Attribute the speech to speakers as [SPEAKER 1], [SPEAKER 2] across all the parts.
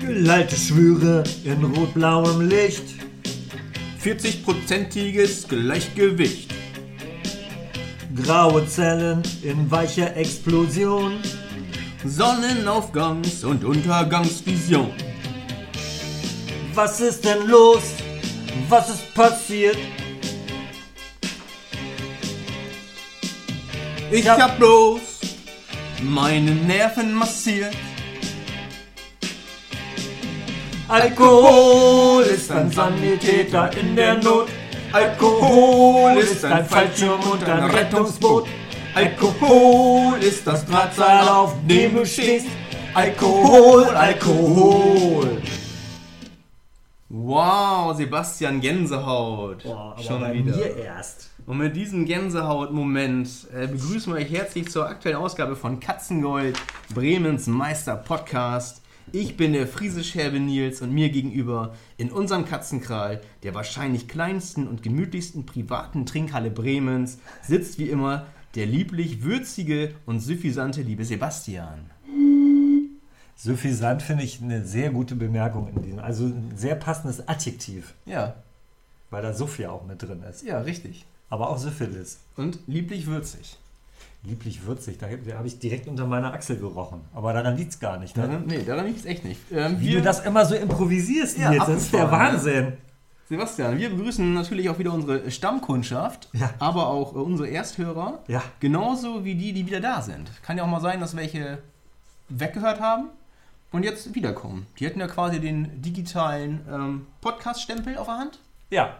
[SPEAKER 1] Geleite Schwüre in rot-blauem Licht.
[SPEAKER 2] 40-prozentiges Gleichgewicht.
[SPEAKER 1] Graue Zellen in weicher Explosion.
[SPEAKER 2] Sonnenaufgangs- und Untergangsvision.
[SPEAKER 1] Was ist denn los? Was ist passiert?
[SPEAKER 2] Ich hab bloß meine Nerven massiert.
[SPEAKER 1] Alkohol ist ein Sanitäter in der Not. Alkohol ist ein Fallschirm und ein Rettungsboot.
[SPEAKER 2] Alkohol ist das Drahtseil, auf dem du stehst. Alkohol, Alkohol. Wow, Sebastian Gänsehaut.
[SPEAKER 1] Boah, aber bei mir erst.
[SPEAKER 2] Und mit diesem Gänsehaut-Moment äh, begrüßen wir euch herzlich zur aktuellen Ausgabe von Katzengold, Bremens Meister-Podcast. Ich bin der friesisch-herbe Nils und mir gegenüber in unserem Katzenkral, der wahrscheinlich kleinsten und gemütlichsten privaten Trinkhalle Bremens, sitzt wie immer der lieblich würzige und süffisante liebe Sebastian.
[SPEAKER 1] Suffisant finde ich eine sehr gute Bemerkung in diesem. Also ein sehr passendes Adjektiv,
[SPEAKER 2] Ja,
[SPEAKER 1] weil da Sophia auch mit drin ist.
[SPEAKER 2] ja, richtig.
[SPEAKER 1] Aber auch Syphilis.
[SPEAKER 2] Und lieblich würzig.
[SPEAKER 1] Lieblich würzig, da da habe ich direkt unter meiner Achsel gerochen. Aber daran liegt es gar nicht. Ne?
[SPEAKER 2] Daran, nee, daran liegt es echt nicht. Ähm,
[SPEAKER 1] Wie du das immer so improvisierst,
[SPEAKER 2] Ja,
[SPEAKER 1] Nils, das ist der
[SPEAKER 2] abgefahren, ne?
[SPEAKER 1] Wahnsinn.
[SPEAKER 2] Sebastian, wir begrüßen natürlich auch wieder unsere Stammkundschaft,
[SPEAKER 1] Ja.
[SPEAKER 2] aber auch äh, unsere Ersthörer.
[SPEAKER 1] Ja.
[SPEAKER 2] Genauso wie die, die wieder da sind. Kann ja auch mal sein, dass welche weggehört haben und jetzt wiederkommen. Die hätten ja quasi den digitalen ähm, Podcast-Stempel auf der Hand
[SPEAKER 1] Ja,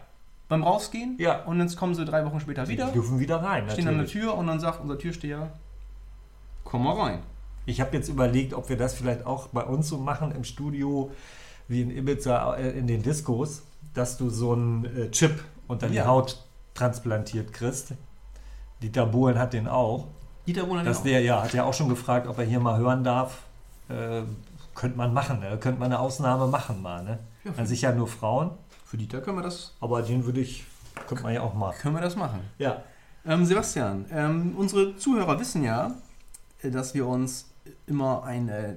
[SPEAKER 2] beim Rausgehen.
[SPEAKER 1] Ja.
[SPEAKER 2] Und jetzt kommen sie drei Wochen später wieder,
[SPEAKER 1] die dürfen wieder rein.
[SPEAKER 2] stehen an der
[SPEAKER 1] natürlich.
[SPEAKER 2] Tür und dann sagt unser Türsteher, komm mal rein.
[SPEAKER 1] Ich habe jetzt überlegt, ob wir das vielleicht auch bei uns so machen im Studio, wie in Ibiza, äh, in den Diskos, dass du so einen äh, Chip unter die
[SPEAKER 2] Ja.
[SPEAKER 1] Haut transplantiert kriegst. Dieter Bohlen hat den auch.
[SPEAKER 2] Dieter genau. Wohler
[SPEAKER 1] Dass der ja, hat ja auch schon gefragt, ob er hier mal hören darf. Äh, könnte man machen, ne? könnte man eine Ausnahme machen mal. Ne?
[SPEAKER 2] Ja,
[SPEAKER 1] An sich ja nur Frauen,
[SPEAKER 2] Für Dieter können wir das,
[SPEAKER 1] aber den würde ich, könnte man ja auch machen.
[SPEAKER 2] können wir das machen.
[SPEAKER 1] Ja,
[SPEAKER 2] Ähm, Sebastian, ähm, unsere Zuhörer wissen ja, äh, dass wir uns immer ein äh,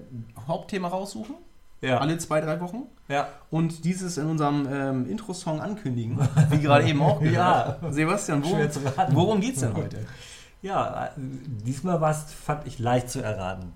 [SPEAKER 2] Hauptthema raussuchen,
[SPEAKER 1] ja,
[SPEAKER 2] alle zwei, drei Wochen,
[SPEAKER 1] ja.
[SPEAKER 2] und dieses in unserem ähm, Intro-Song ankündigen, wie gerade eben auch gesagt. Sebastian,
[SPEAKER 1] Schwer
[SPEAKER 2] worum,
[SPEAKER 1] zu raten.
[SPEAKER 2] worum geht's denn heute?
[SPEAKER 1] Ja, äh, diesmal war es, fand ich leicht zu erraten.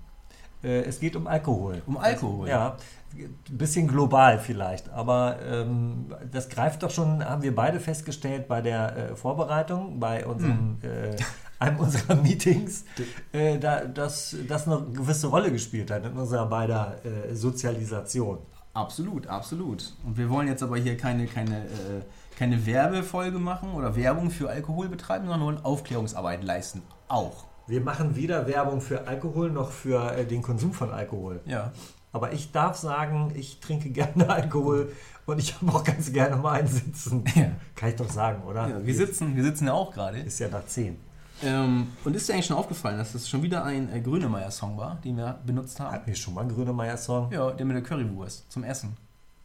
[SPEAKER 1] Äh, Es geht um Alkohol.
[SPEAKER 2] Um Alkohol.
[SPEAKER 1] Ja, ein bisschen global vielleicht, aber ähm, das greift doch schon, haben wir beide festgestellt bei der äh, Vorbereitung, bei unserem, äh, einem unserer Meetings, äh, da, dass das eine gewisse Rolle gespielt hat in unserer beider äh, Sozialisation.
[SPEAKER 2] Absolut, absolut. Und wir wollen jetzt aber hier keine, keine, äh, keine Werbefolge machen oder Werbung für Alkohol betreiben, sondern wollen Aufklärungsarbeit leisten. Auch.
[SPEAKER 1] Wir machen weder Werbung für Alkohol noch für äh, den Konsum von Alkohol.
[SPEAKER 2] Ja.
[SPEAKER 1] Aber ich darf sagen, ich trinke gerne Alkohol und ich habe auch ganz gerne mal einen sitzen.
[SPEAKER 2] Ja.
[SPEAKER 1] Kann ich doch sagen, oder?
[SPEAKER 2] ja wir, sitzen, wir sitzen ja auch gerade.
[SPEAKER 1] Ist ja nach 10.
[SPEAKER 2] Ähm, und ist dir eigentlich schon aufgefallen, dass das schon wieder ein äh, Grönemeyer-Song war, den wir benutzt haben?
[SPEAKER 1] Hatten wir schon mal einen Grönemeyer-Song?
[SPEAKER 2] Ja, der mit der Currywurst zum Essen.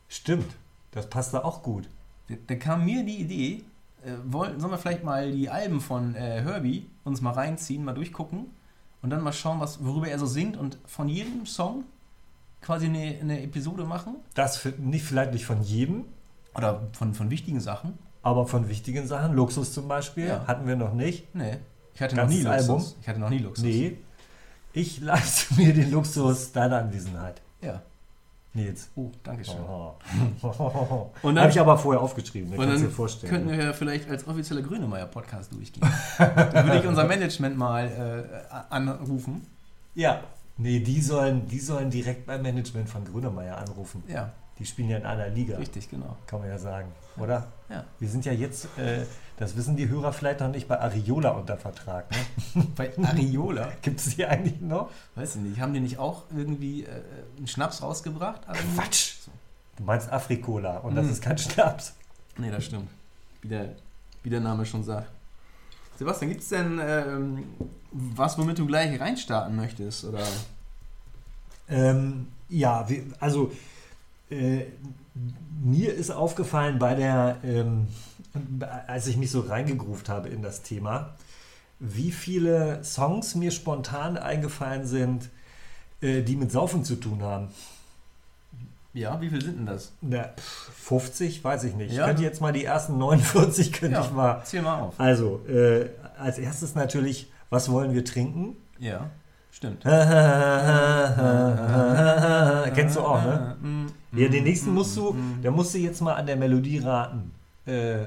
[SPEAKER 1] Stimmt, das passt da auch gut.
[SPEAKER 2] Da, da kam mir die Idee, äh, wollen, sollen wir vielleicht mal die Alben von äh, Herbie uns mal reinziehen, mal durchgucken und dann mal schauen, was, worüber er so singt und von jedem Song quasi eine, eine Episode machen?
[SPEAKER 1] Das für, nicht, vielleicht nicht von jedem,
[SPEAKER 2] Oder von, von wichtigen Sachen?
[SPEAKER 1] aber von wichtigen Sachen. Luxus zum Beispiel
[SPEAKER 2] Ja.
[SPEAKER 1] hatten wir noch nicht.
[SPEAKER 2] Nee. Ich hatte
[SPEAKER 1] Ganzes
[SPEAKER 2] noch nie Luxus.
[SPEAKER 1] Album?
[SPEAKER 2] Ich hatte noch nie Luxus.
[SPEAKER 1] Nee. Ich leiste mir den Luxus deiner Anwesenheit.
[SPEAKER 2] Ja.
[SPEAKER 1] Nils.
[SPEAKER 2] Oh, danke schön.
[SPEAKER 1] Oh.
[SPEAKER 2] Und dann-
[SPEAKER 1] Habe ich aber vorher aufgeschrieben, das
[SPEAKER 2] Und
[SPEAKER 1] kannst du
[SPEAKER 2] dann
[SPEAKER 1] dir vorstellen.
[SPEAKER 2] könnten wir ja vielleicht als offizieller Grönemeyer-Podcast durchgehen. dann würde ich unser Management mal äh, a- anrufen.
[SPEAKER 1] Ja. Nee, die sollen, die sollen direkt beim Management von Grönemeyer anrufen.
[SPEAKER 2] Ja,
[SPEAKER 1] Die spielen ja in einer Liga,
[SPEAKER 2] richtig, genau.
[SPEAKER 1] kann man ja sagen, oder?
[SPEAKER 2] Ja.
[SPEAKER 1] Wir sind ja jetzt, äh, das wissen die Hörer vielleicht noch nicht, bei Ariola unter Vertrag. Ne?
[SPEAKER 2] Bei Ariola,
[SPEAKER 1] Gibt es die eigentlich noch?
[SPEAKER 2] weiß ich nicht, haben die nicht auch irgendwie äh, einen Schnaps rausgebracht? Also,
[SPEAKER 1] Quatsch!
[SPEAKER 2] So.
[SPEAKER 1] Du meinst Afrikola und das
[SPEAKER 2] Mm.
[SPEAKER 1] ist kein Schnaps.
[SPEAKER 2] Nee, das stimmt. Wie der, wie der Name schon sagt. Sebastian, gibt es denn ähm, was, womit du gleich reinstarten möchtest? Oder?
[SPEAKER 1] Ähm, ja, wir, also äh, mir ist aufgefallen bei der, ähm, als ich mich so reingegruft habe in das Thema, wie viele Songs mir spontan eingefallen sind, äh, die mit Saufen zu tun haben.
[SPEAKER 2] Ja, wie viel sind denn das?
[SPEAKER 1] Na, pff, 50, weiß ich nicht.
[SPEAKER 2] Ja.
[SPEAKER 1] Ich könnte jetzt mal die ersten 49, könnte ich mal.
[SPEAKER 2] zähl mal auf.
[SPEAKER 1] Also, äh, als erstes natürlich, was wollen wir trinken?
[SPEAKER 2] Ja, stimmt.
[SPEAKER 1] Kennst du auch, ne?
[SPEAKER 2] Mm,
[SPEAKER 1] Ja, den nächsten musst
[SPEAKER 2] äh,
[SPEAKER 1] du, da musst du jetzt mal an der Melodie raten. Äh.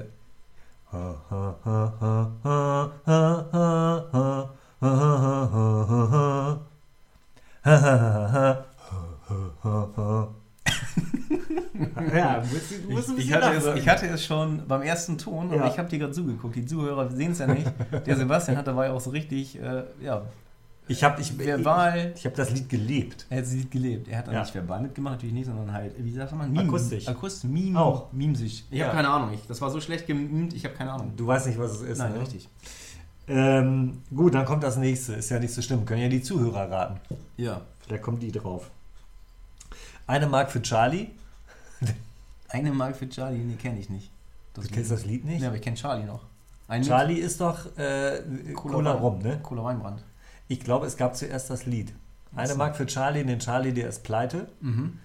[SPEAKER 1] ja, musst du, musst du ein
[SPEAKER 2] Ich
[SPEAKER 1] bisschen
[SPEAKER 2] hatte, es,
[SPEAKER 1] nachwirken.
[SPEAKER 2] ich hatte es schon beim ersten Ton, aber
[SPEAKER 1] Ja.
[SPEAKER 2] ich habe dir gerade zugeguckt. Die Zuhörer sehen es ja nicht. Der Sebastian hat dabei auch so richtig, äh, ja,
[SPEAKER 1] ich habe ich, ich,
[SPEAKER 2] verbal.
[SPEAKER 1] ich hab das Lied gelebt.
[SPEAKER 2] Er hat sie gelebt. Er hat dann
[SPEAKER 1] Ja.
[SPEAKER 2] nicht verbal mitgemacht, natürlich nicht, sondern halt, wie sagt man? Meme.
[SPEAKER 1] Akustisch.
[SPEAKER 2] Akustisch, Meme.
[SPEAKER 1] Auch.
[SPEAKER 2] Memesisch. Ich
[SPEAKER 1] Ja.
[SPEAKER 2] habe keine Ahnung. Ich, das war so schlecht gemimt, ich habe keine Ahnung.
[SPEAKER 1] Du weißt nicht, was es ist.
[SPEAKER 2] Nein,
[SPEAKER 1] ne?
[SPEAKER 2] richtig.
[SPEAKER 1] Ähm, gut, dann kommt das nächste. Ist ja nicht so schlimm. Können ja die Zuhörer raten.
[SPEAKER 2] Ja.
[SPEAKER 1] Vielleicht kommen die drauf. Eine Mark für Charlie.
[SPEAKER 2] Eine Mark für Charlie, nee, kenne ich nicht. Das
[SPEAKER 1] Du kennst das Lied nicht?
[SPEAKER 2] Nee, aber ich kenne Charlie noch. Ein
[SPEAKER 1] Charlie ist doch äh,
[SPEAKER 2] Cola
[SPEAKER 1] Cola,
[SPEAKER 2] Wein.
[SPEAKER 1] rum, ne?
[SPEAKER 2] Cooler Weinbrand.
[SPEAKER 1] Ich glaube, es gab zuerst das Lied. Eine
[SPEAKER 2] so.
[SPEAKER 1] Mark für Charlie, denn Charlie, der ist pleite.
[SPEAKER 2] Mhm.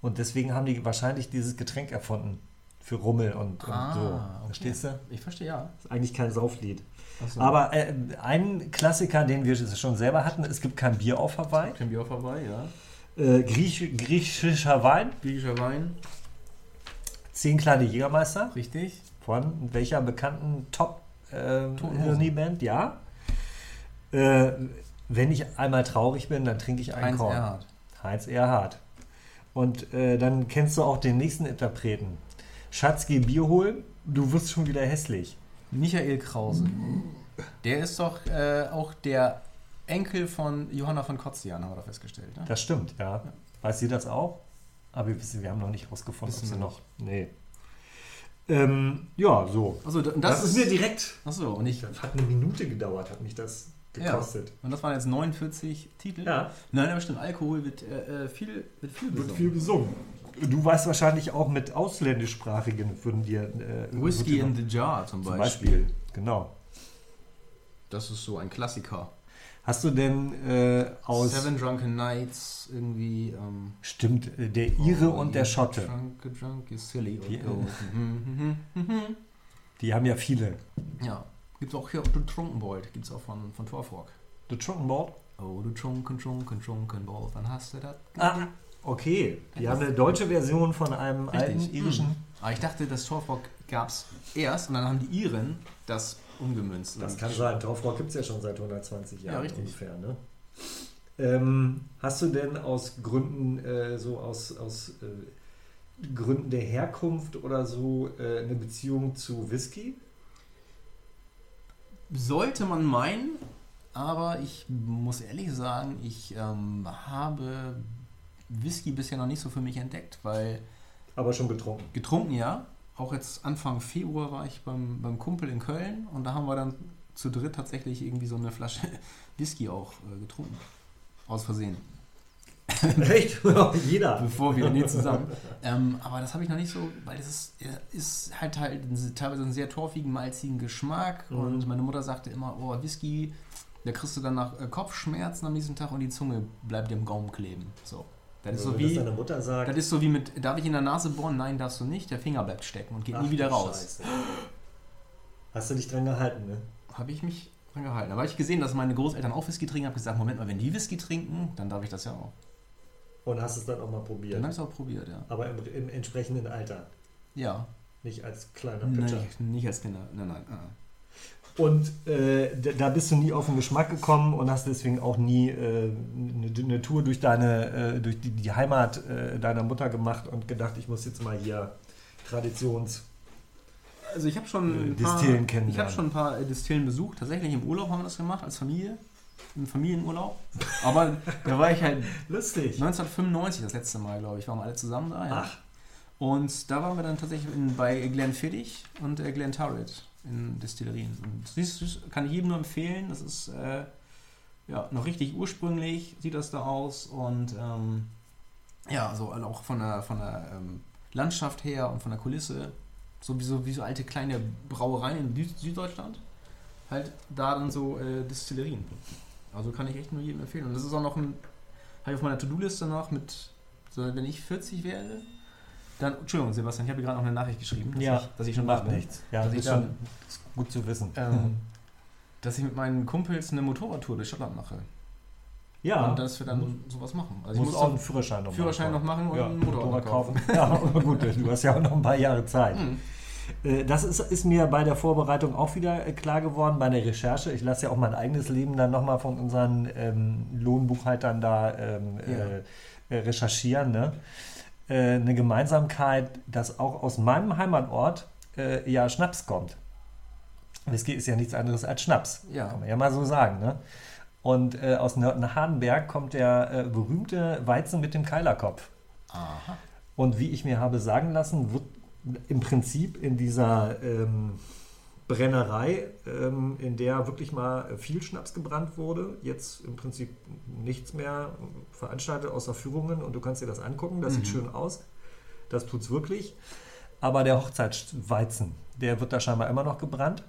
[SPEAKER 1] Und deswegen haben die wahrscheinlich dieses Getränk erfunden. Für Rummel und, und
[SPEAKER 2] Ah,
[SPEAKER 1] so.
[SPEAKER 2] okay.
[SPEAKER 1] Verstehst du?
[SPEAKER 2] Ich verstehe, ja.
[SPEAKER 1] Ist eigentlich kein Sauflied.
[SPEAKER 2] Ach so.
[SPEAKER 1] Aber äh, ein Klassiker, den wir schon selber hatten, es gibt kein Bier auf Hawaii.
[SPEAKER 2] Können wir auch vorbei, ja.
[SPEAKER 1] Äh, Griech, griechischer Wein,
[SPEAKER 2] Griechischer Wein.
[SPEAKER 1] zehn kleine Jägermeister.
[SPEAKER 2] Richtig.
[SPEAKER 1] Von welcher bekannten top äh,
[SPEAKER 2] Toten Hosen.
[SPEAKER 1] Ironie band Ja. Äh, wenn ich einmal traurig bin, dann trinke ich einen
[SPEAKER 2] Heinz
[SPEAKER 1] Korn.
[SPEAKER 2] Erhard.
[SPEAKER 1] Heinz Erhard. Und äh, dann kennst du auch den nächsten Interpreten. Schatz, geh Bier holen, du wirst schon wieder hässlich.
[SPEAKER 2] Michael Krause. Der ist doch äh, auch der Enkel von Johanna von Kotzian, haben wir doch festgestellt. Ne?
[SPEAKER 1] Das stimmt, ja. Weiß sie das auch? Aber wir wissen, wir haben noch nicht rausgefunden, ob
[SPEAKER 2] Wissen
[SPEAKER 1] sie
[SPEAKER 2] wir
[SPEAKER 1] noch. Nee. Ähm, ja, so.
[SPEAKER 2] Achso, das, das ist mir.
[SPEAKER 1] direkt.
[SPEAKER 2] Achso, und ich.
[SPEAKER 1] Hat eine Minute gedauert, hat mich das
[SPEAKER 2] gekostet. Und das waren jetzt 49 Titel. Nein, aber stimmt, Alkohol wird äh, äh, viel, wird viel besungen.
[SPEAKER 1] besungen. Du weißt wahrscheinlich auch mit ausländischsprachigen würden wir. Äh,
[SPEAKER 2] Whiskey in
[SPEAKER 1] würden-
[SPEAKER 2] the Jar zum
[SPEAKER 1] zum
[SPEAKER 2] Beispiel.
[SPEAKER 1] Beispiel. Genau.
[SPEAKER 2] Das ist so ein Klassiker.
[SPEAKER 1] Hast du denn äh, aus.
[SPEAKER 2] Seven Drunken Nights irgendwie. Ähm,
[SPEAKER 1] Stimmt, äh, der Ire
[SPEAKER 2] oh,
[SPEAKER 1] und der
[SPEAKER 2] you
[SPEAKER 1] Schotte.
[SPEAKER 2] Drunk, drunk, you silly old
[SPEAKER 1] Die-
[SPEAKER 2] goat. Mhm, mhm, mhm.
[SPEAKER 1] Die haben ja viele.
[SPEAKER 2] Ja, gibt's auch hier Du Trunkenbold, gibt's auch von, von Torfrock.
[SPEAKER 1] The Trunkenboard?
[SPEAKER 2] Oh, du Trunken, Trunken, Trunkenbold, wann hast du das?
[SPEAKER 1] Ah, okay. Die haben eine deutsche Version von einem alten irischen.
[SPEAKER 2] Aber Ah, ich dachte, das Torfrock gab's erst und dann haben die Iren das umgemünzt. Und-
[SPEAKER 1] sein. Torfrock gibt es ja schon seit 120
[SPEAKER 2] Ja, richtig.
[SPEAKER 1] ungefähr. Ne? Ähm, hast du denn aus Gründen, äh, so aus, aus äh, Gründen der Herkunft oder so, äh, eine Beziehung zu Whisky?
[SPEAKER 2] Sollte man meinen, aber ich muss ehrlich sagen, ich ähm, habe Whisky bisher noch nicht so für mich entdeckt, weil
[SPEAKER 1] Aber schon getrunken.
[SPEAKER 2] Getrunken, ja. Auch jetzt Anfang Februar war ich beim, beim Kumpel in Köln und da haben wir dann zu dritt tatsächlich irgendwie so eine Flasche Whisky auch äh, getrunken. Aus Versehen.
[SPEAKER 1] Echt? Jeder.
[SPEAKER 2] Bevor wir, nee, zusammen. ähm, aber das habe ich noch nicht so, weil es ist, es ist halt halt ein- teilweise einen sehr torfigen, malzigen Geschmack
[SPEAKER 1] Mhm.
[SPEAKER 2] und meine Mutter sagte immer, oh, Whisky, da kriegst du dann nach äh, Kopfschmerzen am nächsten Tag und die Zunge bleibt dir im Gaumen kleben. So. Das ist so
[SPEAKER 1] Also, Wenn
[SPEAKER 2] wie,
[SPEAKER 1] das deine Mutter sagt.
[SPEAKER 2] das ist so wie mit, darf ich in der Nase bohren? Nein, darfst du nicht. Der Finger bleibt stecken und geht
[SPEAKER 1] Ach,
[SPEAKER 2] nie wieder
[SPEAKER 1] du
[SPEAKER 2] raus.
[SPEAKER 1] Scheiße. Hast du dich dran gehalten, ne?
[SPEAKER 2] Habe ich mich dran gehalten. Aber ich gesehen, dass meine Großeltern auch Whisky trinken, habe gesagt, Moment mal, wenn die Whisky trinken, dann darf ich das ja auch.
[SPEAKER 1] Und hast es dann auch mal probiert.
[SPEAKER 2] Dann habe ich es auch probiert, ja.
[SPEAKER 1] Aber im, im entsprechenden Alter,
[SPEAKER 2] Ja.
[SPEAKER 1] nicht als kleiner Pitcher.
[SPEAKER 2] Nein, nicht als Kinder. Nein, nein. nein.
[SPEAKER 1] Und äh, d- da bist du nie auf den Geschmack gekommen und hast deswegen auch nie äh, eine, eine Tour durch deine, äh, durch die, die Heimat äh, deiner Mutter gemacht und gedacht, ich muss jetzt mal hier Traditions.
[SPEAKER 2] Also ich habe schon
[SPEAKER 1] Äh,
[SPEAKER 2] ein paar,
[SPEAKER 1] Distillen
[SPEAKER 2] ich habe
[SPEAKER 1] kennenlernen.
[SPEAKER 2] schon ein paar äh, Distillen besucht. Tatsächlich im Urlaub haben wir das gemacht als Familie, im Familienurlaub. Aber da war ich halt
[SPEAKER 1] Lustig.
[SPEAKER 2] 1995 das letzte Mal, glaube ich, waren wir alle zusammen da. Ja.
[SPEAKER 1] Ach.
[SPEAKER 2] Und da waren wir dann tatsächlich in, bei Glenfiddich und äh, Glen in Destillerien. Und siehst du, kann ich jedem nur empfehlen. Das ist äh, ja noch richtig ursprünglich, sieht das da aus. Und ähm, ja, so also auch von der, von der ähm, Landschaft her und von der Kulisse. So wie so, wie so alte kleine Brauereien in Süd Süddeutschland. Halt da dann so äh, Destillerien. halt Also kann ich echt nur jedem empfehlen. Und das ist auch noch ein, habe ich auf meiner To-Do-Liste noch mit sondern wenn ich 40 wäre, dann. Entschuldigung, Sebastian, ich habe dir gerade noch eine Nachricht geschrieben, dass,
[SPEAKER 1] Ja.
[SPEAKER 2] ich, dass ich schon wach
[SPEAKER 1] Macht
[SPEAKER 2] bin.
[SPEAKER 1] nichts. Ja,
[SPEAKER 2] Dass
[SPEAKER 1] das
[SPEAKER 2] ich
[SPEAKER 1] ist schon ist gut zu wissen. Mhm.
[SPEAKER 2] Ähm, dass ich mit meinen Kumpels eine Motorradtour durch Schottland mache.
[SPEAKER 1] ja,
[SPEAKER 2] Und dass wir dann sowas machen. Also
[SPEAKER 1] muss
[SPEAKER 2] ich muss
[SPEAKER 1] auch einen
[SPEAKER 2] dann-
[SPEAKER 1] Führerschein noch
[SPEAKER 2] Führerschein noch
[SPEAKER 1] machen.
[SPEAKER 2] machen und
[SPEAKER 1] ja,
[SPEAKER 2] einen Motorrad kaufen.
[SPEAKER 1] Ja, aber gut, du hast ja auch noch ein paar Jahre Zeit.
[SPEAKER 2] Mhm.
[SPEAKER 1] Äh, Das ist, ist mir bei der Vorbereitung auch wieder äh, klar geworden, bei der Recherche. Ich lasse ja auch mein eigenes Leben dann nochmal von unseren ähm, Lohnbuchhaltern da ähm, äh, äh, recherchieren. Ne? Äh, eine Gemeinsamkeit, dass auch aus meinem Heimatort äh, ja Schnaps kommt. Whisky ist ja nichts anderes als Schnaps.
[SPEAKER 2] Hm, Ja.
[SPEAKER 1] Kann man ja mal so sagen. Ne? Und äh, aus Nörten-Hardenberg kommt der äh, berühmte Weizen mit dem Keilerkopf.
[SPEAKER 2] Aha.
[SPEAKER 1] Und wie ich mir habe sagen lassen, wird im Prinzip in dieser ähm, Brennerei, ähm, in der wirklich mal viel Schnaps gebrannt wurde, jetzt im Prinzip nichts mehr veranstaltet außer Führungen und du kannst dir das angucken, das sieht schön aus, das tut's wirklich. Aber der Hochzeitsweizen, der wird da scheinbar immer noch gebrannt.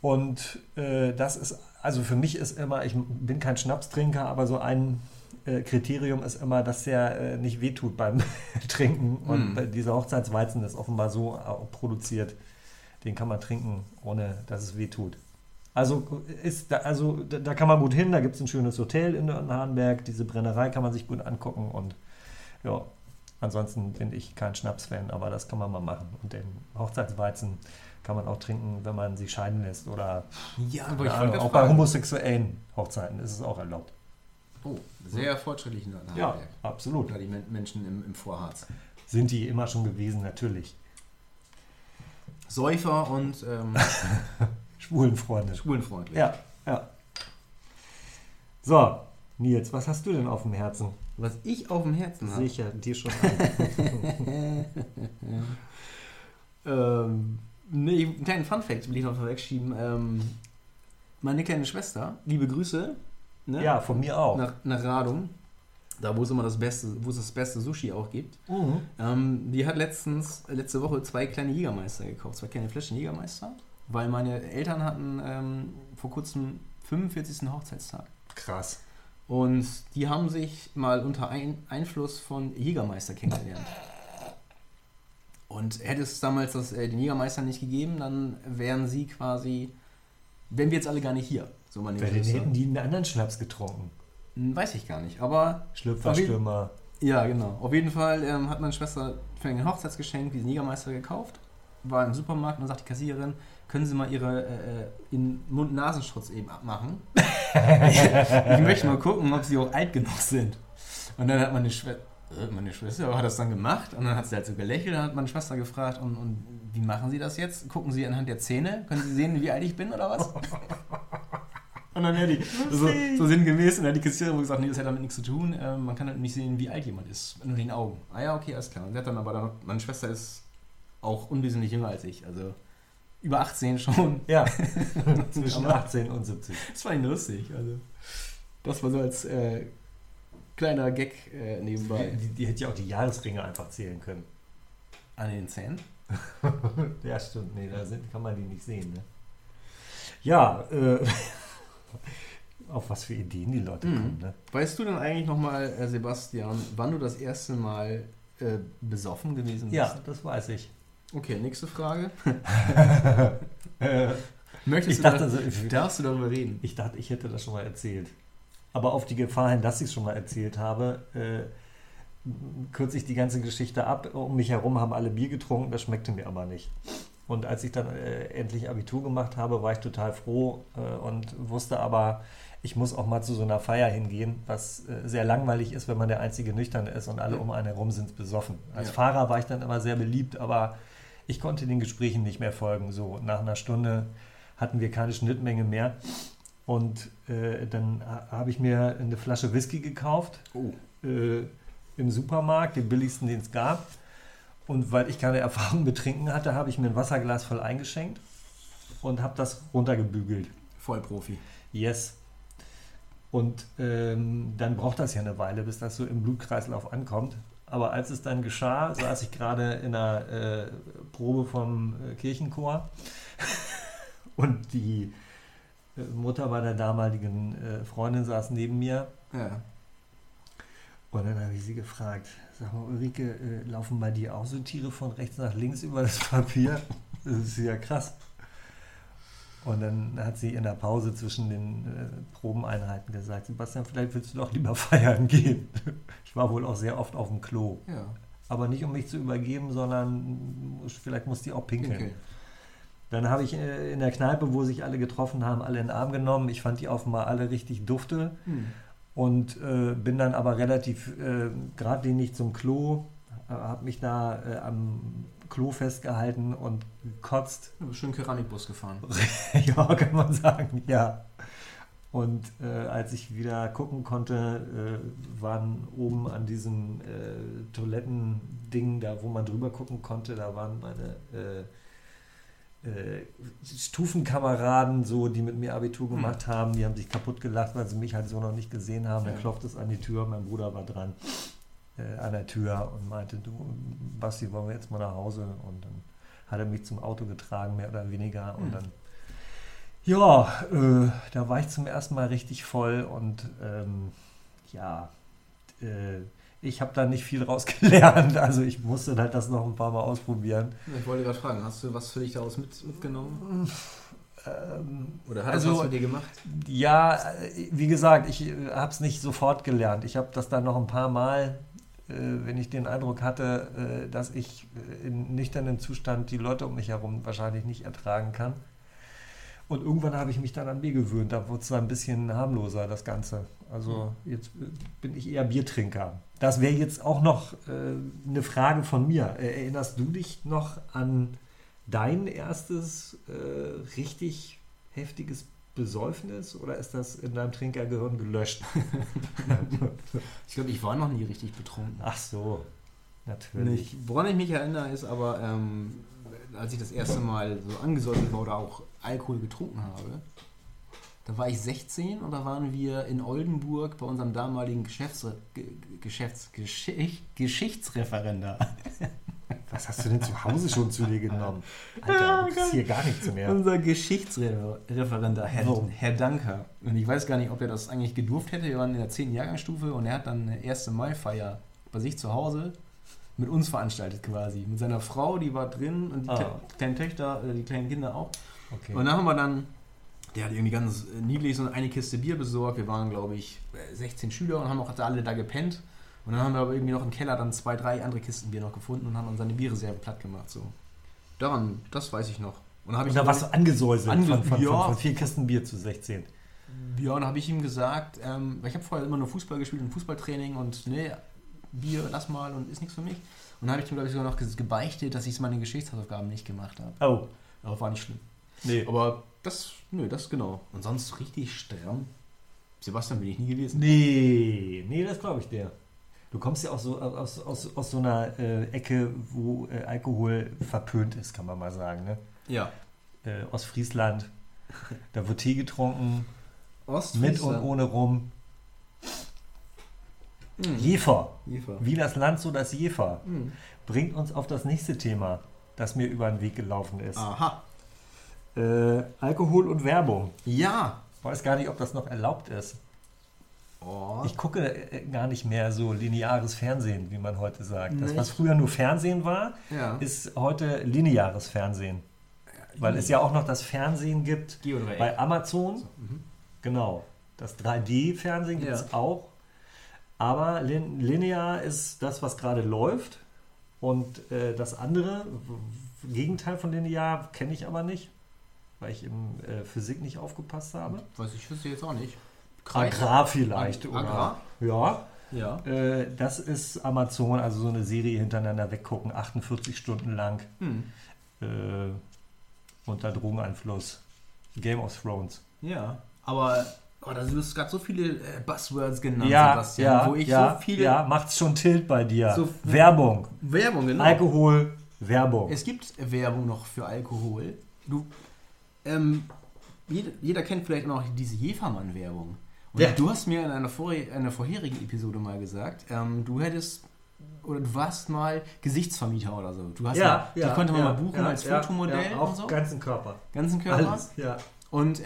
[SPEAKER 1] Und äh, das ist, also für mich ist immer, ich bin kein Schnapstrinker, aber so ein äh, Kriterium ist immer, dass der äh, nicht wehtut beim Trinken. Und
[SPEAKER 2] Mm.
[SPEAKER 1] bei dieser Hochzeitsweizen ist offenbar so äh, produziert, den kann man trinken, ohne dass es wehtut. Also, ist da, also da, da kann man gut hin, da gibt es ein schönes Hotel in Nürnberg, diese Brennerei kann man sich gut angucken und ja, ansonsten bin ich kein Schnapsfan, aber das kann man mal machen. Und den Hochzeitsweizen kann man auch trinken, wenn man sich scheiden lässt oder
[SPEAKER 2] Ja, aber
[SPEAKER 1] keine
[SPEAKER 2] ich
[SPEAKER 1] Ahnung,
[SPEAKER 2] wollte
[SPEAKER 1] auch
[SPEAKER 2] auch
[SPEAKER 1] bei
[SPEAKER 2] fragen.
[SPEAKER 1] homosexuellen Hochzeiten ist es auch erlaubt.
[SPEAKER 2] Oh, sehr fortschrittlich in Hardenberg.
[SPEAKER 1] absolut.
[SPEAKER 2] Oder die Men- Menschen im, im Vorharz.
[SPEAKER 1] Sind die immer schon gewesen, natürlich.
[SPEAKER 2] Säufer und ähm,
[SPEAKER 1] Schwulenfreunde.
[SPEAKER 2] schwulenfreundlich.
[SPEAKER 1] Ja, ja. So, Nils, was hast du denn auf dem Herzen?
[SPEAKER 2] Was ich auf dem Herzen habe.
[SPEAKER 1] Sicher, dir schon an.
[SPEAKER 2] Ähm, nee, ich- einen kleinen Funfact will ich noch vorwegschieben. Ähm, meine kleine Schwester, liebe Grüße. Ne?
[SPEAKER 1] Ja, von mir auch.
[SPEAKER 2] Nach, nach Radom. Da, wo es immer das beste, wo es das beste Sushi auch gibt.
[SPEAKER 1] Mhm.
[SPEAKER 2] Ähm, die hat letztens, letzte Woche zwei kleine Jägermeister gekauft, zwei kleine Flaschen Jägermeister, weil meine Eltern hatten ähm, vor kurzem 45. Hochzeitstag.
[SPEAKER 1] Krass.
[SPEAKER 2] Und die haben sich mal unter ein Einfluss von Jägermeister kennengelernt. Und hätte es damals das, äh, den Jägermeister nicht gegeben, dann wären sie quasi, wären wir jetzt alle gar nicht hier. So meine
[SPEAKER 1] Wer denn
[SPEAKER 2] Größe.
[SPEAKER 1] hätten die einen anderen Schnaps getrunken?
[SPEAKER 2] Hm, Weiß ich gar nicht. Aber
[SPEAKER 1] Schlüpfer,
[SPEAKER 2] Auf jeden-
[SPEAKER 1] Stürmer.
[SPEAKER 2] ja, genau. Auf jeden Fall ähm, hat meine Schwester für ein Hochzeitsgeschenk diesen Jägermeister gekauft, war im Supermarkt und dann sagt die Kassiererin, können Sie mal Ihre äh, äh, in Mund-Nasenschutz eben abmachen? ich möchte mal gucken, ob Sie auch alt genug sind. Und dann hat meine Schwester, meine Schwester hat das dann gemacht und dann hat sie halt so gelächelt und hat meine Schwester gefragt, und, und wie machen Sie das jetzt? Gucken Sie anhand der Zähne? Können Sie sehen, wie alt ich bin oder was? Und dann hätte die, so, so sinngemäß, und dann hat die Kassiererin gesagt, nee, das hat damit nichts zu tun, ähm, man kann halt nicht sehen, wie alt jemand ist, nur den Augen. Ah ja, okay, alles klar. Und sie hat dann aber, dann, meine Schwester ist auch unwesentlich jünger als ich, also über 18 schon.
[SPEAKER 1] Ja, zwischen
[SPEAKER 2] Aber-
[SPEAKER 1] 18 und 70.
[SPEAKER 2] Das war nicht lustig, also. Das war so als äh, kleiner Gag äh,
[SPEAKER 1] Die,
[SPEAKER 2] nebenbei.
[SPEAKER 1] die, die hätte ja auch die Jahresringe einfach zählen können.
[SPEAKER 2] An den Zähnen?
[SPEAKER 1] Ja, stimmt. Nee, da sind, kann man die nicht sehen. Ne? Ja, äh, auf was für Ideen die Leute
[SPEAKER 2] Mhm.
[SPEAKER 1] kommen. Ne?
[SPEAKER 2] Weißt du denn eigentlich nochmal, äh, Sebastian, wann du das erste Mal äh, besoffen gewesen bist?
[SPEAKER 1] Ja, das weiß ich.
[SPEAKER 2] Okay, nächste Frage.
[SPEAKER 1] Äh,
[SPEAKER 2] Möchtest
[SPEAKER 1] ich,
[SPEAKER 2] du
[SPEAKER 1] dachte,
[SPEAKER 2] da-
[SPEAKER 1] so- ich,
[SPEAKER 2] darfst du darüber reden?
[SPEAKER 1] ich dachte, ich hätte das schon mal erzählt. Aber auf die Gefahr hin, dass ich es schon mal erzählt habe, äh, kürze ich die ganze Geschichte ab. Um mich herum haben alle Bier getrunken, das schmeckte mir aber nicht. Und als ich dann äh, endlich Abitur gemacht habe, war ich total froh äh, und wusste aber, ich muss auch mal zu so einer Feier hingehen, was äh, sehr langweilig ist, wenn man der einzige Nüchterne ist und alle
[SPEAKER 2] Ja.
[SPEAKER 1] um einen herum sind besoffen. Als
[SPEAKER 2] Ja.
[SPEAKER 1] Fahrer war ich dann immer sehr beliebt, aber ich konnte den Gesprächen nicht mehr folgen. So nach einer Stunde hatten wir keine Schnittmenge mehr. Und äh, dann ha- habe ich mir eine Flasche Whisky gekauft
[SPEAKER 2] Oh.
[SPEAKER 1] äh, im Supermarkt, den billigsten, den es gab. Und weil ich keine Erfahrung mit Trinken hatte, habe ich mir ein Wasserglas voll eingeschenkt und habe das runtergebügelt.
[SPEAKER 2] Vollprofi.
[SPEAKER 1] Yes. Und ähm, dann braucht das ja eine Weile, bis das so im Blutkreislauf ankommt. Aber als es dann geschah, saß ich gerade in einer äh, Probe vom äh, Kirchenchor und die äh, Mutter meiner damaligen äh, Freundin saß neben mir
[SPEAKER 2] Ja.
[SPEAKER 1] Und dann habe ich sie gefragt, sag mal Ulrike, äh, laufen bei dir auch so Tiere von rechts nach links über das Papier? Das ist ja krass. Und dann hat sie in der Pause zwischen den äh, Probeneinheiten gesagt, Sebastian, vielleicht willst du doch lieber feiern gehen. Ich war wohl auch sehr oft auf dem Klo.
[SPEAKER 2] Ja.
[SPEAKER 1] Aber nicht, um mich zu übergeben, sondern mm, vielleicht muss die auch pinkeln.
[SPEAKER 2] Okay.
[SPEAKER 1] Dann habe ich äh, in der Kneipe, wo sich alle getroffen haben, alle in den Arm genommen. Ich fand die offenbar alle richtig dufte
[SPEAKER 2] Hm.
[SPEAKER 1] und äh, bin dann aber relativ äh, geradlinig zum Klo, äh, habe mich da äh, am Klo festgehalten und gekotzt.
[SPEAKER 2] Du bist schön Keramikbus gefahren.
[SPEAKER 1] ja, kann man sagen, ja. Und äh, als ich wieder gucken konnte, äh, waren oben an diesem äh, Toilettending, da wo man drüber gucken konnte, da waren meine äh, äh, Stufenkameraden, so, die mit mir Abitur gemacht haben, die haben sich kaputt gelacht, weil sie mich halt so noch nicht gesehen haben. Dann
[SPEAKER 2] Ja.
[SPEAKER 1] klopft es an die Tür, mein Bruder war dran äh, an der Tür und meinte, du, Basti, wollen wir jetzt mal nach Hause? Und dann hat er mich zum Auto getragen, mehr oder weniger. Und
[SPEAKER 2] Hm.
[SPEAKER 1] dann, ja, äh, da war ich zum ersten Mal richtig voll und ähm, ja, äh, ich habe da nicht viel raus gelernt. Also ich musste halt das noch ein paar Mal ausprobieren.
[SPEAKER 2] Ich wollte gerade fragen, hast du was für dich daraus mit, mitgenommen?
[SPEAKER 1] Ähm,
[SPEAKER 2] Oder hat
[SPEAKER 1] Also-
[SPEAKER 2] das was mit dir gemacht?
[SPEAKER 1] ja, äh, wie gesagt, ich habe es nicht sofort gelernt. Ich habe das dann noch ein paar Mal, äh, wenn ich den Eindruck hatte, äh, dass ich äh, in nüchternem Zustand die Leute um mich herum wahrscheinlich nicht ertragen kann. Und irgendwann habe ich mich dann an Bier gewöhnt. Da wurde es dann ein bisschen harmloser, das Ganze. Also jetzt äh, bin ich eher Biertrinker. Das wäre jetzt auch noch äh, eine Frage von mir. Äh, Erinnerst du dich noch an dein erstes äh, richtig heftiges Besäufnis oder ist das in deinem Trinkergehirn gelöscht?
[SPEAKER 2] Ich glaube, ich war noch nie richtig betrunken.
[SPEAKER 1] Ach so, natürlich.
[SPEAKER 2] Nicht. Woran ich mich erinnere, ist aber, ähm, als ich das erste Mal so angesäuselt war oder auch Alkohol getrunken habe, da war ich 16 und da waren wir in Oldenburg bei unserem damaligen Geschäftsre Ge Ge- Geschäfts Geschicht Geschichtsreferendar.
[SPEAKER 1] Was hast du denn zu Hause schon zu dir genommen? Alter, du bist hier gar nichts mehr.
[SPEAKER 2] Unser Geschichtsreferendar, Herr,
[SPEAKER 1] Warum?
[SPEAKER 2] Herr Danker. Und ich weiß gar nicht, ob er das eigentlich gedurft hätte. Wir waren in der 10. Jahrgangsstufe und er hat dann eine 1. Mai-Feier bei sich zu Hause mit uns veranstaltet quasi. Mit seiner Frau, die war drin und die
[SPEAKER 1] Ah.
[SPEAKER 2] Tö- kleinen Töchter, äh, die kleinen Kinder auch. Und
[SPEAKER 1] Okay.
[SPEAKER 2] dann haben wir dann, der hat irgendwie ganz äh, niedlich so eine Kiste Bier besorgt. Wir waren, glaube ich, äh, 16 Schüler und haben auch da alle da gepennt. Und dann haben wir aber irgendwie noch im Keller dann zwei, drei andere Kisten Bier noch gefunden und haben dann seine Bierreserve platt gemacht. So. Daran, das weiß ich noch. Und dann habe ich
[SPEAKER 1] Und da
[SPEAKER 2] noch-
[SPEAKER 1] warst du angesäuselt
[SPEAKER 2] Ange-
[SPEAKER 1] von, von,
[SPEAKER 2] ja.
[SPEAKER 1] von, von vier Kisten Bier zu 16.
[SPEAKER 2] Ja, und habe ich ihm gesagt, ähm, weil ich habe vorher immer nur Fußball gespielt und Fußballtraining und nee, Bier, lass mal und ist nichts für mich. Und dann habe ich ihm, glaube ich, sogar noch ges- gebeichtet, dass ich meine Geschichtshausaufgaben nicht gemacht habe.
[SPEAKER 1] Oh,
[SPEAKER 2] Aber war nicht schlimm.
[SPEAKER 1] nee.
[SPEAKER 2] Aber das, nö, das genau. Und sonst richtig stramm. Sebastian bin ich nie gewesen.
[SPEAKER 1] Nee, nee, das glaube ich dir. Du kommst ja auch so aus, aus, aus so einer äh, Ecke, wo äh, Alkohol verpönt ist, kann man mal sagen. Ne?
[SPEAKER 2] Ja.
[SPEAKER 1] Äh, Ostfriesland, da wird Tee getrunken,
[SPEAKER 2] Ost,
[SPEAKER 1] mit und ohne rum.
[SPEAKER 2] Mhm.
[SPEAKER 1] Jefer,
[SPEAKER 2] Jefer.
[SPEAKER 1] wie das Land, so das Jefer,
[SPEAKER 2] Mhm.
[SPEAKER 1] bringt uns auf das nächste Thema, das mir über den Weg gelaufen ist.
[SPEAKER 2] Aha.
[SPEAKER 1] Äh, Alkohol und Werbung.
[SPEAKER 2] Ja.
[SPEAKER 1] Weiß gar nicht, ob das noch erlaubt ist.
[SPEAKER 2] Oh.
[SPEAKER 1] Ich gucke äh, gar nicht mehr so lineares Fernsehen, wie man heute sagt. Das,
[SPEAKER 2] Nicht?
[SPEAKER 1] was früher nur Fernsehen war,
[SPEAKER 2] ja.
[SPEAKER 1] ist heute lineares Fernsehen. Weil es ja auch noch das Fernsehen gibt
[SPEAKER 2] Geodreieck.
[SPEAKER 1] bei Amazon.
[SPEAKER 2] mhm.
[SPEAKER 1] Genau. Das 3D-Fernsehen gibt es
[SPEAKER 2] Ja.
[SPEAKER 1] auch. Aber lin linear ist das, was gerade läuft. Und äh, das andere, w- w- Gegenteil von linear, kenne ich aber nicht, weil ich in äh, Physik nicht aufgepasst habe.
[SPEAKER 2] Weiß ich, wüsste jetzt auch nicht.
[SPEAKER 1] Agrar vielleicht.
[SPEAKER 2] Ag-
[SPEAKER 1] oder-
[SPEAKER 2] Agrar?
[SPEAKER 1] Ja,
[SPEAKER 2] Ja.
[SPEAKER 1] äh, das ist Amazon, also so eine Serie hintereinander weggucken, 48 Stunden lang
[SPEAKER 2] Hm.
[SPEAKER 1] äh, unter Drogeneinfluss. Game of Thrones.
[SPEAKER 2] Ja, aber oh, da sind gerade so viele äh, Buzzwords genannt, Sebastian, wo ich so viele
[SPEAKER 1] ja, macht's schon Tilt bei dir.
[SPEAKER 2] So-
[SPEAKER 1] Werbung,
[SPEAKER 2] Werbung, genau.
[SPEAKER 1] Alkohol, Werbung.
[SPEAKER 2] Es gibt Werbung noch für Alkohol. Du, ähm, jeder, jeder kennt vielleicht auch noch diese Jefermann-Werbung. Und
[SPEAKER 1] Ja.
[SPEAKER 2] du hast mir in einer, vor, einer vorherigen Episode mal gesagt, ähm, du hättest oder du warst mal Gesichtsvermieter oder so. Du hast mal, die konnte man mal buchen als Fotomodell
[SPEAKER 1] ja, auch
[SPEAKER 2] und so.
[SPEAKER 1] ganzen Körper.
[SPEAKER 2] Ganzen Körper.
[SPEAKER 1] Alles, ja.
[SPEAKER 2] Und äh,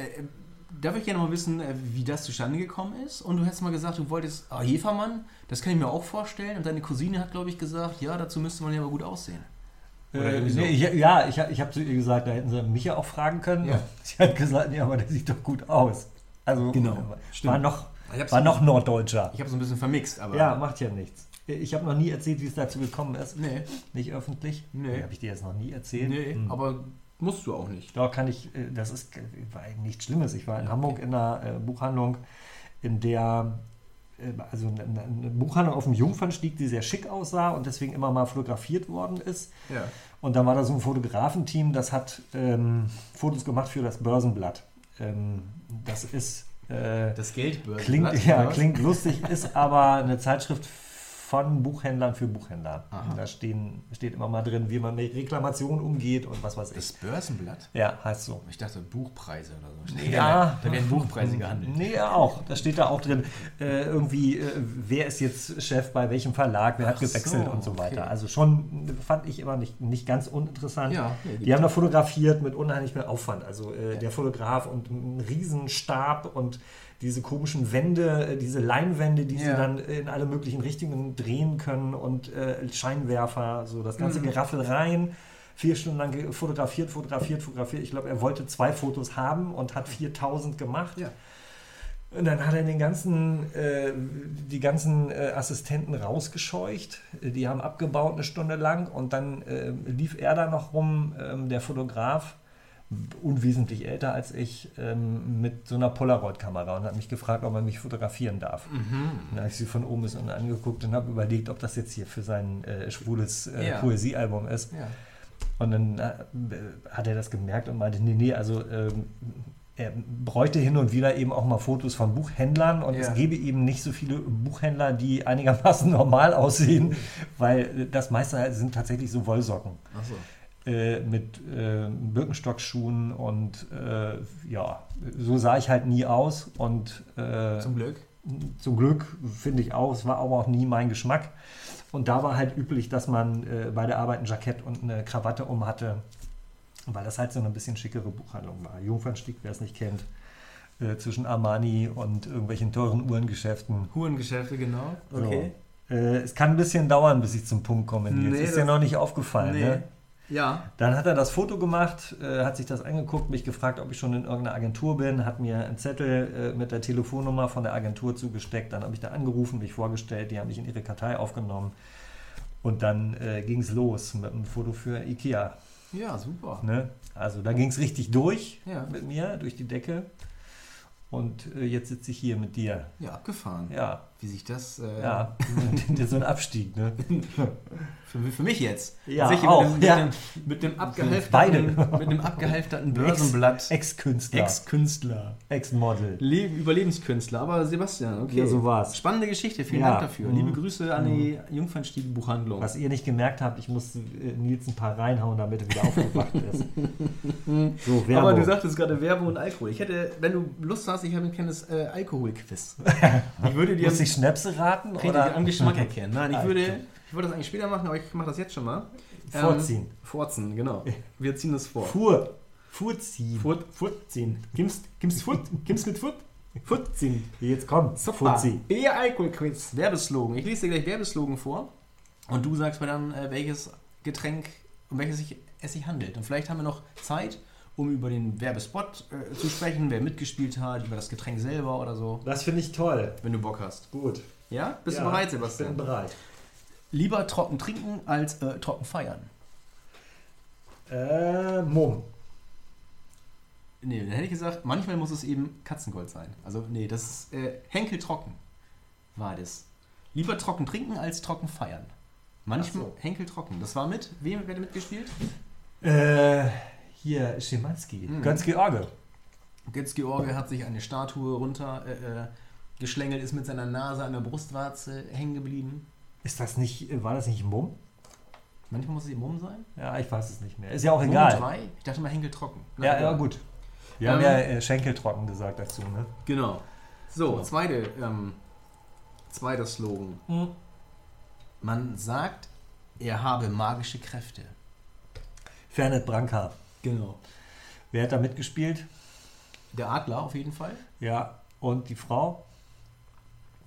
[SPEAKER 2] da würde ich gerne mal wissen, äh, wie das zustande gekommen ist. Und du hast mal gesagt, du wolltest, ah, Hefermann, das kann ich mir auch vorstellen. Und deine Cousine hat, glaube ich, gesagt, ja, dazu müsste man ja mal gut aussehen. Oder
[SPEAKER 1] Äh,
[SPEAKER 2] irgendwie so.
[SPEAKER 1] nee, ich, ja, ich, hab- ich habe zu ihr gesagt, da hätten sie mich ja auch fragen können.
[SPEAKER 2] Ja.
[SPEAKER 1] Sie hat gesagt, ja, aber der sieht doch gut aus. Also
[SPEAKER 2] Genau,
[SPEAKER 1] war
[SPEAKER 2] stimmt.
[SPEAKER 1] noch,
[SPEAKER 2] Ich hab's-
[SPEAKER 1] war noch Norddeutscher.
[SPEAKER 2] Ich habe es ein bisschen vermixt, aber.
[SPEAKER 1] Ja, macht ja nichts. Ich habe noch nie erzählt, wie es dazu gekommen ist.
[SPEAKER 2] Nee,
[SPEAKER 1] Nicht öffentlich.
[SPEAKER 2] Nee.
[SPEAKER 1] Habe ich dir jetzt noch nie erzählt.
[SPEAKER 2] nee,
[SPEAKER 1] Hm.
[SPEAKER 2] aber musst du auch nicht.
[SPEAKER 1] Da kann ich, äh, das ist äh, war nichts Schlimmes. Ich war in Hamburg in einer äh, Buchhandlung, in der, äh, also eine- eine eine Buchhandlung auf dem Jungfernstieg, die sehr schick aussah und deswegen immer mal fotografiert worden ist.
[SPEAKER 2] Ja.
[SPEAKER 1] Und dann war da so ein Fotografenteam, das hat ähm, Fotos gemacht für das Börsenblatt. Ähm, das ist, äh,
[SPEAKER 2] Das Geldbörse.
[SPEAKER 1] klingt, ja, klingt lustig, ist aber eine Zeitschrift von Buchhändlern für Buchhändler.
[SPEAKER 2] Aha.
[SPEAKER 1] Da stehen, steht immer mal drin, wie man mit Reklamationen umgeht und was weiß ich.
[SPEAKER 2] Das Börsenblatt?
[SPEAKER 1] Ja, heißt so.
[SPEAKER 2] Ich dachte Buchpreise oder so.
[SPEAKER 1] Ja.
[SPEAKER 2] Da werden Buchpreise gehandelt.
[SPEAKER 1] Ähm, Nee, auch. Da steht da auch drin, äh, irgendwie, äh, wer ist jetzt Chef bei welchem Verlag, wer hat
[SPEAKER 2] Ach
[SPEAKER 1] gewechselt
[SPEAKER 2] so,
[SPEAKER 1] und so weiter.
[SPEAKER 2] okay.
[SPEAKER 1] Also schon äh, fand ich immer nicht, nicht ganz uninteressant.
[SPEAKER 2] Ja, nee,
[SPEAKER 1] Die haben da fotografiert mit unheimlich viel Aufwand. Also äh, der Fotograf und einen Riesenstab und diese komischen Wände, äh, diese Leinwände, die sie
[SPEAKER 2] Ja.
[SPEAKER 1] dann in alle möglichen Richtungen drehen können und äh, Scheinwerfer, so das ganze Geraffel rein. Vier Stunden lang ge- fotografiert, fotografiert, fotografiert. Ich glaube, er wollte zwei Fotos haben und hat 4000 gemacht.
[SPEAKER 2] Ja.
[SPEAKER 1] Und dann hat er den ganzen, äh, die ganzen äh, Assistenten rausgescheucht. Die haben abgebaut eine Stunde lang und dann äh, lief er da noch rum, ähm, der Fotograf, unwesentlich älter als ich, ähm, mit so einer Polaroid-Kamera und hat mich gefragt, ob er mich fotografieren darf.
[SPEAKER 2] Mhm.
[SPEAKER 1] Dann habe ich sie von oben bis unten angeguckt und habe überlegt, ob das jetzt hier für sein äh, schwules äh,
[SPEAKER 2] Ja.
[SPEAKER 1] Poesiealbum ist.
[SPEAKER 2] Ja.
[SPEAKER 1] Und dann äh, hat er das gemerkt und meinte, nee, nee, also ähm, er bräuchte hin und wieder eben auch mal Fotos von Buchhändlern und
[SPEAKER 2] Ja.
[SPEAKER 1] es gäbe eben nicht so viele Buchhändler, die einigermaßen normal
[SPEAKER 2] Mhm.
[SPEAKER 1] aussehen, weil äh, das meiste halt sind tatsächlich so Wollsocken
[SPEAKER 2] Achso.
[SPEAKER 1] äh, mit äh, Birkenstockschuhen und äh, ja, so sah ich halt nie aus und äh,
[SPEAKER 2] Zum Glück.
[SPEAKER 1] zum Glück finde ich auch, es war aber auch nie mein Geschmack. Und da war halt üblich, dass man äh, bei der Arbeit ein Jackett und eine Krawatte um hatte, weil das halt so eine bisschen schickere Buchhandlung war. Jungfernstieg, wer es nicht kennt, äh, zwischen Armani und irgendwelchen teuren Uhrengeschäften.
[SPEAKER 2] Hurengeschäfte, genau.
[SPEAKER 1] So. Äh, es kann ein bisschen dauern, bis ich zum Punkt komme. Nils.
[SPEAKER 2] Nee,
[SPEAKER 1] ist dir
[SPEAKER 2] das-
[SPEAKER 1] noch nicht aufgefallen,
[SPEAKER 2] Nee.
[SPEAKER 1] ne?
[SPEAKER 2] Ja.
[SPEAKER 1] Dann hat er das Foto gemacht, äh, hat sich das angeguckt, mich gefragt, ob ich schon in irgendeiner Agentur bin, hat mir einen Zettel äh, mit der Telefonnummer von der Agentur zugesteckt. Dann habe ich da angerufen, mich vorgestellt, die haben mich in ihre Kartei aufgenommen. Und dann äh, ging es los mit einem Foto für Ikea.
[SPEAKER 2] Ja, super.
[SPEAKER 1] Ne? Also da ging es richtig durch
[SPEAKER 2] Ja.
[SPEAKER 1] mit mir, durch die Decke. Und äh, jetzt sitze ich hier mit dir.
[SPEAKER 2] Ja, abgefahren.
[SPEAKER 1] Ja,
[SPEAKER 2] Wie sich das. Äh,
[SPEAKER 1] ja. so ein Abstieg, ne?
[SPEAKER 2] Für, für mich jetzt.
[SPEAKER 1] Ja,
[SPEAKER 2] Sicher
[SPEAKER 1] auch,
[SPEAKER 2] Mit, dem,
[SPEAKER 1] ja.
[SPEAKER 2] mit, dem, mit dem abgehalfterten,
[SPEAKER 1] Beide.
[SPEAKER 2] mit dem abgehalfterten Börsenblatt.
[SPEAKER 1] Ex-Künstler,
[SPEAKER 2] Ex-Künstler.
[SPEAKER 1] Ex-Model.
[SPEAKER 2] Le Überlebenskünstler. Aber Sebastian, okay.
[SPEAKER 1] Ja, so war's.
[SPEAKER 2] Spannende Geschichte. Vielen
[SPEAKER 1] Ja.
[SPEAKER 2] Dank dafür.
[SPEAKER 1] Mhm.
[SPEAKER 2] Liebe Grüße an die Jungfernstieg-Buchhandlung.
[SPEAKER 1] Was ihr nicht gemerkt habt, ich musste äh, Nils ein paar reinhauen, damit er wieder aufgewacht ist. So, Werbung.
[SPEAKER 2] Aber du sagtest gerade Werbung und Alkohol. Ich hätte, wenn du Lust hast, ich habe ein kleines äh, Alkoholquiz. Ich würde dir
[SPEAKER 1] Muss ich Schnäpse raten
[SPEAKER 2] richtig
[SPEAKER 1] oder
[SPEAKER 2] am Geschmack erkennen. Nein, ich
[SPEAKER 1] Ah,
[SPEAKER 2] würde,
[SPEAKER 1] okay.
[SPEAKER 2] ich würde das eigentlich später machen, aber ich mache das jetzt schon mal. Ähm,
[SPEAKER 1] vorziehen?
[SPEAKER 2] Vorziehen, genau. Wir ziehen das vor.
[SPEAKER 1] Fuhr. Vorziehen.
[SPEAKER 2] Furt, Furtziehen. Gimst, gimst Furt, gimst mit Furt, Furtziehen.
[SPEAKER 1] Jetzt komm, Furzi.
[SPEAKER 2] Ihr Alkoholquiz. Werbeslogan. Ich lese dir gleich Werbeslogan vor und du sagst mir dann, äh, welches Getränk, um welches sich, es sich handelt. Und vielleicht haben wir noch Zeit, um über den Werbespot äh, zu sprechen, wer mitgespielt hat, über das Getränk selber oder so,
[SPEAKER 1] Das finde ich toll.
[SPEAKER 2] wenn du Bock hast.
[SPEAKER 1] Gut.
[SPEAKER 2] Ja? Bist
[SPEAKER 1] Ja,
[SPEAKER 2] du bereit,
[SPEAKER 1] Ich
[SPEAKER 2] Sebastian?
[SPEAKER 1] bin bereit.
[SPEAKER 2] Lieber trocken trinken als äh, trocken feiern.
[SPEAKER 1] Äh, Mumm.
[SPEAKER 2] Nee, dann hätte ich gesagt, manchmal muss es eben Katzengold sein. Also, nee, das ist äh, Henkel trocken. War das. Lieber trocken trinken als trocken feiern. Manchmal
[SPEAKER 1] Ach so.
[SPEAKER 2] Henkel trocken. Das war mit? Wem wer hat mitgespielt?
[SPEAKER 1] Äh, hier, Schimanski.
[SPEAKER 2] Mhm.
[SPEAKER 1] Götz-George.
[SPEAKER 2] Götz George hat sich eine Statue runter äh, äh, geschlängelt, ist mit seiner Nase an der Brustwarze hängen geblieben.
[SPEAKER 1] Ist das nicht, äh, war das nicht Mumm?
[SPEAKER 2] Manchmal muss es eben Mumm sein.
[SPEAKER 1] Ja, ich weiß es nicht mehr. Ist ja auch
[SPEAKER 2] Mumm
[SPEAKER 1] egal.
[SPEAKER 2] drei? Ich dachte mal Henkel trocken. Na,
[SPEAKER 1] Ja,
[SPEAKER 2] egal.
[SPEAKER 1] ja, gut. Wir
[SPEAKER 2] Ähm,
[SPEAKER 1] haben ja äh, Schenkel trocken gesagt dazu, ne?
[SPEAKER 2] Genau. So, zweite, ähm, zweiter Slogan. Man sagt, er habe magische Kräfte.
[SPEAKER 1] Fernet Branca.
[SPEAKER 2] Genau.
[SPEAKER 1] Wer hat da mitgespielt?
[SPEAKER 2] Der Adler auf jeden Fall.
[SPEAKER 1] Ja, und die Frau?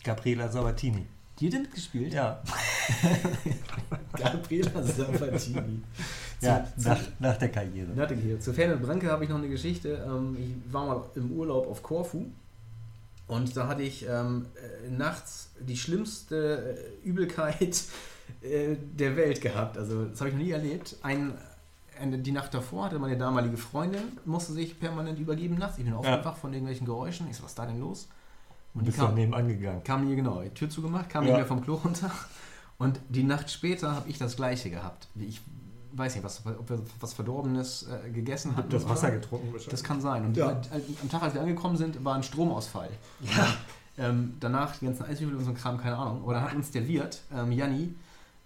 [SPEAKER 1] Gabriela Sabatini.
[SPEAKER 2] Die hat ja mitgespielt.
[SPEAKER 1] Ja,
[SPEAKER 2] Gabriela Sabatini.
[SPEAKER 1] ja
[SPEAKER 2] zu-
[SPEAKER 1] nach, nach der Karriere.
[SPEAKER 2] Nörding hier. Zu Ferdinand Branke habe ich noch eine Geschichte. Ähm, Ich war mal im Urlaub auf Korfu und da hatte ich ähm, äh, nachts die schlimmste äh, Übelkeit äh, der Welt gehabt. Also das habe ich noch nie erlebt. Ein, eine, die Nacht davor hatte meine damalige Freundin, musste sich permanent übergeben nachts. Ich bin aufgewacht von irgendwelchen Geräuschen. Ich so, was ist da denn los?
[SPEAKER 1] Und
[SPEAKER 2] die
[SPEAKER 1] bist doch
[SPEAKER 2] kam-
[SPEAKER 1] nebenan gegangen.
[SPEAKER 2] Kam hier genau, die Tür zugemacht, kam
[SPEAKER 1] Ja.
[SPEAKER 2] nicht mehr vom Klo runter. Und die Nacht später habe ich das gleiche gehabt. Ich weiß nicht, was, ob wir was Verdorbenes äh, gegessen hatten.
[SPEAKER 1] Das
[SPEAKER 2] oder?
[SPEAKER 1] Wasser getrunken wahrscheinlich.
[SPEAKER 2] Das kann sein. Und
[SPEAKER 1] Ja.
[SPEAKER 2] halt, halt, am Tag, als wir angekommen sind, war ein Stromausfall. Ähm, danach die ganzen Eiswürfel und so ein Kram, keine Ahnung. Aber dann hat uns der Wirt, ähm, Janni,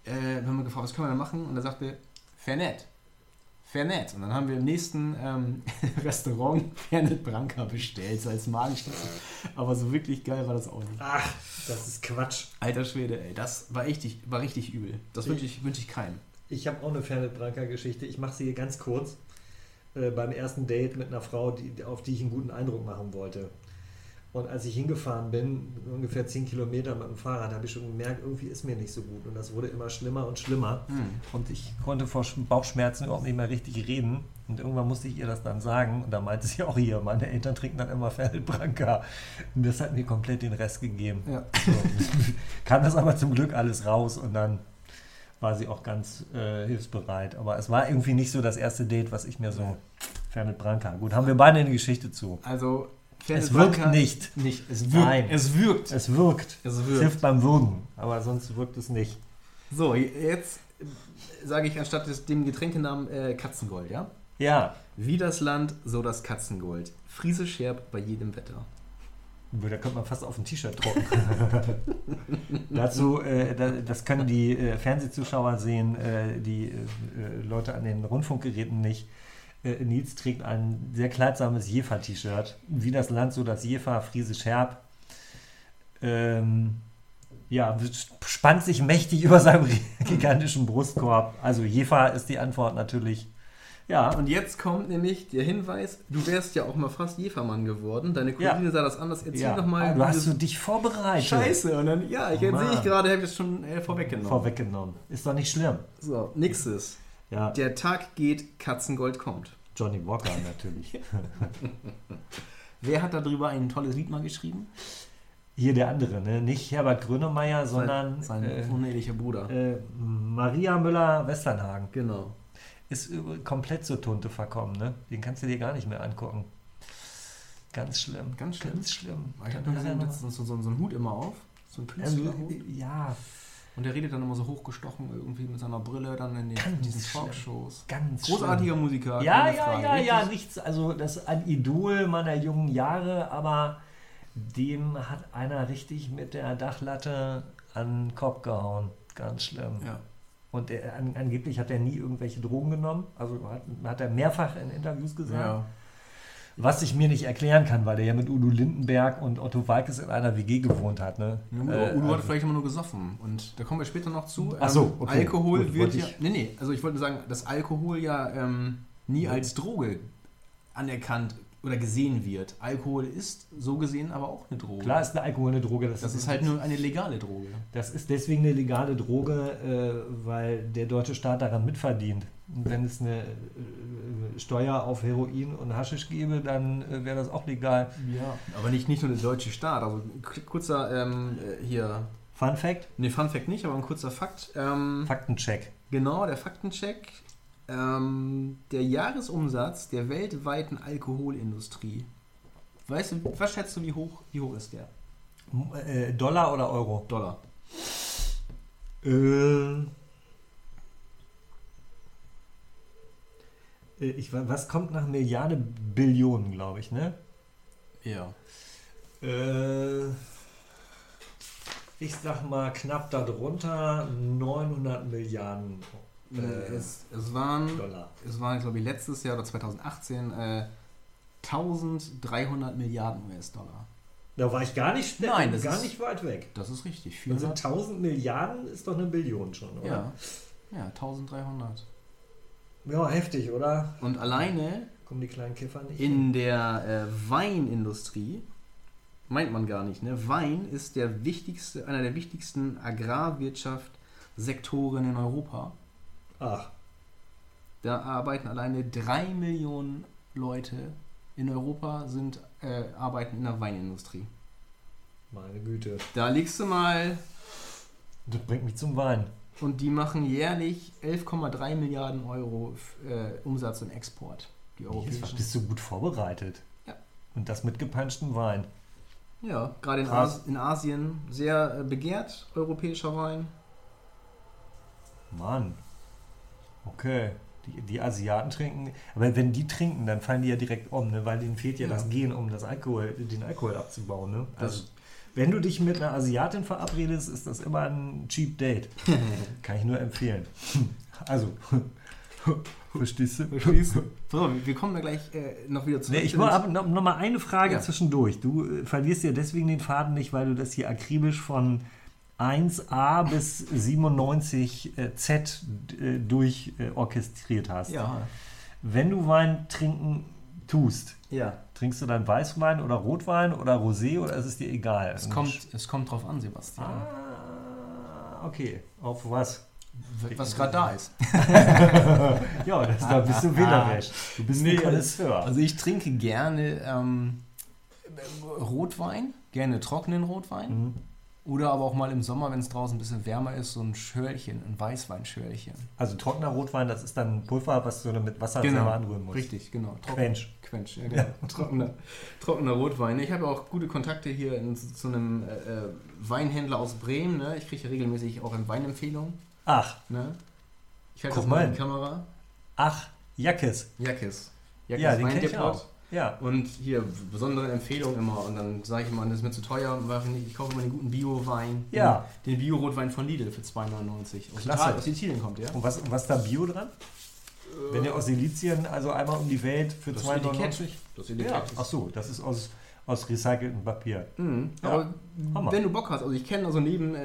[SPEAKER 2] äh, wir haben gefragt, was können wir da machen? Und er sagte, Fernet. Fernet. Und dann haben wir im nächsten ähm, Restaurant Fernet Branca bestellt, so als Magenstück. Aber so wirklich geil war das auch nicht.
[SPEAKER 1] Ach, das ist Quatsch.
[SPEAKER 2] Alter Schwede, ey, das war richtig, war richtig übel. Das wünsche ich, wünsch ich keinem.
[SPEAKER 1] Ich habe auch eine Fernsehbranker-Geschichte. Ich mache sie hier ganz kurz. Äh, beim ersten Date mit einer Frau, die, auf die ich einen guten Eindruck machen wollte. Und als ich hingefahren bin, ungefähr 10 Kilometer mit dem Fahrrad, habe ich schon gemerkt, irgendwie ist mir nicht so gut. Und das wurde immer schlimmer und schlimmer. Und ich konnte vor Sch- Bauchschmerzen überhaupt nicht mehr richtig reden. Und irgendwann musste ich ihr das dann sagen. Und da meinte sie auch hier, meine Eltern trinken dann immer Fernsehbranker. Und das hat mir komplett den Rest gegeben.
[SPEAKER 2] Ja.
[SPEAKER 1] So. Kam das aber zum Glück alles raus und dann war sie auch ganz äh, hilfsbereit. Aber es war irgendwie nicht so das erste Date, was ich mir so Fernet Branca. Gut, haben wir beide eine Geschichte zu.
[SPEAKER 2] Also, Fernet
[SPEAKER 1] es wirkt
[SPEAKER 2] Branca-
[SPEAKER 1] nicht.
[SPEAKER 2] nicht. Es wirkt.
[SPEAKER 1] Nein.
[SPEAKER 2] Es wirkt.
[SPEAKER 1] Es wirkt.
[SPEAKER 2] Es
[SPEAKER 1] Es
[SPEAKER 2] wirkt.
[SPEAKER 1] hilft beim Würgen, aber sonst wirkt es nicht.
[SPEAKER 2] So, jetzt äh, sage ich anstatt des, dem Getränkenamen äh, Katzengold, ja?
[SPEAKER 1] Ja,
[SPEAKER 2] Wie das Land, so das Katzengold. Friese scherb bei jedem Wetter.
[SPEAKER 1] da könnte man fast auf ein T-Shirt drucken. Dazu, äh, da, das können die äh, Fernsehzuschauer sehen, äh, die äh, äh, Leute an den Rundfunkgeräten nicht. Äh, Nils trägt ein sehr kleidsames Jefer-T-Shirt. Wie das Land, so das Jefer, Friese Scherb. Ähm, ja, sp- spannt sich mächtig über seinem gigantischen Brustkorb. Also Jefer ist die Antwort natürlich. Ja,
[SPEAKER 2] Und jetzt kommt nämlich der Hinweis, du wärst ja auch mal fast Jefermann geworden. Deine
[SPEAKER 1] Ja.
[SPEAKER 2] Cousine sah das anders. Erzähl
[SPEAKER 1] ja.
[SPEAKER 2] doch mal.
[SPEAKER 1] Ah, du hast
[SPEAKER 2] dieses-
[SPEAKER 1] du dich vorbereitet.
[SPEAKER 2] Scheiße. Und dann, ja, ich
[SPEAKER 1] Oh,
[SPEAKER 2] sehe ich
[SPEAKER 1] Mann.
[SPEAKER 2] gerade, habe ich das schon äh, vorweggenommen.
[SPEAKER 1] Vorweggenommen. Ist doch nicht schlimm.
[SPEAKER 2] So, nächstes.
[SPEAKER 1] Ja,
[SPEAKER 2] Der Tag geht, Katzengold kommt.
[SPEAKER 1] Johnny Walker natürlich.
[SPEAKER 2] Wer hat darüber ein tolles Lied mal geschrieben?
[SPEAKER 1] Hier der andere, ne? Nicht Herbert Grönemeyer, sondern
[SPEAKER 2] sein, sein unehelicher Bruder.
[SPEAKER 1] äh, äh, Maria Müller-Westernhagen.
[SPEAKER 2] genau.
[SPEAKER 1] Ist über- komplett zur Tunte verkommen, ne? Den kannst du dir gar nicht mehr angucken. Ganz schlimm.
[SPEAKER 2] Ganz schlimm. Ah,
[SPEAKER 1] Ganz schlimm. Dann
[SPEAKER 2] Ich habe
[SPEAKER 1] hat er
[SPEAKER 2] gesehen,
[SPEAKER 1] noch-
[SPEAKER 2] letztens so, so, so einen Hut immer auf. So ein
[SPEAKER 1] also,
[SPEAKER 2] Künstlerhut.
[SPEAKER 1] ja,
[SPEAKER 2] Und der redet dann immer so hochgestochen irgendwie mit seiner Brille dann in den,
[SPEAKER 1] Ganz
[SPEAKER 2] diesen
[SPEAKER 1] schlimm.
[SPEAKER 2] Talkshows.
[SPEAKER 1] ganz
[SPEAKER 2] Großartiger
[SPEAKER 1] schlimm.
[SPEAKER 2] Musiker.
[SPEAKER 1] Ja,
[SPEAKER 2] keine
[SPEAKER 1] ja,
[SPEAKER 2] Frage.
[SPEAKER 1] ja, ja,
[SPEAKER 2] Richtig.
[SPEAKER 1] nichts. Also, das ist ein Idol meiner jungen Jahre, aber dem hat einer richtig mit der Dachlatte an den Kopf gehauen. Ganz schlimm.
[SPEAKER 2] Ja.
[SPEAKER 1] Und er, an, angeblich hat er nie irgendwelche Drogen genommen. Also hat, hat er mehrfach in Interviews gesagt.
[SPEAKER 2] Ja.
[SPEAKER 1] Was ich mir nicht erklären kann, weil der ja mit Udo Lindenberg und Otto Walkes in einer WG gewohnt hat. Ne?
[SPEAKER 2] Udo,
[SPEAKER 1] Äh,
[SPEAKER 2] Udo hat
[SPEAKER 1] also-
[SPEAKER 2] vielleicht immer nur gesoffen. Und da kommen wir später noch zu. Ähm,
[SPEAKER 1] Ach so, okay.
[SPEAKER 2] Alkohol
[SPEAKER 1] Gut,
[SPEAKER 2] wird
[SPEAKER 1] wollte
[SPEAKER 2] ja.
[SPEAKER 1] ich-
[SPEAKER 2] Nee, nee. Also ich wollte nur sagen, dass Alkohol ja ähm, nie als Droge anerkannt oder gesehen wird. Alkohol ist so gesehen aber auch eine Droge.
[SPEAKER 1] Klar ist der Alkohol eine Droge.
[SPEAKER 2] Das ist halt nur eine legale Droge.
[SPEAKER 1] Das ist deswegen eine legale Droge, äh, weil der deutsche Staat daran mitverdient. Und wenn es eine äh, Steuer auf Heroin und Haschisch gäbe, dann äh, wäre das auch legal.
[SPEAKER 2] Ja. Aber nicht, nicht nur der deutsche Staat. Also k- kurzer ähm, äh, hier.
[SPEAKER 1] Fun Fact:
[SPEAKER 2] Nee, Fun Fact nicht, aber ein kurzer Fakt. Ähm,
[SPEAKER 1] Faktencheck.
[SPEAKER 2] Genau, der Faktencheck. Ähm, der Jahresumsatz der weltweiten Alkoholindustrie. Weißt du, was schätzt du, wie hoch, wie hoch ist der?
[SPEAKER 1] M- Äh, Dollar oder Euro?
[SPEAKER 2] Dollar.
[SPEAKER 1] Äh, ich, wa- was kommt nach Milliarde Billionen, glaube ich, ne?
[SPEAKER 2] Ja.
[SPEAKER 1] Äh, ich sag mal knapp darunter 900 Milliarden äh,
[SPEAKER 2] es, es waren,
[SPEAKER 1] Dollar.
[SPEAKER 2] es waren glaube ich, letztes Jahr oder 2018 äh, 1300 Milliarden US-Dollar.
[SPEAKER 1] Da war ich gar nicht schnell,
[SPEAKER 2] Nein, das
[SPEAKER 1] gar
[SPEAKER 2] ist-
[SPEAKER 1] nicht weit weg.
[SPEAKER 2] Das ist richtig.
[SPEAKER 1] Dann sind
[SPEAKER 2] 400,
[SPEAKER 1] 1000 Milliarden ist doch eine Billion schon, oder?
[SPEAKER 2] ja. ja, 1300.
[SPEAKER 1] Ja, heftig, oder?
[SPEAKER 2] Und alleine
[SPEAKER 1] Kommen die kleinen Kiffer nicht?
[SPEAKER 2] In der äh, Weinindustrie meint man gar nicht. Ne? Wein ist der wichtigste, einer der wichtigsten Agrarwirtschaftssektoren in Europa.
[SPEAKER 1] Ach,
[SPEAKER 2] Da arbeiten alleine drei Millionen Leute in Europa sind äh, arbeiten in der Weinindustrie.
[SPEAKER 1] meine Güte.
[SPEAKER 2] Da legst du mal
[SPEAKER 1] Das bringt mich zum Wein.
[SPEAKER 2] und die machen jährlich 11,3 Milliarden Euro f- äh, Umsatz im Export. Die
[SPEAKER 1] Jesus,
[SPEAKER 2] europäischen.
[SPEAKER 1] bist du gut vorbereitet.
[SPEAKER 2] Ja.
[SPEAKER 1] Und das mit gepanschtem Wein.
[SPEAKER 2] Ja, gerade in,
[SPEAKER 1] Krass.
[SPEAKER 2] As in Asien sehr äh, begehrt europäischer Wein.
[SPEAKER 1] Mann. Okay. Die, die Asiaten trinken, aber wenn die trinken, dann fallen die ja direkt um, ne? weil denen fehlt ja,
[SPEAKER 2] Ja.
[SPEAKER 1] das Gen, um das Alkohol, den Alkohol abzubauen. Ne?
[SPEAKER 2] Das-
[SPEAKER 1] Also, wenn du dich mit einer Asiatin verabredest, ist das immer ein cheap date. Kann ich nur empfehlen. Also, verstehst du?
[SPEAKER 2] So, wir kommen da gleich äh, noch wieder zurück.
[SPEAKER 1] Nee, ich
[SPEAKER 2] zu den-
[SPEAKER 1] habe noch, noch mal eine Frage
[SPEAKER 2] Ja.
[SPEAKER 1] zwischendurch. Du äh, verlierst ja deswegen den Faden nicht, weil du das hier akribisch von 1a bis 97z äh, durchorchestriert hast.
[SPEAKER 2] ja,
[SPEAKER 1] Wenn du Wein trinken tust,
[SPEAKER 2] ja.
[SPEAKER 1] trinkst du dann Weißwein oder Rotwein oder Rosé oder ist es dir egal?
[SPEAKER 2] Es kommt, es kommt drauf an, Sebastian.
[SPEAKER 1] Ah, okay. Auf was?
[SPEAKER 2] W- Was gerade da ist.
[SPEAKER 1] Ja, das, da bist du wählerisch. Du bist
[SPEAKER 2] Nee,
[SPEAKER 1] ein Konnoisseur.
[SPEAKER 2] Also ich trinke gerne ähm, Rotwein, gerne trockenen Rotwein.
[SPEAKER 1] Mhm.
[SPEAKER 2] Oder aber auch mal im Sommer, wenn es draußen ein bisschen wärmer ist, so ein Schörlchen, ein Weißweinschörlchen.
[SPEAKER 1] Also trockener Rotwein, das ist dann Pulver, was du dann mit Wasser
[SPEAKER 2] Genau.
[SPEAKER 1] selber anrühren musst.
[SPEAKER 2] Richtig, genau. Trocken,
[SPEAKER 1] Quench.
[SPEAKER 2] Quench, ja, genau. Trockener, trockener Rotwein. Ich habe ja auch gute Kontakte hier in, zu, zu einem äh, äh, Weinhändler aus Bremen. Ne? Ich kriege ja regelmäßig auch eine Weinempfehlung.
[SPEAKER 1] Ach,
[SPEAKER 2] Ne? Ich halte
[SPEAKER 1] Guck
[SPEAKER 2] das mal in
[SPEAKER 1] mal.
[SPEAKER 2] die Kamera.
[SPEAKER 1] ach, Jackes.
[SPEAKER 2] Jackes.
[SPEAKER 1] Ja, den kenn ich
[SPEAKER 2] Weindepot.
[SPEAKER 1] auch. Ja.
[SPEAKER 2] Und hier besondere Empfehlung immer. Und dann sage ich immer, das ist mir zu teuer. Weiß ich nicht, Ich kaufe immer den guten Bio-Wein.
[SPEAKER 1] Ja.
[SPEAKER 2] Den, den Bio-Rotwein von Lidl für 2,99. Aus
[SPEAKER 1] Klasse.
[SPEAKER 2] Italien- Aus Italien kommt der.
[SPEAKER 1] Und was, was ist da Bio dran? Wenn ihr aus Silizien, also einmal um die Welt für
[SPEAKER 2] Das
[SPEAKER 1] 2,99.
[SPEAKER 2] Etikett. Das
[SPEAKER 1] Ja.
[SPEAKER 2] Etikett.
[SPEAKER 1] Ach so, das ist aus, aus recyceltem Papier.
[SPEAKER 2] Mhm.
[SPEAKER 1] Ja.
[SPEAKER 2] Aber
[SPEAKER 1] Hammer.
[SPEAKER 2] wenn du Bock hast, also ich kenne also neben äh,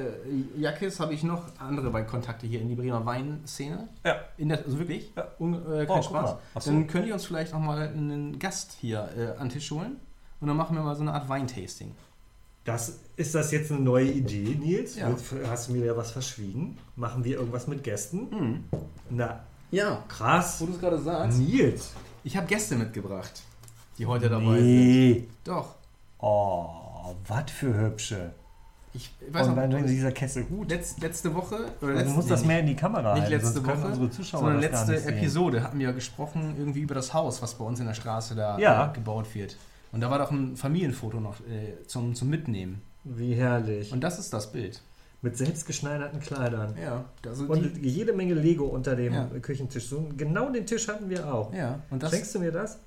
[SPEAKER 2] Jackis habe ich noch andere Weinkontakte hier in die Bremer Weinszene.
[SPEAKER 1] Ja.
[SPEAKER 2] In der, also wirklich?
[SPEAKER 1] Ja.
[SPEAKER 2] Un, äh,
[SPEAKER 1] Oh,
[SPEAKER 2] kein
[SPEAKER 1] guck
[SPEAKER 2] Spaß.
[SPEAKER 1] mal. Ach so.
[SPEAKER 2] Dann könnt ihr uns vielleicht auch mal einen Gast hier äh, an den Tisch holen. Und dann machen wir mal so eine Art Weintasting.
[SPEAKER 1] Das, ist das jetzt eine neue Idee, Nils?
[SPEAKER 2] Ja.
[SPEAKER 1] Wird- Hast du mir da was verschwiegen? Machen wir irgendwas mit Gästen?
[SPEAKER 2] Mhm.
[SPEAKER 1] Na,
[SPEAKER 2] Ja.
[SPEAKER 1] krass.
[SPEAKER 2] Wo du es gerade sagst.
[SPEAKER 1] Nils.
[SPEAKER 2] Ich habe Gäste mitgebracht, die heute dabei sind.
[SPEAKER 1] Nee.
[SPEAKER 2] Doch.
[SPEAKER 1] Oh, was für hübsche.
[SPEAKER 2] Ich weiß
[SPEAKER 1] Und
[SPEAKER 2] noch,
[SPEAKER 1] dann dieser Kessel gut.
[SPEAKER 2] letz, letzte Woche, oder
[SPEAKER 1] Du
[SPEAKER 2] letzte,
[SPEAKER 1] musst Also das
[SPEAKER 2] nee,
[SPEAKER 1] mehr in die Kamera
[SPEAKER 2] nicht
[SPEAKER 1] halten,
[SPEAKER 2] letzte
[SPEAKER 1] sonst können
[SPEAKER 2] Woche,
[SPEAKER 1] unsere Zuschauer
[SPEAKER 2] sondern
[SPEAKER 1] das gar
[SPEAKER 2] letzte
[SPEAKER 1] nicht sehen.
[SPEAKER 2] Episode hatten wir gesprochen irgendwie über das Haus, was bei uns in der Straße da
[SPEAKER 1] Ja.
[SPEAKER 2] äh, gebaut wird. Und da war doch ein Familienfoto noch äh, zum, zum Mitnehmen.
[SPEAKER 1] Wie herrlich.
[SPEAKER 2] Und das ist das Bild.
[SPEAKER 1] Mit selbstgeschneiderten Kleidern.
[SPEAKER 2] Ja, also
[SPEAKER 1] Und
[SPEAKER 2] die,
[SPEAKER 1] jede Menge Lego unter dem
[SPEAKER 2] Ja.
[SPEAKER 1] Küchentisch. So, genau den Tisch hatten wir auch.
[SPEAKER 2] ja, und das,
[SPEAKER 1] Schenkst du mir das?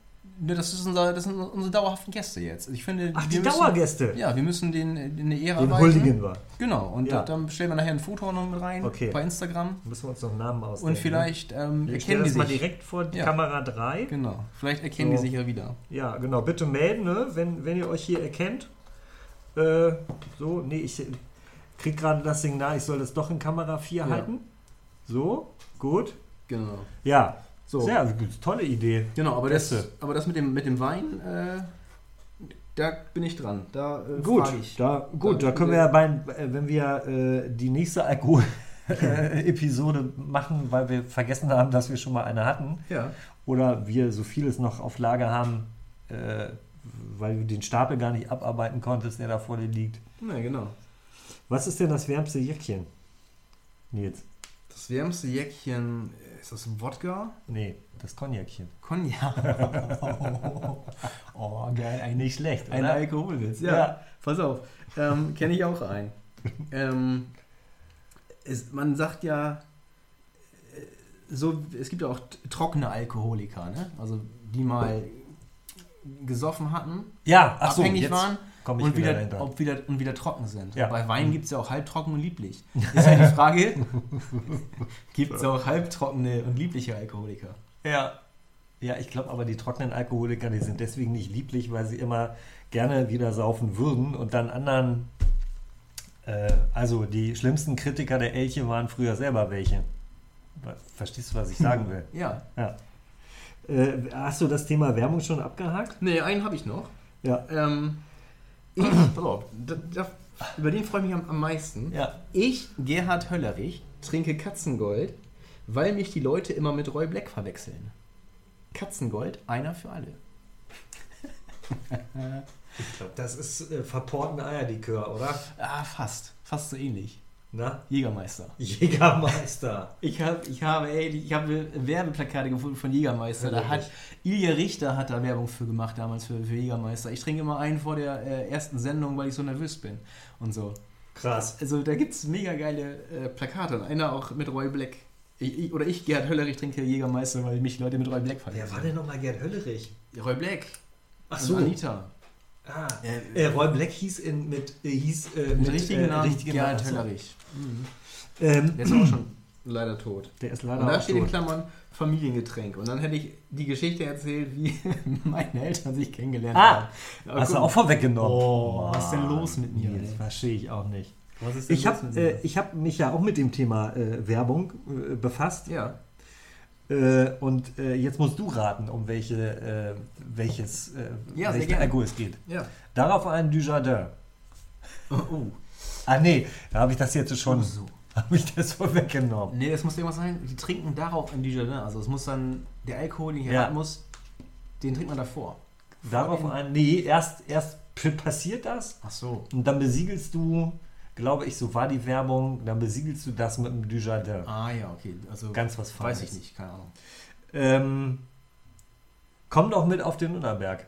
[SPEAKER 2] ne, das, ist unser, das sind unsere dauerhaften Gäste jetzt. Ich finde,
[SPEAKER 1] Ach, die
[SPEAKER 2] wir müssen,
[SPEAKER 1] Dauergäste.
[SPEAKER 2] Ja, wir müssen den in eine Ära
[SPEAKER 1] Den huldigen wir.
[SPEAKER 2] Genau, und
[SPEAKER 1] Ja.
[SPEAKER 2] da- dann stellen wir nachher ein Foto noch mit rein
[SPEAKER 1] Okay.
[SPEAKER 2] bei Instagram.
[SPEAKER 1] Müssen wir uns noch einen Namen ausdenken.
[SPEAKER 2] Und vielleicht ähm,
[SPEAKER 1] ne? ich stelle
[SPEAKER 2] erkennen die
[SPEAKER 1] das mal
[SPEAKER 2] sich.
[SPEAKER 1] direkt vor die
[SPEAKER 2] Ja.
[SPEAKER 1] Kamera 3.
[SPEAKER 2] Genau, vielleicht erkennen
[SPEAKER 1] So.
[SPEAKER 2] die sich ja wieder.
[SPEAKER 1] Ja, genau. Bitte melden, ne? wenn, wenn ihr euch hier erkennt. Äh, so, nee, ich äh, krieg gerade das Signal, ich soll das doch in Kamera 4
[SPEAKER 2] Ja.
[SPEAKER 1] halten. So, gut.
[SPEAKER 2] Genau.
[SPEAKER 1] Ja,
[SPEAKER 2] So.
[SPEAKER 1] sehr gut. Tolle Idee.
[SPEAKER 2] Genau, aber das,
[SPEAKER 1] Beste.
[SPEAKER 2] aber das mit dem, mit dem Wein, äh, da bin ich dran. Da äh,
[SPEAKER 1] Gut,
[SPEAKER 2] frage ich.
[SPEAKER 1] da, gut, da
[SPEAKER 2] Dann-
[SPEAKER 1] können wir ja beim, äh, wenn wir äh, die nächste Alkohol-Episode machen, weil wir vergessen haben, dass wir schon mal eine hatten
[SPEAKER 2] Ja.
[SPEAKER 1] oder wir so vieles noch auf Lager haben, äh, weil du den Stapel gar nicht abarbeiten konntest, der da vor dir liegt.
[SPEAKER 2] ja, genau.
[SPEAKER 1] Was ist denn das wärmste Jäckchen? Nils.
[SPEAKER 2] Das wärmste Jäckchen, äh, ist das Wodka?
[SPEAKER 1] Nee, das Cognacchen.
[SPEAKER 2] Cognac. oh, geil. Ein,
[SPEAKER 1] Nicht schlecht,
[SPEAKER 2] ein
[SPEAKER 1] oder?
[SPEAKER 2] Alkoholwitz. Ja, pass auf. Ähm, Kenne ich auch einen. ähm, es, man sagt ja, äh, so, es gibt ja auch t- trockene Alkoholiker, ne? Also die mal gesoffen hatten
[SPEAKER 1] Ja, ach so,
[SPEAKER 2] abhängig
[SPEAKER 1] jetzt
[SPEAKER 2] waren
[SPEAKER 1] komm ich
[SPEAKER 2] und
[SPEAKER 1] wieder
[SPEAKER 2] wieder,
[SPEAKER 1] dahinter.
[SPEAKER 2] ob wieder, und wieder trocken sind.
[SPEAKER 1] Ja.
[SPEAKER 2] Und Bei Wein gibt es ja auch halbtrocken und lieblich. Ist ja die Frage, gibt es auch halbtrockene und liebliche Alkoholiker?
[SPEAKER 1] Ja. Ja, ich glaube aber, die trockenen Alkoholiker, die sind deswegen nicht lieblich, weil sie immer gerne wieder saufen würden und dann anderen. Äh, also, die schlimmsten Kritiker der Elche waren früher selber welche. Ver- Verstehst du, was ich sagen will?
[SPEAKER 2] Ja.
[SPEAKER 1] Ja. Hm. Äh, hast du das Thema Werbung schon abgehakt?
[SPEAKER 2] Nee, einen habe ich noch.
[SPEAKER 1] Ja.
[SPEAKER 2] Ähm, ich, pass auf, da, da, über den freue ich mich am, am meisten.
[SPEAKER 1] Ja.
[SPEAKER 2] Ich, Gerhard Höllerich, trinke Katzengold, weil mich die Leute immer mit Roy Black verwechseln. Katzengold, einer für alle.
[SPEAKER 1] Das ist äh, verporten Eierlikör, oder?
[SPEAKER 2] Ah, fast. Fast so ähnlich.
[SPEAKER 1] Na?
[SPEAKER 2] Jägermeister.
[SPEAKER 1] Jägermeister.
[SPEAKER 2] Ich habe, ich habe, ey, ich habe Werbeplakate gefunden von Jägermeister. Da hat Ilja Richter hat da Werbung für gemacht damals für, für Jägermeister. Ich trinke immer einen vor der äh, ersten Sendung, weil ich so nervös bin und so.
[SPEAKER 1] Krass.
[SPEAKER 2] Also da gibt's mega geile äh, Plakate und einer auch mit Roy Black. Ich, ich, oder ich, Gerhard Höllerich, trinke Jägermeister, weil mich Leute mit Roy Black
[SPEAKER 1] Wer war
[SPEAKER 2] verwechseln.
[SPEAKER 1] denn nochmal Gerd Höllerich?
[SPEAKER 2] Roy Black.
[SPEAKER 1] Ach
[SPEAKER 2] und Ähm, Anita.
[SPEAKER 1] Ah,
[SPEAKER 2] Äh,
[SPEAKER 1] äh, Roy Black hieß in, mit, äh, hieß, äh,
[SPEAKER 2] Mit, richtigen
[SPEAKER 1] äh,
[SPEAKER 2] Namen
[SPEAKER 1] richtigen
[SPEAKER 2] Gerhard
[SPEAKER 1] Namen.
[SPEAKER 2] Höllerich.
[SPEAKER 1] Ähm,
[SPEAKER 2] Der ist auch schon leider tot.
[SPEAKER 1] der ist
[SPEAKER 2] Und
[SPEAKER 1] leider
[SPEAKER 2] da
[SPEAKER 1] auch
[SPEAKER 2] steht in
[SPEAKER 1] tot.
[SPEAKER 2] Klammern Familiengetränk. Und dann hätte ich die Geschichte erzählt, wie meine Eltern sich kennengelernt
[SPEAKER 1] Ah,
[SPEAKER 2] haben. Aber
[SPEAKER 1] Hast du
[SPEAKER 2] guck
[SPEAKER 1] auch vorweggenommen.
[SPEAKER 2] Oh, was ist denn
[SPEAKER 1] Mann,
[SPEAKER 2] los mit mir,
[SPEAKER 1] Das
[SPEAKER 2] ey?
[SPEAKER 1] verstehe Ah, ich auch nicht.
[SPEAKER 2] mal, was ist denn
[SPEAKER 1] Ich
[SPEAKER 2] los mit
[SPEAKER 1] habe
[SPEAKER 2] dir?
[SPEAKER 1] äh, ich hab mich ja auch mit dem Thema äh, Werbung äh, befasst.
[SPEAKER 2] ja,
[SPEAKER 1] Äh, und äh, jetzt musst du raten, um welche, äh, welches äh,
[SPEAKER 2] Ja, sehr
[SPEAKER 1] welchen
[SPEAKER 2] gerne.
[SPEAKER 1] Alkohol es geht.
[SPEAKER 2] ja.
[SPEAKER 1] Darauf ein Dujardin.
[SPEAKER 2] Oh, oh.
[SPEAKER 1] Ah nee, da habe ich das jetzt schon,
[SPEAKER 2] So.
[SPEAKER 1] habe ich das vorweggenommen.
[SPEAKER 2] Nee, das muss irgendwas sein. Die trinken darauf ein Dijardin. Also es muss dann, der Alkohol, den ich
[SPEAKER 1] Ja.
[SPEAKER 2] ja. muss, den trinkt man davor.
[SPEAKER 1] Darauf ein, nee, erst, erst p- passiert das
[SPEAKER 2] Ach so.
[SPEAKER 1] und dann besiegelst du, glaube ich, so war die Werbung, dann besiegelst du das mit dem Dujardin.
[SPEAKER 2] Ah ja, okay. Also
[SPEAKER 1] Ganz was Feines.
[SPEAKER 2] weiß ich nicht, keine Ahnung.
[SPEAKER 1] Ähm, komm doch mit auf den Nürnberg.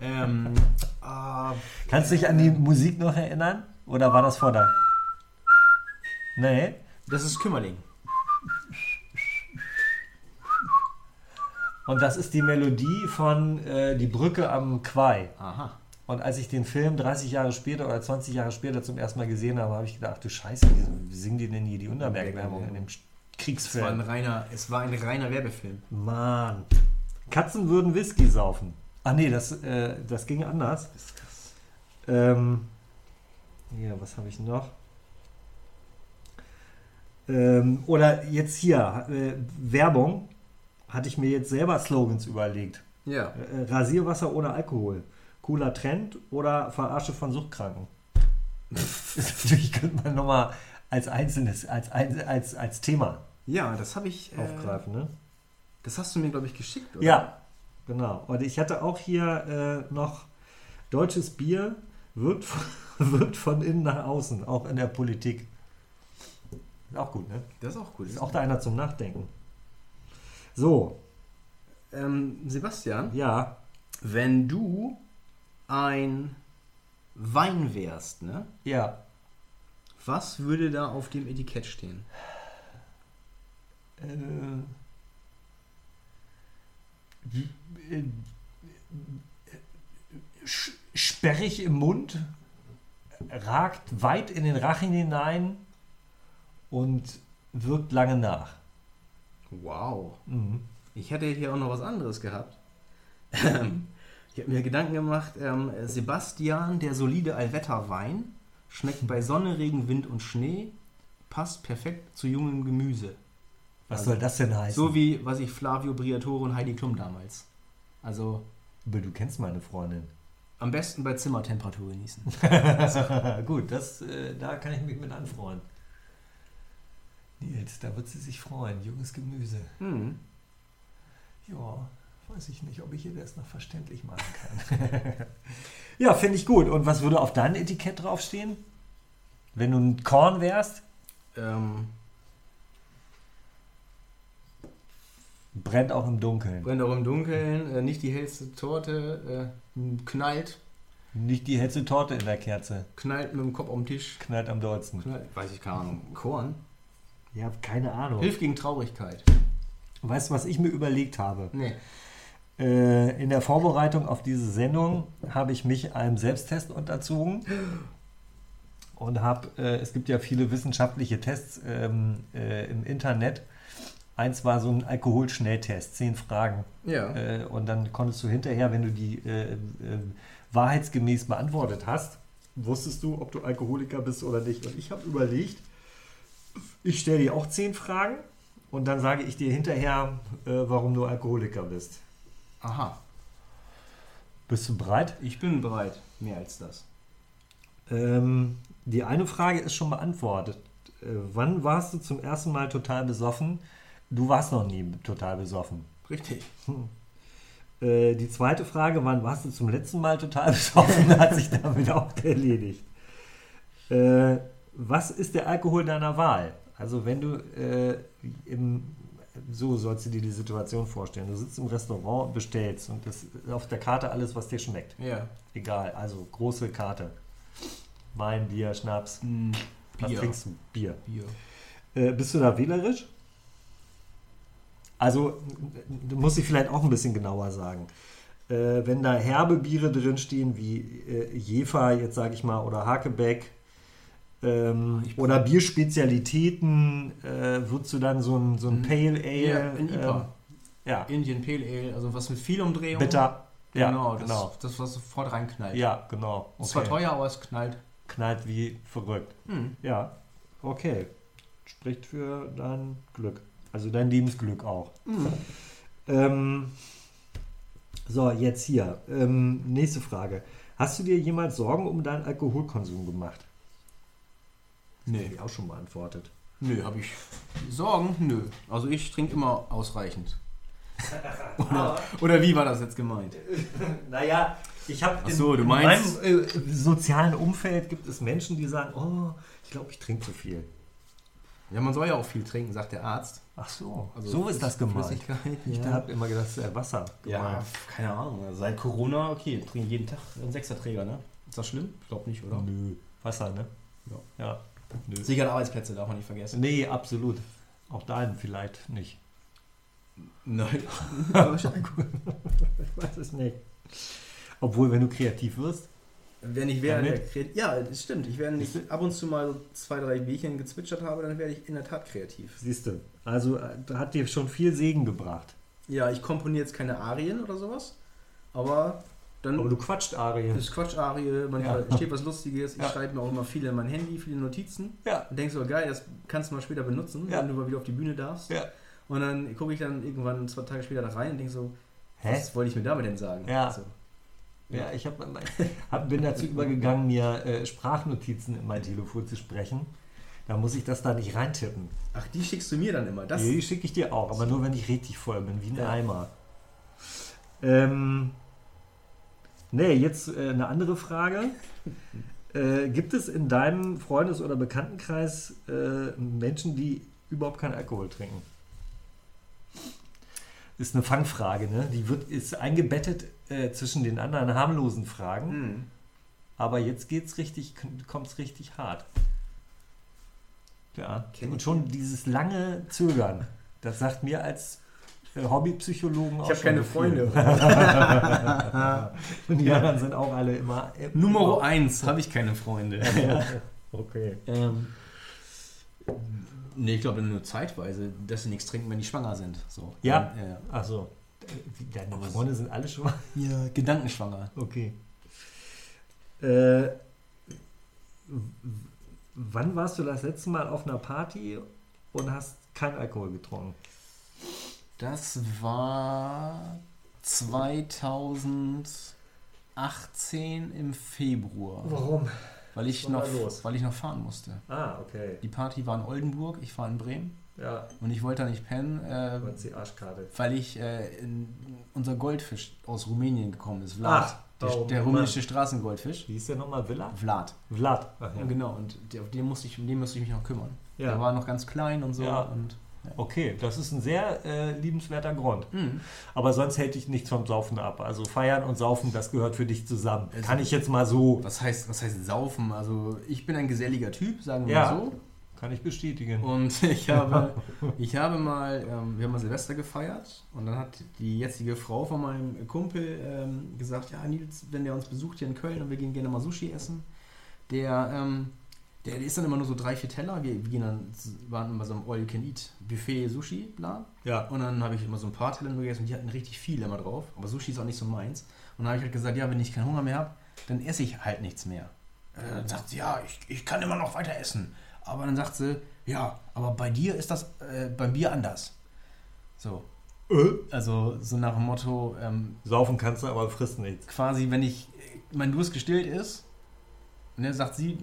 [SPEAKER 2] ähm, ah,
[SPEAKER 1] Kannst du dich an die Musik noch erinnern? Oder war das vor der? Nee.
[SPEAKER 2] das ist Kümmerling.
[SPEAKER 1] Und das ist die Melodie von äh, Die Brücke am Quai.
[SPEAKER 2] Aha.
[SPEAKER 1] Und als ich den Film 30 Jahre später oder 20 Jahre später zum ersten Mal gesehen habe, habe ich gedacht, du Scheiße, wie singen die denn hier die Unterberg-Werbung in dem
[SPEAKER 2] Es war ein
[SPEAKER 1] Kriegsfilm?
[SPEAKER 2] reiner, es war ein reiner Werbefilm.
[SPEAKER 1] Mann. Katzen würden Whisky saufen. Ach nee, das, äh, das ging anders. Ähm, hier, was habe ich noch? Ähm, oder jetzt hier, äh, Werbung. Hatte ich mir jetzt selber Slogans überlegt.
[SPEAKER 2] Ja.
[SPEAKER 1] Äh, Rasierwasser ohne Alkohol. Cooler Trend oder Verarsche von Suchtkranken? Natürlich könnte man nochmal als einzelnes, als, ein- als, als Thema
[SPEAKER 2] Ja, das habe ich. Äh,
[SPEAKER 1] aufgreifen. Ne?
[SPEAKER 2] Das hast du mir, glaube ich, geschickt, oder?
[SPEAKER 1] Ja, genau. Und ich hatte auch hier äh, noch deutsches Bier wirkt, von- wirkt von innen nach außen, auch in der Politik. Ist auch gut, ne?
[SPEAKER 2] Das ist auch cool.
[SPEAKER 1] Ist auch da einer zum Nachdenken. So,
[SPEAKER 2] ähm, Sebastian,
[SPEAKER 1] ja,
[SPEAKER 2] wenn du ein Wein wärst, ne?
[SPEAKER 1] ja.
[SPEAKER 2] Was würde da auf dem Etikett stehen?
[SPEAKER 1] Äh, äh, sch- sperrig im Mund, ragt weit in den Rachen hinein und wirkt lange nach.
[SPEAKER 2] Wow.
[SPEAKER 1] Mhm.
[SPEAKER 2] Ich hätte hier auch noch was anderes gehabt. Ähm, ich habe mir Gedanken gemacht, ähm, Sebastian, der solide Allwetterwein, schmeckt bei Sonne, Regen, Wind und Schnee, passt perfekt zu jungem Gemüse.
[SPEAKER 1] Was
[SPEAKER 2] Also,
[SPEAKER 1] soll das denn heißen?
[SPEAKER 2] So wie, was ich, Flavio Briatore und Heidi Klum damals. Also
[SPEAKER 1] Aber du kennst meine Freundin.
[SPEAKER 2] am besten bei Zimmertemperatur genießen.
[SPEAKER 1] Gut, das, äh, da kann ich mich mit anfreuen. Nils, da wird sie sich freuen. Junges Gemüse.
[SPEAKER 2] hm.
[SPEAKER 1] Ja, weiß ich nicht, ob ich ihr das noch verständlich machen kann. ja, finde ich gut. Und was würde auf deinem Etikett draufstehen? Wenn du ein Korn wärst?
[SPEAKER 2] ähm,
[SPEAKER 1] Brennt auch im Dunkeln.
[SPEAKER 2] brennt auch im Dunkeln, äh, nicht die hellste Torte, äh, knallt,
[SPEAKER 1] Nicht die hellste Torte in der Kerze.
[SPEAKER 2] knallt mit dem Kopf auf den Tisch.
[SPEAKER 1] Knallt am dollsten.
[SPEAKER 2] Knallt, weiß ich keine Ahnung. Korn.
[SPEAKER 1] Ja, keine Ahnung.
[SPEAKER 2] Hilft gegen Traurigkeit.
[SPEAKER 1] Weißt du, was ich mir überlegt habe?
[SPEAKER 2] Nee.
[SPEAKER 1] Äh, in der Vorbereitung auf diese Sendung habe ich mich einem Selbsttest unterzogen und habe, äh, es gibt ja viele wissenschaftliche Tests ähm, äh, im Internet. Eins war so ein Alkoholschnelltest, zehn Fragen.
[SPEAKER 2] Ja.
[SPEAKER 1] Äh, und dann konntest du hinterher, wenn du die äh, äh, wahrheitsgemäß beantwortet hast, wusstest du, ob du Alkoholiker bist oder nicht. Und ich habe überlegt, ich stelle dir auch zehn Fragen Und dann sage ich dir hinterher, äh, warum du Alkoholiker bist.
[SPEAKER 2] Aha,
[SPEAKER 1] Bist du bereit?
[SPEAKER 2] ich bin bereit. Mehr als das.
[SPEAKER 1] Ähm, die eine Frage ist schon beantwortet. Äh, wann warst du zum ersten Mal total besoffen? Du warst noch nie total besoffen.
[SPEAKER 2] Richtig.
[SPEAKER 1] Äh, die zweite Frage, wann warst du zum letzten Mal total besoffen, hat sich damit auch erledigt. Äh, was ist der Alkohol deiner Wahl? Also wenn du äh, im so sollst du dir die Situation vorstellen. Du sitzt im Restaurant und bestellst und das ist auf der Karte alles, was dir schmeckt.
[SPEAKER 2] Ja.
[SPEAKER 1] Egal, also große Karte. Wein, Bier, Schnaps.
[SPEAKER 2] Mm,
[SPEAKER 1] Was
[SPEAKER 2] Bier.
[SPEAKER 1] trinkst du? Bier.
[SPEAKER 2] Bier.
[SPEAKER 1] Äh, bist du da wählerisch? Also, du musst dich vielleicht auch ein bisschen genauer sagen. Äh, wenn da herbe Biere drinstehen, wie äh, Jefer, jetzt sage ich mal, oder Hakebeck, ähm,
[SPEAKER 2] Ah, Ich-
[SPEAKER 1] oder Bierspezialitäten, äh, würdest du dann so ein, so ein
[SPEAKER 2] Mhm.
[SPEAKER 1] Pale Ale?
[SPEAKER 2] Ja, ein IPA.
[SPEAKER 1] Ähm, ja,
[SPEAKER 2] Indian Pale Ale, also was mit viel Umdrehung.
[SPEAKER 1] bitter. Ja,
[SPEAKER 2] Genau, das, halt
[SPEAKER 1] genau.
[SPEAKER 2] das was sofort reinknallt.
[SPEAKER 1] Ja, genau.
[SPEAKER 2] Ist zwar teuer, aber es knallt.
[SPEAKER 1] Knallt wie verrückt.
[SPEAKER 2] Hm.
[SPEAKER 1] Ja, okay. Spricht für dein Glück. Also dein Lebensglück auch.
[SPEAKER 2] Hm.
[SPEAKER 1] Ähm, so, jetzt hier. Ähm, nächste Frage. Hast du dir jemals Sorgen um deinen Alkoholkonsum gemacht? Hab
[SPEAKER 2] Nee.
[SPEAKER 1] ich auch schon beantwortet.
[SPEAKER 2] Nö, habe ich Sorgen? Nö. Also ich trinke immer ausreichend. oder, oder wie war das jetzt gemeint?
[SPEAKER 1] Naja, ich habe
[SPEAKER 2] Ach so, du meinst-
[SPEAKER 1] in meinem äh, sozialen Umfeld gibt es Menschen, die sagen, oh, ich glaube, ich trinke zu viel.
[SPEAKER 2] Ja, man soll ja auch viel trinken, sagt der Arzt.
[SPEAKER 1] Ach so,
[SPEAKER 2] Also
[SPEAKER 1] so ist das gemeint.
[SPEAKER 2] Flüssigkeit,
[SPEAKER 1] Ich
[SPEAKER 2] ja.
[SPEAKER 1] habe immer gedacht, das ist Wasser
[SPEAKER 2] Ja,
[SPEAKER 1] gemeint.
[SPEAKER 2] keine Ahnung. Also Seit Corona, okay, trinken jeden Tag einen Sechserträger, ne? Ist das schlimm? Ich glaube nicht, oder?
[SPEAKER 1] Nö, Wasser, ne?
[SPEAKER 2] Ja.
[SPEAKER 1] ja. Nö.
[SPEAKER 2] Sicher Arbeitsplätze darf man nicht vergessen.
[SPEAKER 1] Nee, absolut. Auch deinen vielleicht nicht.
[SPEAKER 2] Nein.
[SPEAKER 1] Ich weiß es nicht. Obwohl, wenn du kreativ wirst,
[SPEAKER 2] Wenn ich wäre,
[SPEAKER 1] Damit-
[SPEAKER 2] der Kreat- ja, das stimmt. Ich wenn ich ab und zu mal so zwei, drei Bierchen gezwitschert habe, dann werde ich in der Tat kreativ.
[SPEAKER 1] siehst du. Also äh, da hat dir schon viel Segen gebracht.
[SPEAKER 2] Ja, ich komponiere jetzt keine Arien oder sowas, aber dann
[SPEAKER 1] Aber du quatscht, Arien.
[SPEAKER 2] ist Quatsch-Arie, manchmal
[SPEAKER 1] Ja.
[SPEAKER 2] steht was Lustiges. Ich
[SPEAKER 1] Ja.
[SPEAKER 2] schreibe mir auch immer viele in mein Handy, viele Notizen.
[SPEAKER 1] Ja.
[SPEAKER 2] Und denkst so, oh, geil, das kannst du mal später benutzen,
[SPEAKER 1] Ja.
[SPEAKER 2] wenn du mal wieder auf die Bühne darfst.
[SPEAKER 1] Ja.
[SPEAKER 2] Und dann gucke ich dann irgendwann zwei Tage später da rein und denk so,
[SPEAKER 1] Hä?
[SPEAKER 2] was wollte ich mir damit denn sagen?
[SPEAKER 1] Ja.
[SPEAKER 2] So.
[SPEAKER 1] Ja, ich hab, hab, bin dazu übergegangen, mir äh, Sprachnotizen in mein Telefon zu sprechen. Da muss ich das da nicht reintippen.
[SPEAKER 2] Ach, die schickst du mir dann immer. Das,
[SPEAKER 1] Die schicke ich dir auch, aber nur wenn ich richtig voll bin, wie ein
[SPEAKER 2] Ja.
[SPEAKER 1] Eimer. Ähm, nee, jetzt äh, eine andere Frage. Äh, gibt es in deinem Freundes- oder Bekanntenkreis äh, Menschen, die überhaupt keinen Alkohol trinken? Ist eine Fangfrage, ne? Die wird, ist eingebettet äh, zwischen den anderen harmlosen Fragen,
[SPEAKER 2] Hm.
[SPEAKER 1] aber jetzt geht's richtig, kommt's richtig hart. Ja,
[SPEAKER 2] Kenn
[SPEAKER 1] und
[SPEAKER 2] ich.
[SPEAKER 1] schon dieses lange Zögern, das sagt mir als äh, Hobbypsychologen auch
[SPEAKER 2] Ich habe
[SPEAKER 1] schon
[SPEAKER 2] keine
[SPEAKER 1] so viel.
[SPEAKER 2] Freunde.
[SPEAKER 1] Und die anderen sind auch alle immer. äh,
[SPEAKER 2] Nummer 1, habe ich keine Freunde.
[SPEAKER 1] Okay.
[SPEAKER 2] ähm, nee, ich glaube nur zeitweise, dass sie nichts trinken, wenn die schwanger sind. So.
[SPEAKER 1] Ja.
[SPEAKER 2] Ähm, ja.
[SPEAKER 1] Achso. Also, Deine Freunde sind alle schon mal.
[SPEAKER 2] ja. Gedankenschwanger.
[SPEAKER 1] Okay. Äh, w- wann warst du das letzte Mal auf einer Party und hast keinen Alkohol getrunken?
[SPEAKER 2] Das war 2018 im Februar,
[SPEAKER 1] Warum?
[SPEAKER 2] weil ich,
[SPEAKER 1] Was war
[SPEAKER 2] noch,
[SPEAKER 1] da los?
[SPEAKER 2] weil ich noch fahren musste.
[SPEAKER 1] Ah, okay.
[SPEAKER 2] Die Party war in Oldenburg, ich war in Bremen
[SPEAKER 1] Ja,
[SPEAKER 2] und ich wollte da nicht pennen, äh,
[SPEAKER 1] du hast die Arschkarte.
[SPEAKER 2] weil ich äh, in, unser Goldfisch aus Rumänien gekommen ist, Vlad,
[SPEAKER 1] Ach,
[SPEAKER 2] der,
[SPEAKER 1] oh
[SPEAKER 2] der
[SPEAKER 1] Mann.
[SPEAKER 2] rumänische Straßengoldfisch.
[SPEAKER 1] Wie hieß der nochmal? Villa?
[SPEAKER 2] Vlad.
[SPEAKER 1] Vlad. Ach,
[SPEAKER 2] Ja.
[SPEAKER 1] ja.
[SPEAKER 2] Genau, und der, auf den musste ich, um den musste ich mich noch kümmern.
[SPEAKER 1] Ja.
[SPEAKER 2] Der war noch ganz klein und so.
[SPEAKER 1] Ja.
[SPEAKER 2] Und,
[SPEAKER 1] Okay, das ist ein sehr äh, liebenswerter Grund.
[SPEAKER 2] Mhm.
[SPEAKER 1] Aber sonst hält dich nichts vom Saufen ab. Also feiern und saufen, das gehört für dich zusammen.
[SPEAKER 2] Also-
[SPEAKER 1] Kann ich jetzt mal so,
[SPEAKER 2] Was, heißt, was heißt saufen? Also ich bin ein geselliger Typ, sagen wir
[SPEAKER 1] Ja.
[SPEAKER 2] mal so.
[SPEAKER 1] kann ich bestätigen.
[SPEAKER 2] Und ich habe, ich habe mal, ähm, wir haben mal Silvester gefeiert und dann hat die jetzige Frau von meinem Kumpel ähm, gesagt, ja Nils, wenn der uns besucht hier in Köln und wir gehen gerne mal Sushi essen, der, ähm, der isst dann immer nur so drei, vier Teller. Wir, wir gehen dann, waren bei so einem All-You-Can-Eat-Buffet-Sushi-Plan
[SPEAKER 1] Ja,
[SPEAKER 2] Und dann habe ich immer so ein paar Teller nur gegessen und die hatten richtig viel immer drauf. Aber Sushi ist auch nicht so meins. Und dann habe ich halt gesagt, ja, wenn ich keinen Hunger mehr habe, dann esse ich halt nichts mehr. Äh, Dann sagt sie, ja, ich, ich kann immer noch weiter essen. Aber dann sagt sie, ja, aber bei dir ist das äh, bei mir anders. So. Also so nach dem Motto, ähm,
[SPEAKER 1] Äh? Saufen kannst du, aber frisst nichts.
[SPEAKER 2] quasi, wenn ich äh, mein Durst gestillt ist, ne, sagt sie,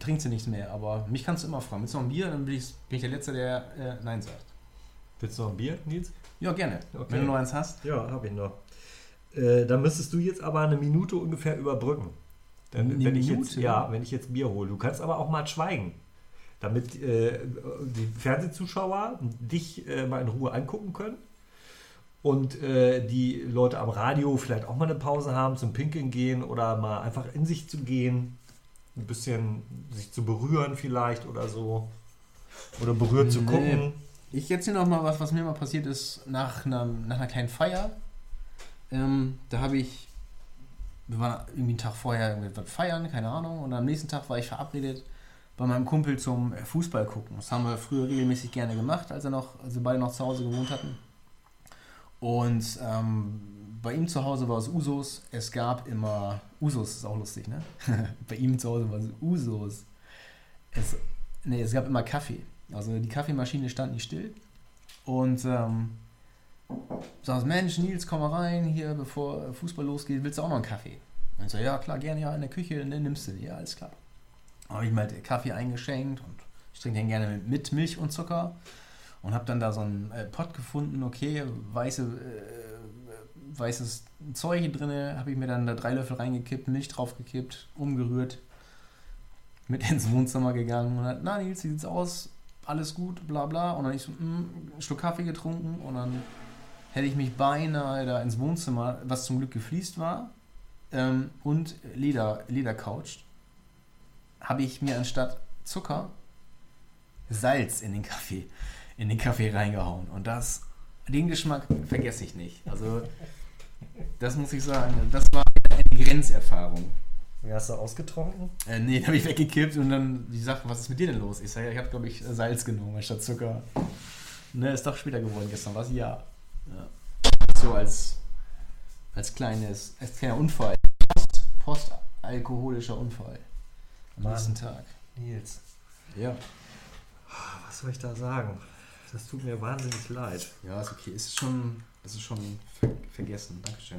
[SPEAKER 2] trinkt sie nichts mehr, aber mich kannst du immer fragen. Willst du noch ein Bier? Dann bin ich, bin ich der Letzte, der äh, Nein sagt.
[SPEAKER 1] Willst du noch ein Bier, Nils?
[SPEAKER 2] Ja, gerne.
[SPEAKER 1] Okay.
[SPEAKER 2] Wenn du noch eins hast.
[SPEAKER 1] Ja, habe ich noch. Äh, dann müsstest du jetzt aber eine Minute ungefähr überbrücken. Dann,
[SPEAKER 2] Eine
[SPEAKER 1] wenn ich jetzt,
[SPEAKER 2] Minute?
[SPEAKER 1] ja, wenn ich jetzt Bier hole. Du kannst aber auch mal schweigen, damit äh, die Fernsehzuschauer dich äh, mal in Ruhe angucken können. Und äh, die Leute am Radio vielleicht auch mal eine Pause haben, zum Pinkeln gehen oder mal einfach in sich zu gehen, ein bisschen sich zu berühren vielleicht oder so. Oder berührt zu
[SPEAKER 2] Nee.
[SPEAKER 1] gucken.
[SPEAKER 2] Ich erzähle noch mal was, was mir mal passiert ist nach einer, nach einer kleinen Feier. Ähm, da habe ich, wir waren irgendwie einen Tag vorher irgendwie was feiern, keine Ahnung. Und am nächsten Tag war ich verabredet bei meinem Kumpel zum äh, Fußball gucken. Das haben wir früher regelmäßig gerne gemacht, als, er noch, als wir beide noch zu Hause gewohnt hatten. Und ähm, bei ihm zu Hause war es Usos. Es gab immer Usos, ist auch lustig, ne? bei ihm zu Hause war es Usos. Es, Nee, es gab immer Kaffee. Also die Kaffeemaschine stand nicht still. Und ähm, sagst, Mensch, Nils, komm mal rein, hier, bevor Fußball losgeht, willst du auch noch einen Kaffee? Und ich so, ja, klar, gerne, ja, in der Küche, ne, nimmst du, ja, alles klar. Habe ich mir halt Kaffee eingeschenkt und ich trinke den gerne mit, mit Milch und Zucker und habe dann da so einen äh, Pott gefunden, okay, weiße, äh, weißes Zeug hier drin, habe ich mir dann da drei Löffel reingekippt, Milch draufgekippt, umgerührt, mit ins Wohnzimmer gegangen und hat, na Nils, wie sieht's aus? Alles gut, bla bla. Und dann ich so, mm, einen Schluck Kaffee getrunken und dann hätte ich mich beinahe da ins Wohnzimmer, was zum Glück gefliest war ähm, und Leder, Ledercouch, habe ich mir anstatt Zucker Salz in den Kaffee, in den Kaffee reingehauen. Und das, den Geschmack vergesse ich nicht. Also, das muss ich sagen, das war eine Grenzerfahrung.
[SPEAKER 1] Hast du ausgetrunken?
[SPEAKER 2] Äh, nee, den habe ich weggekippt und dann die Sachen, was ist mit dir denn los? Ich sage, ich habe, glaube ich, Salz genommen statt Zucker. Ne, ist doch später geworden gestern, was? Ja. ja. So als, als kleines, als kleiner Unfall. Post, postalkoholischer Unfall. Am
[SPEAKER 1] Mann.
[SPEAKER 2] nächsten Tag.
[SPEAKER 1] Nils.
[SPEAKER 2] Ja.
[SPEAKER 1] Was soll ich da sagen? Das tut mir wahnsinnig leid.
[SPEAKER 2] Ja, ist okay. Ist schon, das ist schon vergessen. Dankeschön.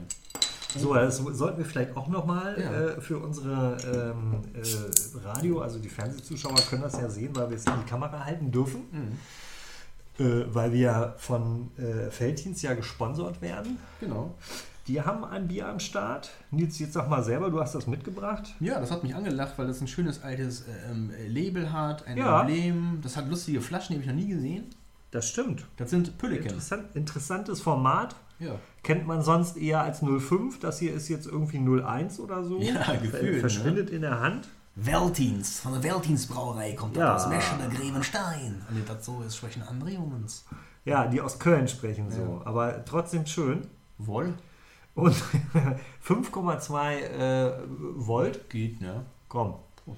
[SPEAKER 1] So, das sollten wir vielleicht auch nochmal
[SPEAKER 2] Ja.
[SPEAKER 1] äh, für unsere ähm, äh, Radio, also die Fernsehzuschauer können das ja sehen, weil wir es in die Kamera halten dürfen,
[SPEAKER 2] Mhm.
[SPEAKER 1] äh, weil wir von äh, Felddienst ja gesponsert werden.
[SPEAKER 2] Genau.
[SPEAKER 1] Die haben ein Bier am Start. Nils, jetzt sag mal selber, du hast das mitgebracht.
[SPEAKER 2] Ja, das hat mich angelacht, weil das ein schönes altes äh, ähm, Label hat, ein
[SPEAKER 1] Ja.
[SPEAKER 2] Emblem. Das hat lustige Flaschen, die habe ich noch nie gesehen.
[SPEAKER 1] Das stimmt.
[SPEAKER 2] Das sind Pülliken.
[SPEAKER 1] Interessant, interessantes Format.
[SPEAKER 2] Ja.
[SPEAKER 1] Kennt man sonst eher als 05. Das hier ist jetzt irgendwie 01 oder so.
[SPEAKER 2] Ja,
[SPEAKER 1] Ver-
[SPEAKER 2] gefühlt, ne?
[SPEAKER 1] Verschwindet in der Hand.
[SPEAKER 2] Veltins, von der Veltins Brauerei kommt
[SPEAKER 1] Ja.
[SPEAKER 2] das aus Meschede, Grevenstein. Und das so ist sprechen andere Jungs.
[SPEAKER 1] Ja, die aus Köln sprechen so. Aber trotzdem schön.
[SPEAKER 2] Woll?
[SPEAKER 1] Und 5,2 äh, Volt.
[SPEAKER 2] Geht, ne?
[SPEAKER 1] Komm, probieren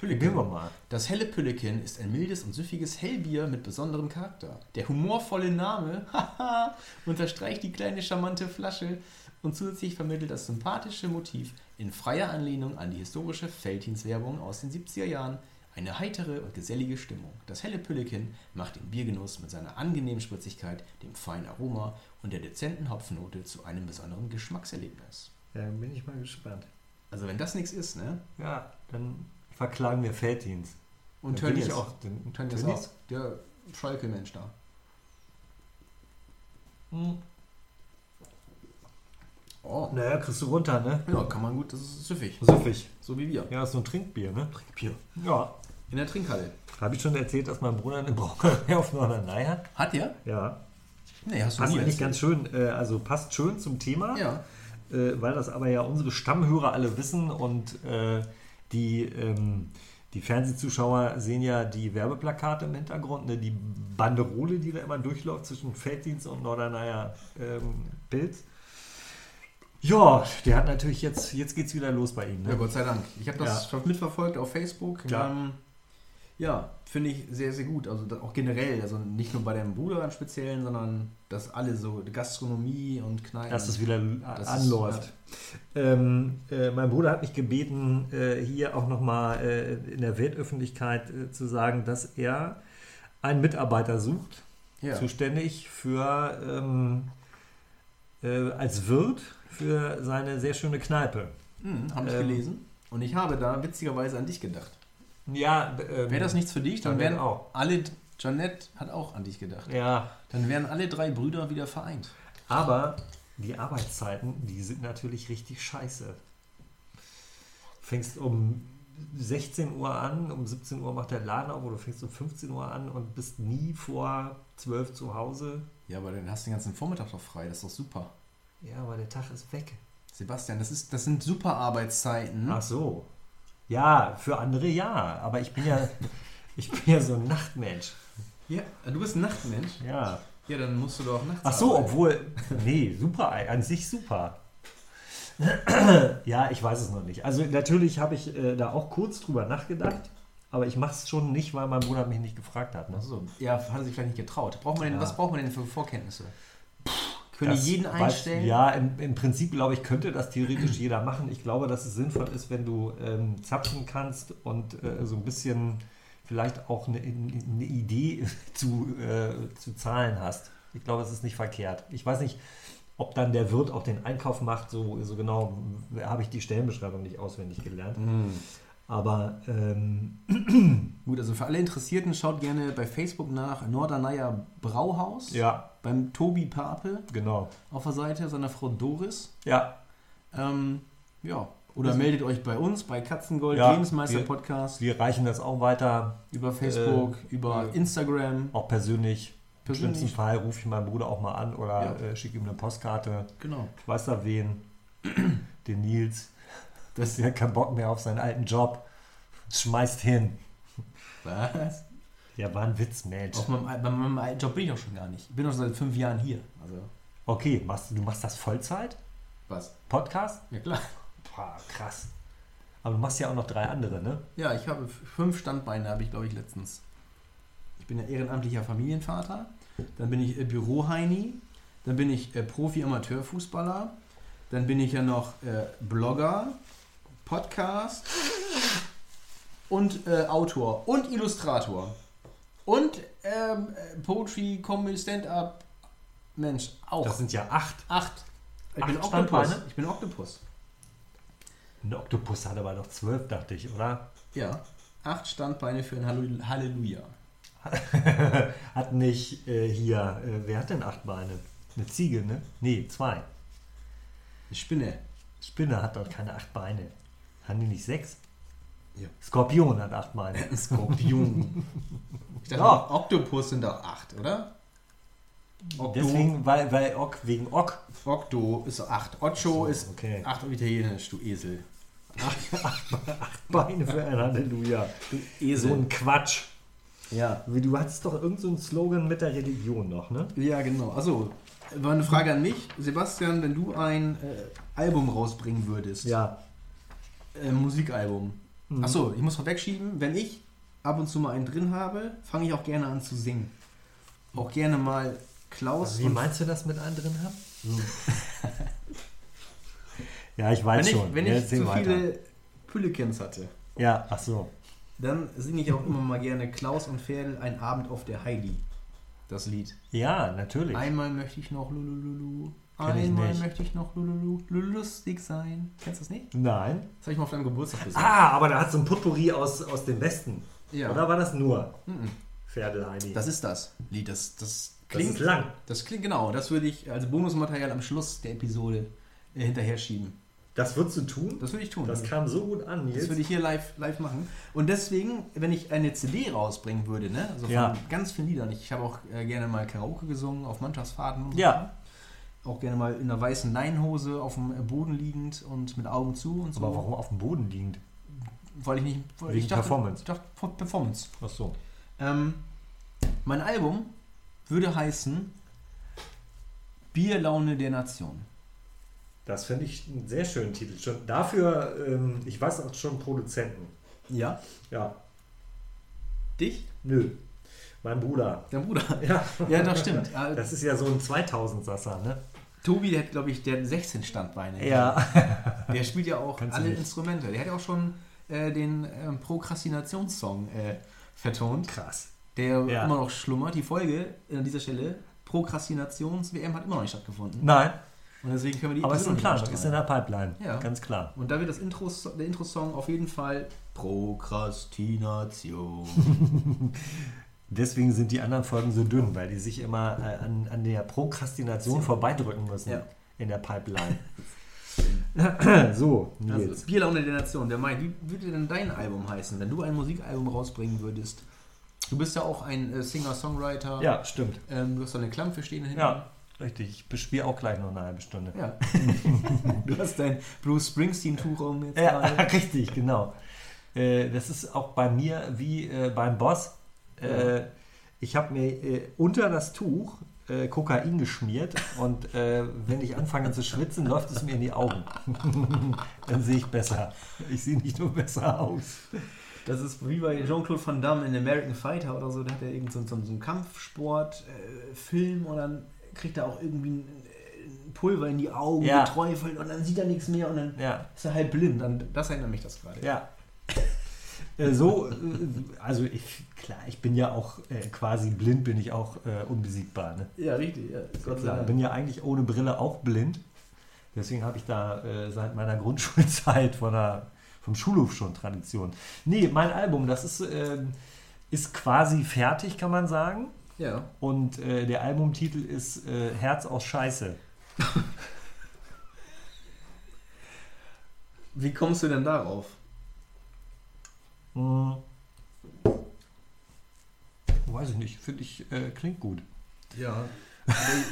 [SPEAKER 1] wir
[SPEAKER 2] Pülliken.
[SPEAKER 1] mal.
[SPEAKER 2] Das helle Pülliken ist ein mildes und süffiges Hellbier mit besonderem Charakter. Der humorvolle Name haha, unterstreicht die kleine charmante Flasche und zusätzlich vermittelt das sympathische Motiv in freier Anlehnung an die historische Veltins-Werbung aus den 70er Jahren eine heitere und gesellige Stimmung. Das helle Pülliken macht den Biergenuss mit seiner angenehmen Spritzigkeit, dem feinen Aroma und der dezenten Hopfennote zu einem besonderen Geschmackserlebnis.
[SPEAKER 1] Ja, dann bin ich mal gespannt.
[SPEAKER 2] Also wenn das nichts ist, ne?
[SPEAKER 1] Ja, dann verklagen wir Felddienst.
[SPEAKER 2] Und
[SPEAKER 1] Dann bin
[SPEAKER 2] Tönnies.
[SPEAKER 1] ich auch. Den,
[SPEAKER 2] Tönnies
[SPEAKER 1] Tönnies?
[SPEAKER 2] auch. Der Schalke-Mensch da.
[SPEAKER 1] Hm.
[SPEAKER 2] Oh.
[SPEAKER 1] Naja, kriegst du runter, ne?
[SPEAKER 2] Ja, kann man gut, das ist süffig.
[SPEAKER 1] Süffig.
[SPEAKER 2] So wie wir.
[SPEAKER 1] Ja, ist so ein Trinkbier, ne? Trinkbier. Ja.
[SPEAKER 2] In der Trinkhalle.
[SPEAKER 1] Habe ich schon erzählt, dass mein Bruder eine Brauerei auf Norderney hat?
[SPEAKER 2] Hat der?
[SPEAKER 1] Ja.
[SPEAKER 2] Nee, hast du
[SPEAKER 1] Passt
[SPEAKER 2] nie
[SPEAKER 1] eigentlich
[SPEAKER 2] erzählt.
[SPEAKER 1] ganz schön, äh, also passt schön zum Thema.
[SPEAKER 2] Ja.
[SPEAKER 1] äh, weil das aber ja unsere Stammhörer alle wissen und äh, die, ähm, die Fernsehzuschauer sehen ja die Werbeplakate im Hintergrund, ne, die Banderole, die da immer durchläuft zwischen Felddienst und Norderneyer ähm, Pilz. Ja, der hat natürlich jetzt, jetzt geht's wieder los bei ihm.
[SPEAKER 2] Ja,
[SPEAKER 1] Ne?
[SPEAKER 2] Gott sei Dank. Ich habe das mitverfolgt auf Facebook.
[SPEAKER 1] Klar.
[SPEAKER 2] Ähm, Ja, finde ich sehr, sehr gut. Also da- auch generell, also nicht nur bei deinem Bruder im Speziellen, sondern dass alle so Gastronomie und Kneipen.
[SPEAKER 1] dass es wieder
[SPEAKER 2] Das ist-
[SPEAKER 1] anläuft. ähm, äh, mein Bruder hat mich gebeten, äh, hier auch nochmal äh, in der Weltöffentlichkeit äh, zu sagen, dass er einen Mitarbeiter sucht,
[SPEAKER 2] ja.
[SPEAKER 1] zuständig für ähm, äh, als Wirt für seine sehr schöne Kneipe.
[SPEAKER 2] Hm, Habe ich
[SPEAKER 1] Ähm,
[SPEAKER 2] gelesen. Und ich habe da witzigerweise an dich gedacht.
[SPEAKER 1] Ja, ähm,
[SPEAKER 2] Wäre das nichts für dich, dann
[SPEAKER 1] dann
[SPEAKER 2] wären
[SPEAKER 1] wäre auch.
[SPEAKER 2] auch alle. Janette hat auch an dich gedacht.
[SPEAKER 1] Ja,
[SPEAKER 2] Dann wären alle drei Brüder wieder vereint.
[SPEAKER 1] aber die Arbeitszeiten, die sind natürlich richtig scheiße. Fängst um 16 Uhr an, um 17 Uhr macht der Laden auf oder du fängst um 15 Uhr an und bist nie vor 12 zu Hause.
[SPEAKER 2] Ja, aber dann hast du den ganzen Vormittag doch frei. Das ist doch super.
[SPEAKER 1] Ja, aber der Tag ist weg.
[SPEAKER 2] Sebastian, das, ist, das sind super Arbeitszeiten.
[SPEAKER 1] Ach so. Ja, für andere ja, aber ich bin ja, ich bin ja so ein Nachtmensch.
[SPEAKER 2] Ja, du bist ein Nachtmensch.
[SPEAKER 1] Ja.
[SPEAKER 2] Ja, dann musst du doch nachts.
[SPEAKER 1] Ach so,
[SPEAKER 2] arbeiten.
[SPEAKER 1] obwohl. Nee, super, an sich super. Ja, ich weiß es noch nicht. Also natürlich habe ich äh, da auch kurz drüber nachgedacht, aber ich mache es schon nicht, weil mein Bruder mich nicht gefragt hat. Ne?
[SPEAKER 2] Ach so. Ja, hat er sich vielleicht nicht getraut. Braucht man denn,
[SPEAKER 1] Ja.
[SPEAKER 2] Was braucht man denn für Vorkenntnisse? Können
[SPEAKER 1] Das
[SPEAKER 2] die jeden
[SPEAKER 1] weiß-
[SPEAKER 2] einstellen?
[SPEAKER 1] Ja, im, im Prinzip glaube ich, könnte das theoretisch jeder machen. Ich glaube, dass es sinnvoll ist, wenn du ähm, zapfen kannst und äh, so ein bisschen vielleicht auch eine, eine Idee zu, äh, zu Zahlen hast. Ich glaube, es ist nicht verkehrt. Ich weiß nicht, ob dann der Wirt auch den Einkauf macht. So, so genau äh, habe ich die Stellenbeschreibung nicht auswendig gelernt.
[SPEAKER 2] Mhm.
[SPEAKER 1] Aber ähm,
[SPEAKER 2] Gut, also für alle Interessierten schaut gerne bei Facebook nach Norderneier Brauhaus.
[SPEAKER 1] ja,
[SPEAKER 2] Beim Tobi Pape
[SPEAKER 1] genau.
[SPEAKER 2] auf der Seite seiner Frau Doris.
[SPEAKER 1] Ja,
[SPEAKER 2] Ähm, ja. Oder meldet euch bei uns, bei Katzengold,
[SPEAKER 1] Ja,
[SPEAKER 2] Lebensmeister
[SPEAKER 1] wir-
[SPEAKER 2] Podcast,
[SPEAKER 1] wir reichen das auch weiter,
[SPEAKER 2] über Facebook, über
[SPEAKER 1] äh,
[SPEAKER 2] Instagram.
[SPEAKER 1] auch persönlich. Im schlimmsten
[SPEAKER 2] Persönlich.
[SPEAKER 1] Fall rufe ich meinen Bruder auch mal an oder
[SPEAKER 2] Ja.
[SPEAKER 1] äh, schicke ihm eine Postkarte.
[SPEAKER 2] Genau.
[SPEAKER 1] Ich weiß da wen. Den Nils.
[SPEAKER 2] Das
[SPEAKER 1] Der hat keinen Bock mehr auf seinen alten Job. Schmeißt hin.
[SPEAKER 2] Was?
[SPEAKER 1] Der war ein Witz, Mensch.
[SPEAKER 2] Auf meinem, al- bei meinem alten Job bin ich auch schon gar nicht. Ich bin doch schon seit fünf Jahren hier. Also.
[SPEAKER 1] Okay, machst, du- du machst das Vollzeit?
[SPEAKER 2] Was?
[SPEAKER 1] Podcast?
[SPEAKER 2] Ja klar.
[SPEAKER 1] Boah, krass. Aber du machst ja auch noch drei andere, ne?
[SPEAKER 2] Ja, ich habe f- fünf Standbeine, habe ich glaube ich letztens. Ich bin ja ehrenamtlicher Familienvater, dann bin ich äh, Büroheini, dann bin ich äh, Profi-Amateurfußballer, dann bin ich ja noch äh, Blogger, Podcast und äh, Autor und Illustrator und ähm, äh, Poetry, Comedy, Stand-Up, Mensch, auch.
[SPEAKER 1] Das sind ja acht.
[SPEAKER 2] acht. Ich bin
[SPEAKER 1] Acht
[SPEAKER 2] Oktopus.
[SPEAKER 1] Standbeine?
[SPEAKER 2] Ich bin Oktopus.
[SPEAKER 1] Ein Oktopus hat aber noch zwölf, dachte ich, oder?
[SPEAKER 2] Ja, acht Standbeine für ein Hallu- Halleluja.
[SPEAKER 1] hat nicht äh, hier, äh, wer hat denn acht Beine? Eine Ziege, ne? Nee, zwei.
[SPEAKER 2] Eine Spinne.
[SPEAKER 1] Spinne hat dort keine acht Beine. Haben die nicht sechs?
[SPEAKER 2] Ja.
[SPEAKER 1] Skorpion hat acht Beine.
[SPEAKER 2] Ein Skorpion. ich dachte,
[SPEAKER 1] Ja.
[SPEAKER 2] Oktopus sind doch acht, oder? Okto,
[SPEAKER 1] Deswegen, weil, weil Ock, wegen Ock.
[SPEAKER 2] Okto ist acht. Ocho ist
[SPEAKER 1] okay.
[SPEAKER 2] acht auf Italienisch, du Esel.
[SPEAKER 1] Beine für ein Halleluja. So ein Quatsch.
[SPEAKER 2] Ja.
[SPEAKER 1] Du hattest doch irgendeinen so einen Slogan mit der Religion noch, ne?
[SPEAKER 2] Ja, genau. Also war eine Frage an mich. Sebastian, wenn du ein äh, Album rausbringen würdest,
[SPEAKER 1] Ja.
[SPEAKER 2] äh, Musikalbum.
[SPEAKER 1] Mhm.
[SPEAKER 2] Ach Achso, ich muss mal wegschieben. Wenn ich ab und zu mal einen drin habe, fange ich auch gerne an zu singen. Auch gerne mal Klaus
[SPEAKER 1] Also, Wie
[SPEAKER 2] und Hm.
[SPEAKER 1] meinst du das mit einem drin haben? ja, ich weiß
[SPEAKER 2] Wenn ich,
[SPEAKER 1] schon.
[SPEAKER 2] wenn
[SPEAKER 1] Ja,
[SPEAKER 2] ich
[SPEAKER 1] erzähl
[SPEAKER 2] zu
[SPEAKER 1] weiter.
[SPEAKER 2] viele Püllikens hatte,
[SPEAKER 1] Ja, ach so.
[SPEAKER 2] dann singe ich auch immer mal gerne Klaus und Ferdl Ein Abend auf der Heidi. Das Lied.
[SPEAKER 1] Ja, natürlich.
[SPEAKER 2] Einmal möchte ich noch lulululu.
[SPEAKER 1] Kenn ich
[SPEAKER 2] Einmal
[SPEAKER 1] nicht.
[SPEAKER 2] möchte ich noch lululu, lustig sein. Kennst du das nicht?
[SPEAKER 1] Nein.
[SPEAKER 2] Das habe ich mal auf deinem Geburtstag gesungen.
[SPEAKER 1] Ah, aber da hat so ein Potpourri aus, aus dem Westen.
[SPEAKER 2] Ja.
[SPEAKER 1] Oder war das nur
[SPEAKER 2] Mhm.
[SPEAKER 1] Pferdelheini?
[SPEAKER 2] Das ist das Lied. Das, das
[SPEAKER 1] Das
[SPEAKER 2] klingt.
[SPEAKER 1] ist lang.
[SPEAKER 2] Das klingt genau. Das würde ich als Bonusmaterial am Schluss der Episode äh, hinterher schieben.
[SPEAKER 1] Das würdest du tun?
[SPEAKER 2] Das würde ich tun.
[SPEAKER 1] Das kam so gut an,
[SPEAKER 2] Das
[SPEAKER 1] Nils.
[SPEAKER 2] würde ich hier live, live machen. Und deswegen, wenn ich eine CD rausbringen würde, ne? Also von
[SPEAKER 1] Ja.
[SPEAKER 2] ganz vielen Liedern. Ich habe auch äh, gerne mal Karaoke gesungen auf Mannschaftsfahrten. und so.
[SPEAKER 1] Ja.
[SPEAKER 2] Auch gerne mal in einer weißen Leinhose auf dem Boden liegend und mit Augen zu und so.
[SPEAKER 1] Aber warum auf dem Boden liegend?
[SPEAKER 2] Weil ich nicht. Weil
[SPEAKER 1] Wegen
[SPEAKER 2] ich dachte,
[SPEAKER 1] Performance.
[SPEAKER 2] Ich dachte, P- Performance.
[SPEAKER 1] Ach so.
[SPEAKER 2] Ähm, mein Album würde heißen Bierlaune der Nation.
[SPEAKER 1] Das finde ich einen sehr schönen Titel. Schon dafür, ähm, ich weiß auch schon Produzenten.
[SPEAKER 2] Ja.
[SPEAKER 1] Ja.
[SPEAKER 2] Dich?
[SPEAKER 1] Nö. Mein Bruder.
[SPEAKER 2] Dein Bruder.
[SPEAKER 1] Ja.
[SPEAKER 2] Ja, doch, stimmt. Äh,
[SPEAKER 1] Das ist ja so ein 2000-Sasser, ne?
[SPEAKER 2] Tobi, der hat, glaube ich, der hat 16 Standbeine. Der spielt ja auch
[SPEAKER 1] Kannst du
[SPEAKER 2] alle
[SPEAKER 1] nicht.
[SPEAKER 2] Instrumente. Der hat ja auch schon äh, den ähm, Prokrastinationssong äh, vertont,
[SPEAKER 1] Krass.
[SPEAKER 2] der
[SPEAKER 1] Ja.
[SPEAKER 2] immer noch schlummert. Die Folge an dieser Stelle, Prokrastinations-WM hat immer noch nicht stattgefunden.
[SPEAKER 1] Nein,
[SPEAKER 2] Und deswegen können wir die
[SPEAKER 1] aber es ist ein
[SPEAKER 2] Episode
[SPEAKER 1] Plan,
[SPEAKER 2] nicht
[SPEAKER 1] ist in der Pipeline.
[SPEAKER 2] Ja.
[SPEAKER 1] Ganz klar.
[SPEAKER 2] Und da wird das Intro, der Intro-Song auf jeden Fall Prokrastination.
[SPEAKER 1] Deswegen sind die anderen Folgen so dünn, weil die sich immer äh, an, an der Prokrastination vorbeidrücken müssen
[SPEAKER 2] Ja.
[SPEAKER 1] in der Pipeline. so, Nils.
[SPEAKER 2] also, Bierlaune der Nation. Der meint, wie würde denn dein Album heißen, wenn du ein Musikalbum rausbringen würdest? Du bist ja auch ein äh, Singer-Songwriter.
[SPEAKER 1] ja, stimmt.
[SPEAKER 2] Ähm, du hast da eine Klampfe stehen hinten.
[SPEAKER 1] Ja, richtig. Ich bespiele auch gleich noch eine halbe Stunde.
[SPEAKER 2] Ja. du hast dein Bruce Springsteen-Tuch um jetzt
[SPEAKER 1] Ja,
[SPEAKER 2] gerade.
[SPEAKER 1] richtig, genau. Äh, das ist auch bei mir wie äh, beim Boss. Äh, Ich habe mir äh, unter das Tuch äh, Kokain geschmiert und äh, wenn ich anfange zu schwitzen, läuft es mir in die Augen. Dann sehe ich besser. Ich sehe nicht nur besser aus.
[SPEAKER 2] Das ist wie bei Jean-Claude Van Damme in American Fighter oder so. Da hat er irgend so, so, so einen Kampfsport-Film und dann kriegt er auch irgendwie ein äh, ein Pulver in die Augen,
[SPEAKER 1] Ja.
[SPEAKER 2] geträufelt und dann sieht er nichts mehr und dann
[SPEAKER 1] Ja,
[SPEAKER 2] ist er halt blind. Und das erinnert mich das gerade.
[SPEAKER 1] ja. Äh, So, äh, also ich, klar, ich bin ja auch äh, quasi blind, bin ich auch äh, unbesiegbar. Ne?
[SPEAKER 2] Ja, richtig. Ja. Gott sei
[SPEAKER 1] Ich
[SPEAKER 2] Dank.
[SPEAKER 1] bin ja eigentlich ohne Brille auch blind. Deswegen habe ich da äh, seit meiner Grundschulzeit von der, vom Schulhof schon Tradition. Nee, mein Album, das ist, ähm, ist quasi fertig, kann man sagen.
[SPEAKER 2] Ja.
[SPEAKER 1] Und äh, der Albumtitel ist äh, Herz aus Scheiße.
[SPEAKER 2] Wie kommst du denn darauf?
[SPEAKER 1] Hm. Weiß ich nicht, finde ich, äh, klingt gut.
[SPEAKER 2] Ja.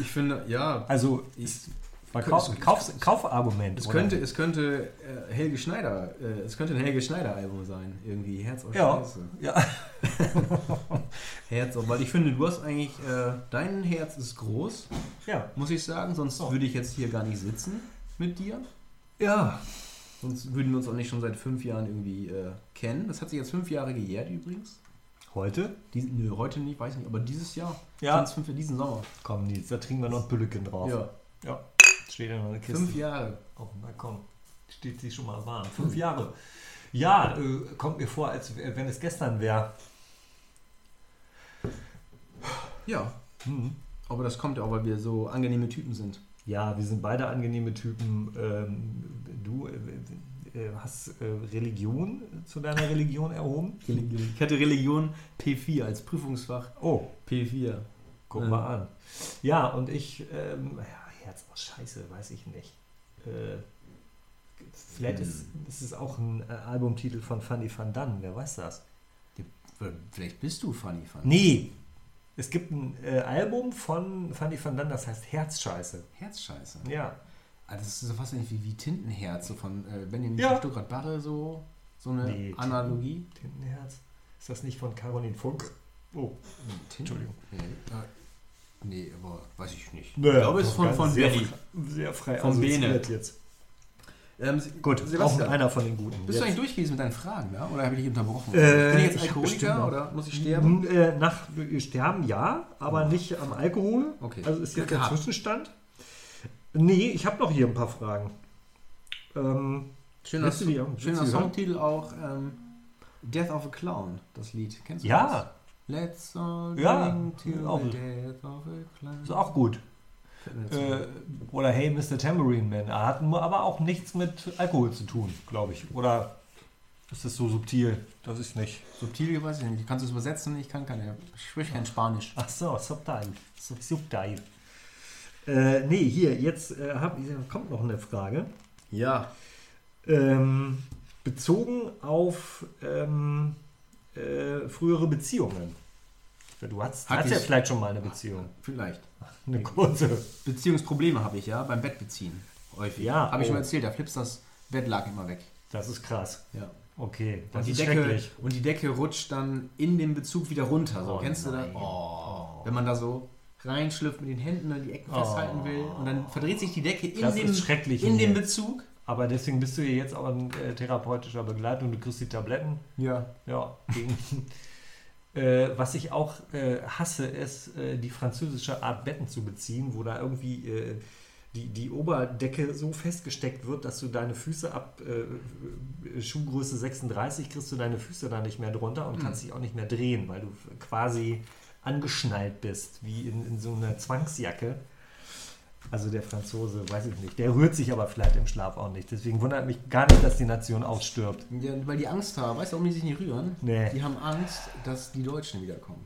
[SPEAKER 2] Ich finde, ja,
[SPEAKER 1] Also, ist, war Kauf,
[SPEAKER 2] es-
[SPEAKER 1] Kauf, Kaufargument.
[SPEAKER 2] Es
[SPEAKER 1] oder?
[SPEAKER 2] könnte, es könnte äh, Helge Schneider, äh, es könnte ein Helge Schneider Album sein, irgendwie Herz auf
[SPEAKER 1] Ja.
[SPEAKER 2] Scheiße.
[SPEAKER 1] Ja.
[SPEAKER 2] Herz auf, weil ich finde, du hast eigentlich, äh, dein Herz ist groß,
[SPEAKER 1] ja.
[SPEAKER 2] muss ich sagen, sonst
[SPEAKER 1] Oh.
[SPEAKER 2] würde ich jetzt hier gar nicht sitzen mit dir.
[SPEAKER 1] Ja.
[SPEAKER 2] Sonst würden wir uns auch nicht schon seit fünf Jahren irgendwie äh, kennen. Das hat sich jetzt fünf Jahre gejährt übrigens.
[SPEAKER 1] Heute?
[SPEAKER 2] Dies, nö, heute nicht, weiß nicht, aber dieses Jahr.
[SPEAKER 1] Ja.
[SPEAKER 2] Sonst fünf, diesen Sommer.
[SPEAKER 1] Komm, Nils, da trinken wir noch ein Pülücken drauf.
[SPEAKER 2] Ja,
[SPEAKER 1] Ja, steht ja noch eine Kiste.
[SPEAKER 2] fünf Jahre.
[SPEAKER 1] Auf dem Balkon Oh, steht sie schon mal warm. Fünf Jahre. Ja, äh, kommt mir vor, als wär- wenn es gestern wäre.
[SPEAKER 2] Ja, aber das kommt ja auch, weil wir so angenehme Typen sind.
[SPEAKER 1] Hm. Ja, wir sind beide angenehme Typen. Ähm, du äh, äh, hast äh, Religion äh, zu deiner Religion erhoben?
[SPEAKER 2] Religion. Ich hatte Religion P4 als Prüfungsfach.
[SPEAKER 1] Oh,
[SPEAKER 2] P4.
[SPEAKER 1] guck
[SPEAKER 2] Ja.
[SPEAKER 1] mal an. Ja, und ich, ähm, ja, Herz aus Scheiße, weiß ich nicht. Äh, vielleicht ist, ist es auch ein äh, Albumtitel von Fanny van Dannen, wer weiß das?
[SPEAKER 2] Vielleicht bist du Funny Funny.
[SPEAKER 1] Nee. Es gibt ein äh, Album von Fanny van Dannen, das heißt Herzscheiße.
[SPEAKER 2] Herzscheiße.
[SPEAKER 1] Ja.
[SPEAKER 2] Ah, das ist so fast irgendwie wie Tintenherz, so von äh, Benjamin
[SPEAKER 1] Ja.
[SPEAKER 2] Stuttgart-Barre, so, so eine
[SPEAKER 1] Nee,
[SPEAKER 2] Analogie.
[SPEAKER 1] Tintenherz. Ist das nicht von Caroline Funk? Oh, Entschuldigung.
[SPEAKER 2] Nee, äh, nee, aber weiß ich nicht.
[SPEAKER 1] Naja,
[SPEAKER 2] ich glaube, es ist von,
[SPEAKER 1] ganz
[SPEAKER 2] von
[SPEAKER 1] sehr
[SPEAKER 2] Benny.
[SPEAKER 1] frei- Sehr frei
[SPEAKER 2] Von Bene.
[SPEAKER 1] assoziiert jetzt.
[SPEAKER 2] Ähm,
[SPEAKER 1] Gut, auch
[SPEAKER 2] Sebastian,
[SPEAKER 1] einer von den Guten.
[SPEAKER 2] bist du
[SPEAKER 1] Jetzt.
[SPEAKER 2] eigentlich durchgewesen mit deinen Fragen, ja? oder habe ich dich unterbrochen?
[SPEAKER 1] Äh,
[SPEAKER 2] Bin ich jetzt
[SPEAKER 1] ich hab bestimmt
[SPEAKER 2] Alkoholiker
[SPEAKER 1] noch.
[SPEAKER 2] oder muss ich sterben? Oh.
[SPEAKER 1] N- äh, Nach äh, Sterben ja, aber nicht am Alkohol.
[SPEAKER 2] Okay.
[SPEAKER 1] Also ist jetzt
[SPEAKER 2] Glück
[SPEAKER 1] der
[SPEAKER 2] gehabt.
[SPEAKER 1] Zwischenstand. Nee, ich habe noch hier ein paar Fragen. Ähm,
[SPEAKER 2] Schöner,
[SPEAKER 1] Willst du die auch- willst du
[SPEAKER 2] schöner
[SPEAKER 1] die hören?
[SPEAKER 2] Songtitel auch, ähm, Death of a Clown, das Lied. Kennst du das?
[SPEAKER 1] ja,
[SPEAKER 2] Let's all
[SPEAKER 1] Ja,
[SPEAKER 2] drink to
[SPEAKER 1] auch.
[SPEAKER 2] the death of a clown.
[SPEAKER 1] ist auch gut.
[SPEAKER 2] Fällt mir jetzt ein.
[SPEAKER 1] Äh, oder Hey Mr. Tambourine Man. Er hat nur aber auch nichts mit Alkohol zu tun, glaube ich. Oder ist das so subtil? Das ist nicht.
[SPEAKER 2] Subtil weiß ich nicht. Kannst du es übersetzen? Ich kann keine. Ich spreche kein Spanisch.
[SPEAKER 1] Ach so, subtil. Sub- Subtil. Äh, nee, hier, jetzt äh, hab, kommt noch eine Frage.
[SPEAKER 2] Ja.
[SPEAKER 1] Ähm, bezogen auf ähm, äh, frühere Beziehungen. Du hast,
[SPEAKER 2] Hatte
[SPEAKER 1] hast ja
[SPEAKER 2] ich.
[SPEAKER 1] vielleicht schon mal eine Beziehung.
[SPEAKER 2] Vielleicht.
[SPEAKER 1] Eine kurze.
[SPEAKER 2] Beziehungsprobleme habe ich ja beim Bettbeziehen. Häufig.
[SPEAKER 1] Ja,
[SPEAKER 2] Habe ich
[SPEAKER 1] oh.
[SPEAKER 2] schon erzählt. Da flippst das Bettlaken immer weg.
[SPEAKER 1] Das ist krass.
[SPEAKER 2] Ja.
[SPEAKER 1] Okay, das
[SPEAKER 2] Und die,
[SPEAKER 1] ist
[SPEAKER 2] Decke,
[SPEAKER 1] schrecklich.
[SPEAKER 2] und die Decke rutscht dann in dem Bezug wieder runter. So,
[SPEAKER 1] Oh
[SPEAKER 2] kennst du
[SPEAKER 1] nein.
[SPEAKER 2] das? Oh. Wenn man da so reinschlüpft mit den Händen und die Ecken festhalten will und dann verdreht sich die Decke in,
[SPEAKER 1] Das
[SPEAKER 2] dem,
[SPEAKER 1] ist schrecklich
[SPEAKER 2] in dem
[SPEAKER 1] hier.
[SPEAKER 2] Bezug.
[SPEAKER 1] Aber deswegen bist du ja jetzt auch in äh, therapeutischer Begleitung. Du kriegst die Tabletten.
[SPEAKER 2] Ja.
[SPEAKER 1] Ja, gegen, Äh, was ich auch äh, hasse, ist äh, die französische Art Betten zu beziehen, wo da irgendwie äh, die, die Oberdecke so festgesteckt wird, dass du deine Füße ab äh, Schuhgröße 36 kriegst du deine Füße da nicht mehr drunter und kannst dich auch nicht mehr drehen, weil du quasi angeschnallt bist, wie in, in so einer Zwangsjacke. Also der Franzose, weiß ich nicht, der rührt sich aber vielleicht im Schlaf auch nicht. Deswegen wundert mich gar nicht, dass die Nation ausstirbt.
[SPEAKER 2] Ja, weil die Angst haben. Weißt du, warum die sich nicht rühren?
[SPEAKER 1] Nee.
[SPEAKER 2] Die haben Angst, dass die Deutschen wiederkommen.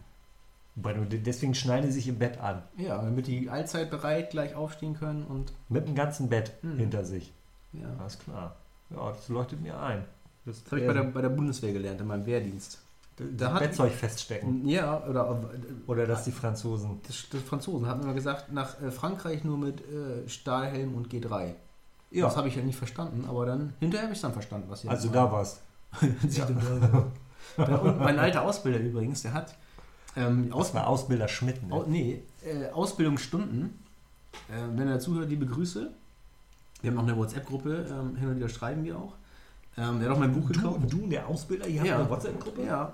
[SPEAKER 1] Weil du- Deswegen schneiden sie sich im Bett an.
[SPEAKER 2] Ja, damit die allzeit bereit gleich aufstehen können und
[SPEAKER 1] Mit dem ganzen Bett
[SPEAKER 2] Hm.
[SPEAKER 1] hinter sich.
[SPEAKER 2] ja.
[SPEAKER 1] Alles klar. Ja, das leuchtet mir ein. Das,
[SPEAKER 2] Das habe ich bei der, bei der Bundeswehr gelernt, in meinem Wehrdienst. da
[SPEAKER 1] das
[SPEAKER 2] hat-
[SPEAKER 1] Bettzeug feststecken.
[SPEAKER 2] Ja, oder
[SPEAKER 1] Oder dass die Franzosen.
[SPEAKER 2] das, das Franzosen haben immer gesagt, nach äh, Frankreich nur mit äh, Stahlhelm und G3.
[SPEAKER 1] Ja.
[SPEAKER 2] Das habe ich ja nicht verstanden, aber dann hinterher habe ich es dann verstanden, was sie
[SPEAKER 1] Also
[SPEAKER 2] da
[SPEAKER 1] da war's.
[SPEAKER 2] ja. Da unten, mein alter Ausbilder übrigens, der hat ähm,
[SPEAKER 1] Das
[SPEAKER 2] Aus
[SPEAKER 1] war Ausbilder Schmidt.
[SPEAKER 2] Au
[SPEAKER 1] Ne?
[SPEAKER 2] nee, äh, Ausbildungsstunden. Äh, wenn er zuhört, liebe Grüße. Wir haben noch eine WhatsApp-Gruppe, ähm, hin und wieder schreiben wir auch. Ähm, der hat auch mein Buch gekauft.
[SPEAKER 1] du und der Ausbilder, ihr
[SPEAKER 2] Ja.
[SPEAKER 1] WhatsApp-Gruppe?
[SPEAKER 2] Ja,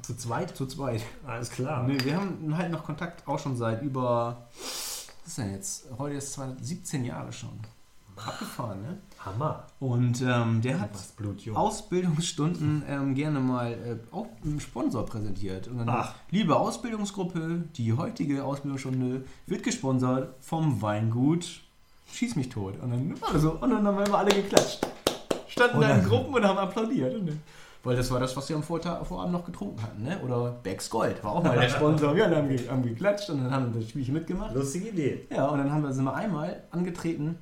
[SPEAKER 1] Zu zweit?
[SPEAKER 2] zu zweit.
[SPEAKER 1] Alles klar.
[SPEAKER 2] Nee, wir haben halt noch Kontakt auch schon seit über. Was ist denn jetzt? Heute ist zwar 17 Jahre schon. Abgefahren, ne?
[SPEAKER 1] Hammer.
[SPEAKER 2] Und ähm, der hat
[SPEAKER 1] Was blutjung.
[SPEAKER 2] Ausbildungsstunden ähm, gerne mal äh, auch einem Sponsor präsentiert. Und dann,
[SPEAKER 1] Ach.
[SPEAKER 2] liebe Ausbildungsgruppe, die heutige Ausbildungsstunde wird gesponsert vom Weingut Schieß mich tot. Und dann, war das so, und dann haben wir immer alle geklatscht. Standen
[SPEAKER 1] Und
[SPEAKER 2] da in
[SPEAKER 1] dann-
[SPEAKER 2] Gruppen und haben applaudiert. Und, dann- weil das war das, was wir am Vortag, Vorabend noch getrunken hatten. Ne? Oder Becks Gold war auch mal der Sponsor. Wir alle haben, ge haben geklatscht und dann haben wir das Spielchen mitgemacht.
[SPEAKER 1] Lustige Idee.
[SPEAKER 2] Ja, und dann haben wir, sind wir einmal angetreten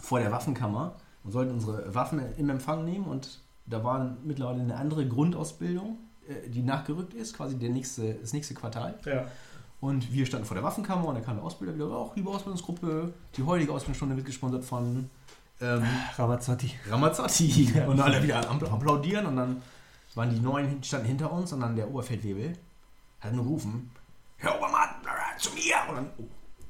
[SPEAKER 2] vor der Waffenkammer und sollten unsere Waffen im Empfang nehmen. Und da war mittlerweile eine andere Grundausbildung, äh, die nachgerückt ist, quasi der nächste, das nächste Quartal.
[SPEAKER 1] Ja.
[SPEAKER 2] Und wir standen vor der Waffenkammer und da kam der Ausbilder wieder, auch liebe Ausbildungsgruppe, die heutige Ausbildungsstunde wird gesponsert von ähm,
[SPEAKER 1] Ramazzotti.
[SPEAKER 2] Ramazzotti. Und alle wieder am Appla- applaudieren und dann waren die Neuen hin- standen hinter uns und dann der Oberfeldwebel hat nur gerufen, Herr Obermann, zu mir! Und dann, oh,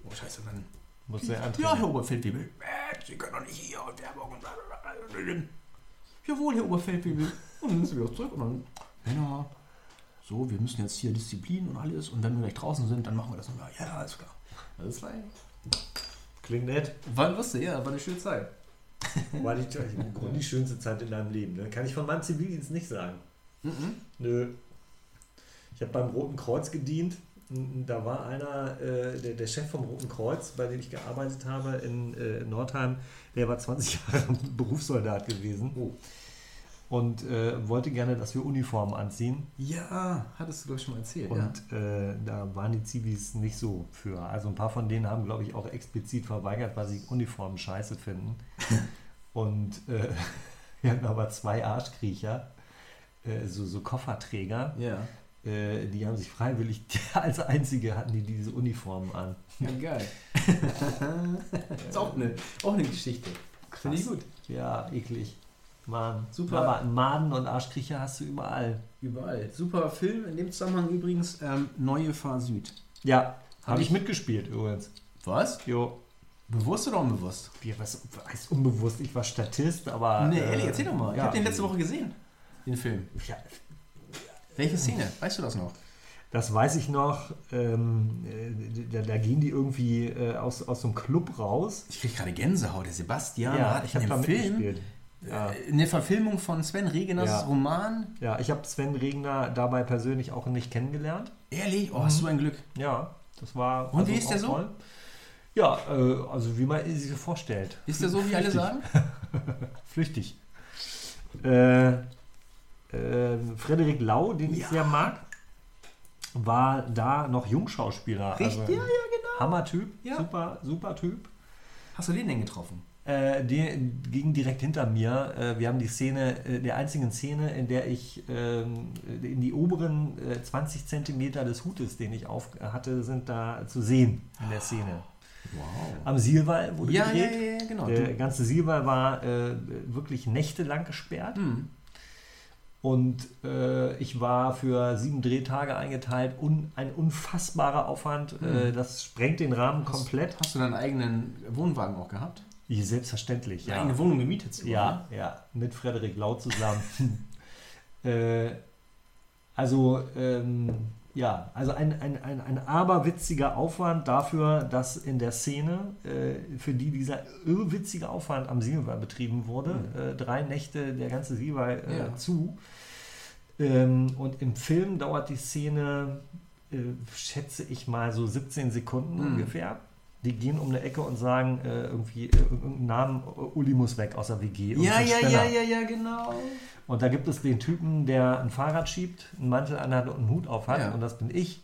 [SPEAKER 2] oh scheiße, und dann
[SPEAKER 1] Muss der
[SPEAKER 2] ja,
[SPEAKER 1] antreten.
[SPEAKER 2] Herr Oberfeldwebel. Äh, Sie können doch nicht hier und Werbung und bla, bla, bla, bla, bla. Jawohl, Herr Oberfeldwebel. Und dann sind wir auch zurück und dann, Männer, so, wir müssen jetzt hier Disziplin und alles und wenn wir gleich draußen sind, dann machen wir das nochmal. Ja, alles klar. Alles klar.
[SPEAKER 1] Klingt nett.
[SPEAKER 2] War lustig, ja, war eine schöne Zeit.
[SPEAKER 1] War die, im Grunde die schönste Zeit in deinem Leben. Ne? Kann ich von meinem Zivildienst nicht sagen. Nö. Ich habe beim Roten Kreuz gedient. Da war einer, äh, der, der Chef vom Roten Kreuz, bei dem ich gearbeitet habe in äh, Nordheim, der war 20 Jahre Berufssoldat gewesen und äh, wollte gerne, dass wir Uniformen anziehen.
[SPEAKER 2] Ja, hattest du, glaube ich, schon mal erzählt. ja.
[SPEAKER 1] Und äh, da waren die Zivis nicht so für. Also ein paar von denen haben, glaube ich, auch explizit verweigert, weil sie Uniformen scheiße finden. Und äh, wir hatten aber zwei Arschkriecher, äh, so, so Kofferträger.
[SPEAKER 2] Ja.
[SPEAKER 1] Äh, die haben sich freiwillig, als einzige hatten die diese Uniformen an.
[SPEAKER 2] ja, geil. ist auch eine, auch eine Geschichte. Finde ich
[SPEAKER 1] Krass.
[SPEAKER 2] gut.
[SPEAKER 1] Ja, eklig. Mann.
[SPEAKER 2] Super.
[SPEAKER 1] Aber Maden und Arschkriecher hast du überall.
[SPEAKER 2] Überall. Super Film, in dem Zusammenhang übrigens ähm, Neue Fahr Süd.
[SPEAKER 1] Ja,
[SPEAKER 2] Hab
[SPEAKER 1] habe
[SPEAKER 2] ich
[SPEAKER 1] ich mitgespielt übrigens.
[SPEAKER 2] Was?
[SPEAKER 1] Jo.
[SPEAKER 2] Bewusst oder unbewusst?
[SPEAKER 1] Wie, was heißt unbewusst? Ich war Statist, aber.
[SPEAKER 2] nee,
[SPEAKER 1] äh,
[SPEAKER 2] ehrlich, erzähl doch mal. Ich
[SPEAKER 1] ja.
[SPEAKER 2] habe den letzte Woche gesehen. Den Film.
[SPEAKER 1] Ja, Hm.
[SPEAKER 2] Welche Szene? Weißt du das noch?
[SPEAKER 1] das weiß ich noch. Ähm, äh, da, da gehen die irgendwie äh, aus, aus so einem Club raus.
[SPEAKER 2] Ich krieg gerade Gänsehaut. Der Sebastian hat
[SPEAKER 1] hab
[SPEAKER 2] in dem Film
[SPEAKER 1] mitgespielt. Ja.
[SPEAKER 2] äh, eine Verfilmung von Sven Regeners
[SPEAKER 1] Ja.
[SPEAKER 2] Roman.
[SPEAKER 1] ja, ich habe Sven Regner dabei persönlich auch nicht kennengelernt.
[SPEAKER 2] Ehrlich? Oh, hast du ein Glück.
[SPEAKER 1] Ja, das war. also
[SPEAKER 2] Und wie ist der
[SPEAKER 1] auch
[SPEAKER 2] so?
[SPEAKER 1] Ja, äh, also wie man sich so vorstellt.
[SPEAKER 2] Ist der so, wie alle sagen?
[SPEAKER 1] Flüchtig. Äh, äh, Frederik Lau, den ich
[SPEAKER 2] Ja.
[SPEAKER 1] sehr mag, war da noch Jungschauspieler.
[SPEAKER 2] Richtig? Ja, ja,
[SPEAKER 1] genau. Hammer-Typ,
[SPEAKER 2] Ja.
[SPEAKER 1] super, super Typ.
[SPEAKER 2] Hast du den denn getroffen?
[SPEAKER 1] Äh, die ging direkt hinter mir. Äh, wir haben die Szene, äh, der einzigen Szene, in der ich ähm, in die oberen äh, 20 Zentimeter des Hutes, den ich auf äh, hatte, sind da zu sehen in der Szene.
[SPEAKER 2] Wow.
[SPEAKER 1] Am Sielwall wurde
[SPEAKER 2] Ja, ja,
[SPEAKER 1] gedreht.
[SPEAKER 2] ja, ja, genau.
[SPEAKER 1] Der
[SPEAKER 2] Du,
[SPEAKER 1] ganze Sielwall war äh, wirklich nächtelang gesperrt
[SPEAKER 2] hm.
[SPEAKER 1] und äh, ich war für sieben Drehtage eingeteilt. Un, ein unfassbarer Aufwand.
[SPEAKER 2] Hm.
[SPEAKER 1] Äh, das sprengt den Rahmen komplett.
[SPEAKER 2] Hast du deinen eigenen Wohnwagen auch gehabt?
[SPEAKER 1] Ja, Selbstverständlich, ja.
[SPEAKER 2] Eigene Wohnung gemietet sogar,
[SPEAKER 1] Ja,
[SPEAKER 2] ne?
[SPEAKER 1] ja, mit Frederik Lau zusammen. äh, also, ähm, Ja, also ein, ein, ein, ein aberwitziger Aufwand dafür, dass in der Szene, äh, für die dieser irrwitzige Aufwand am Silber betrieben wurde, äh, drei Nächte der ganze Silber äh,
[SPEAKER 2] Ja.
[SPEAKER 1] zu. Ähm, und im Film dauert die Szene, äh, schätze ich mal, so 17 Sekunden ungefähr. Die gehen um eine Ecke und sagen äh, irgendwie äh, irgendeinen Namen, Uli muss weg aus der WG.
[SPEAKER 2] Ja,
[SPEAKER 1] irgendein
[SPEAKER 2] ja,
[SPEAKER 1] Spinner.
[SPEAKER 2] ja, ja, ja, genau.
[SPEAKER 1] Und da gibt es den Typen, der ein Fahrrad schiebt, einen Mantel anhat und einen Hut auf hat.
[SPEAKER 2] Ja.
[SPEAKER 1] Und das bin ich.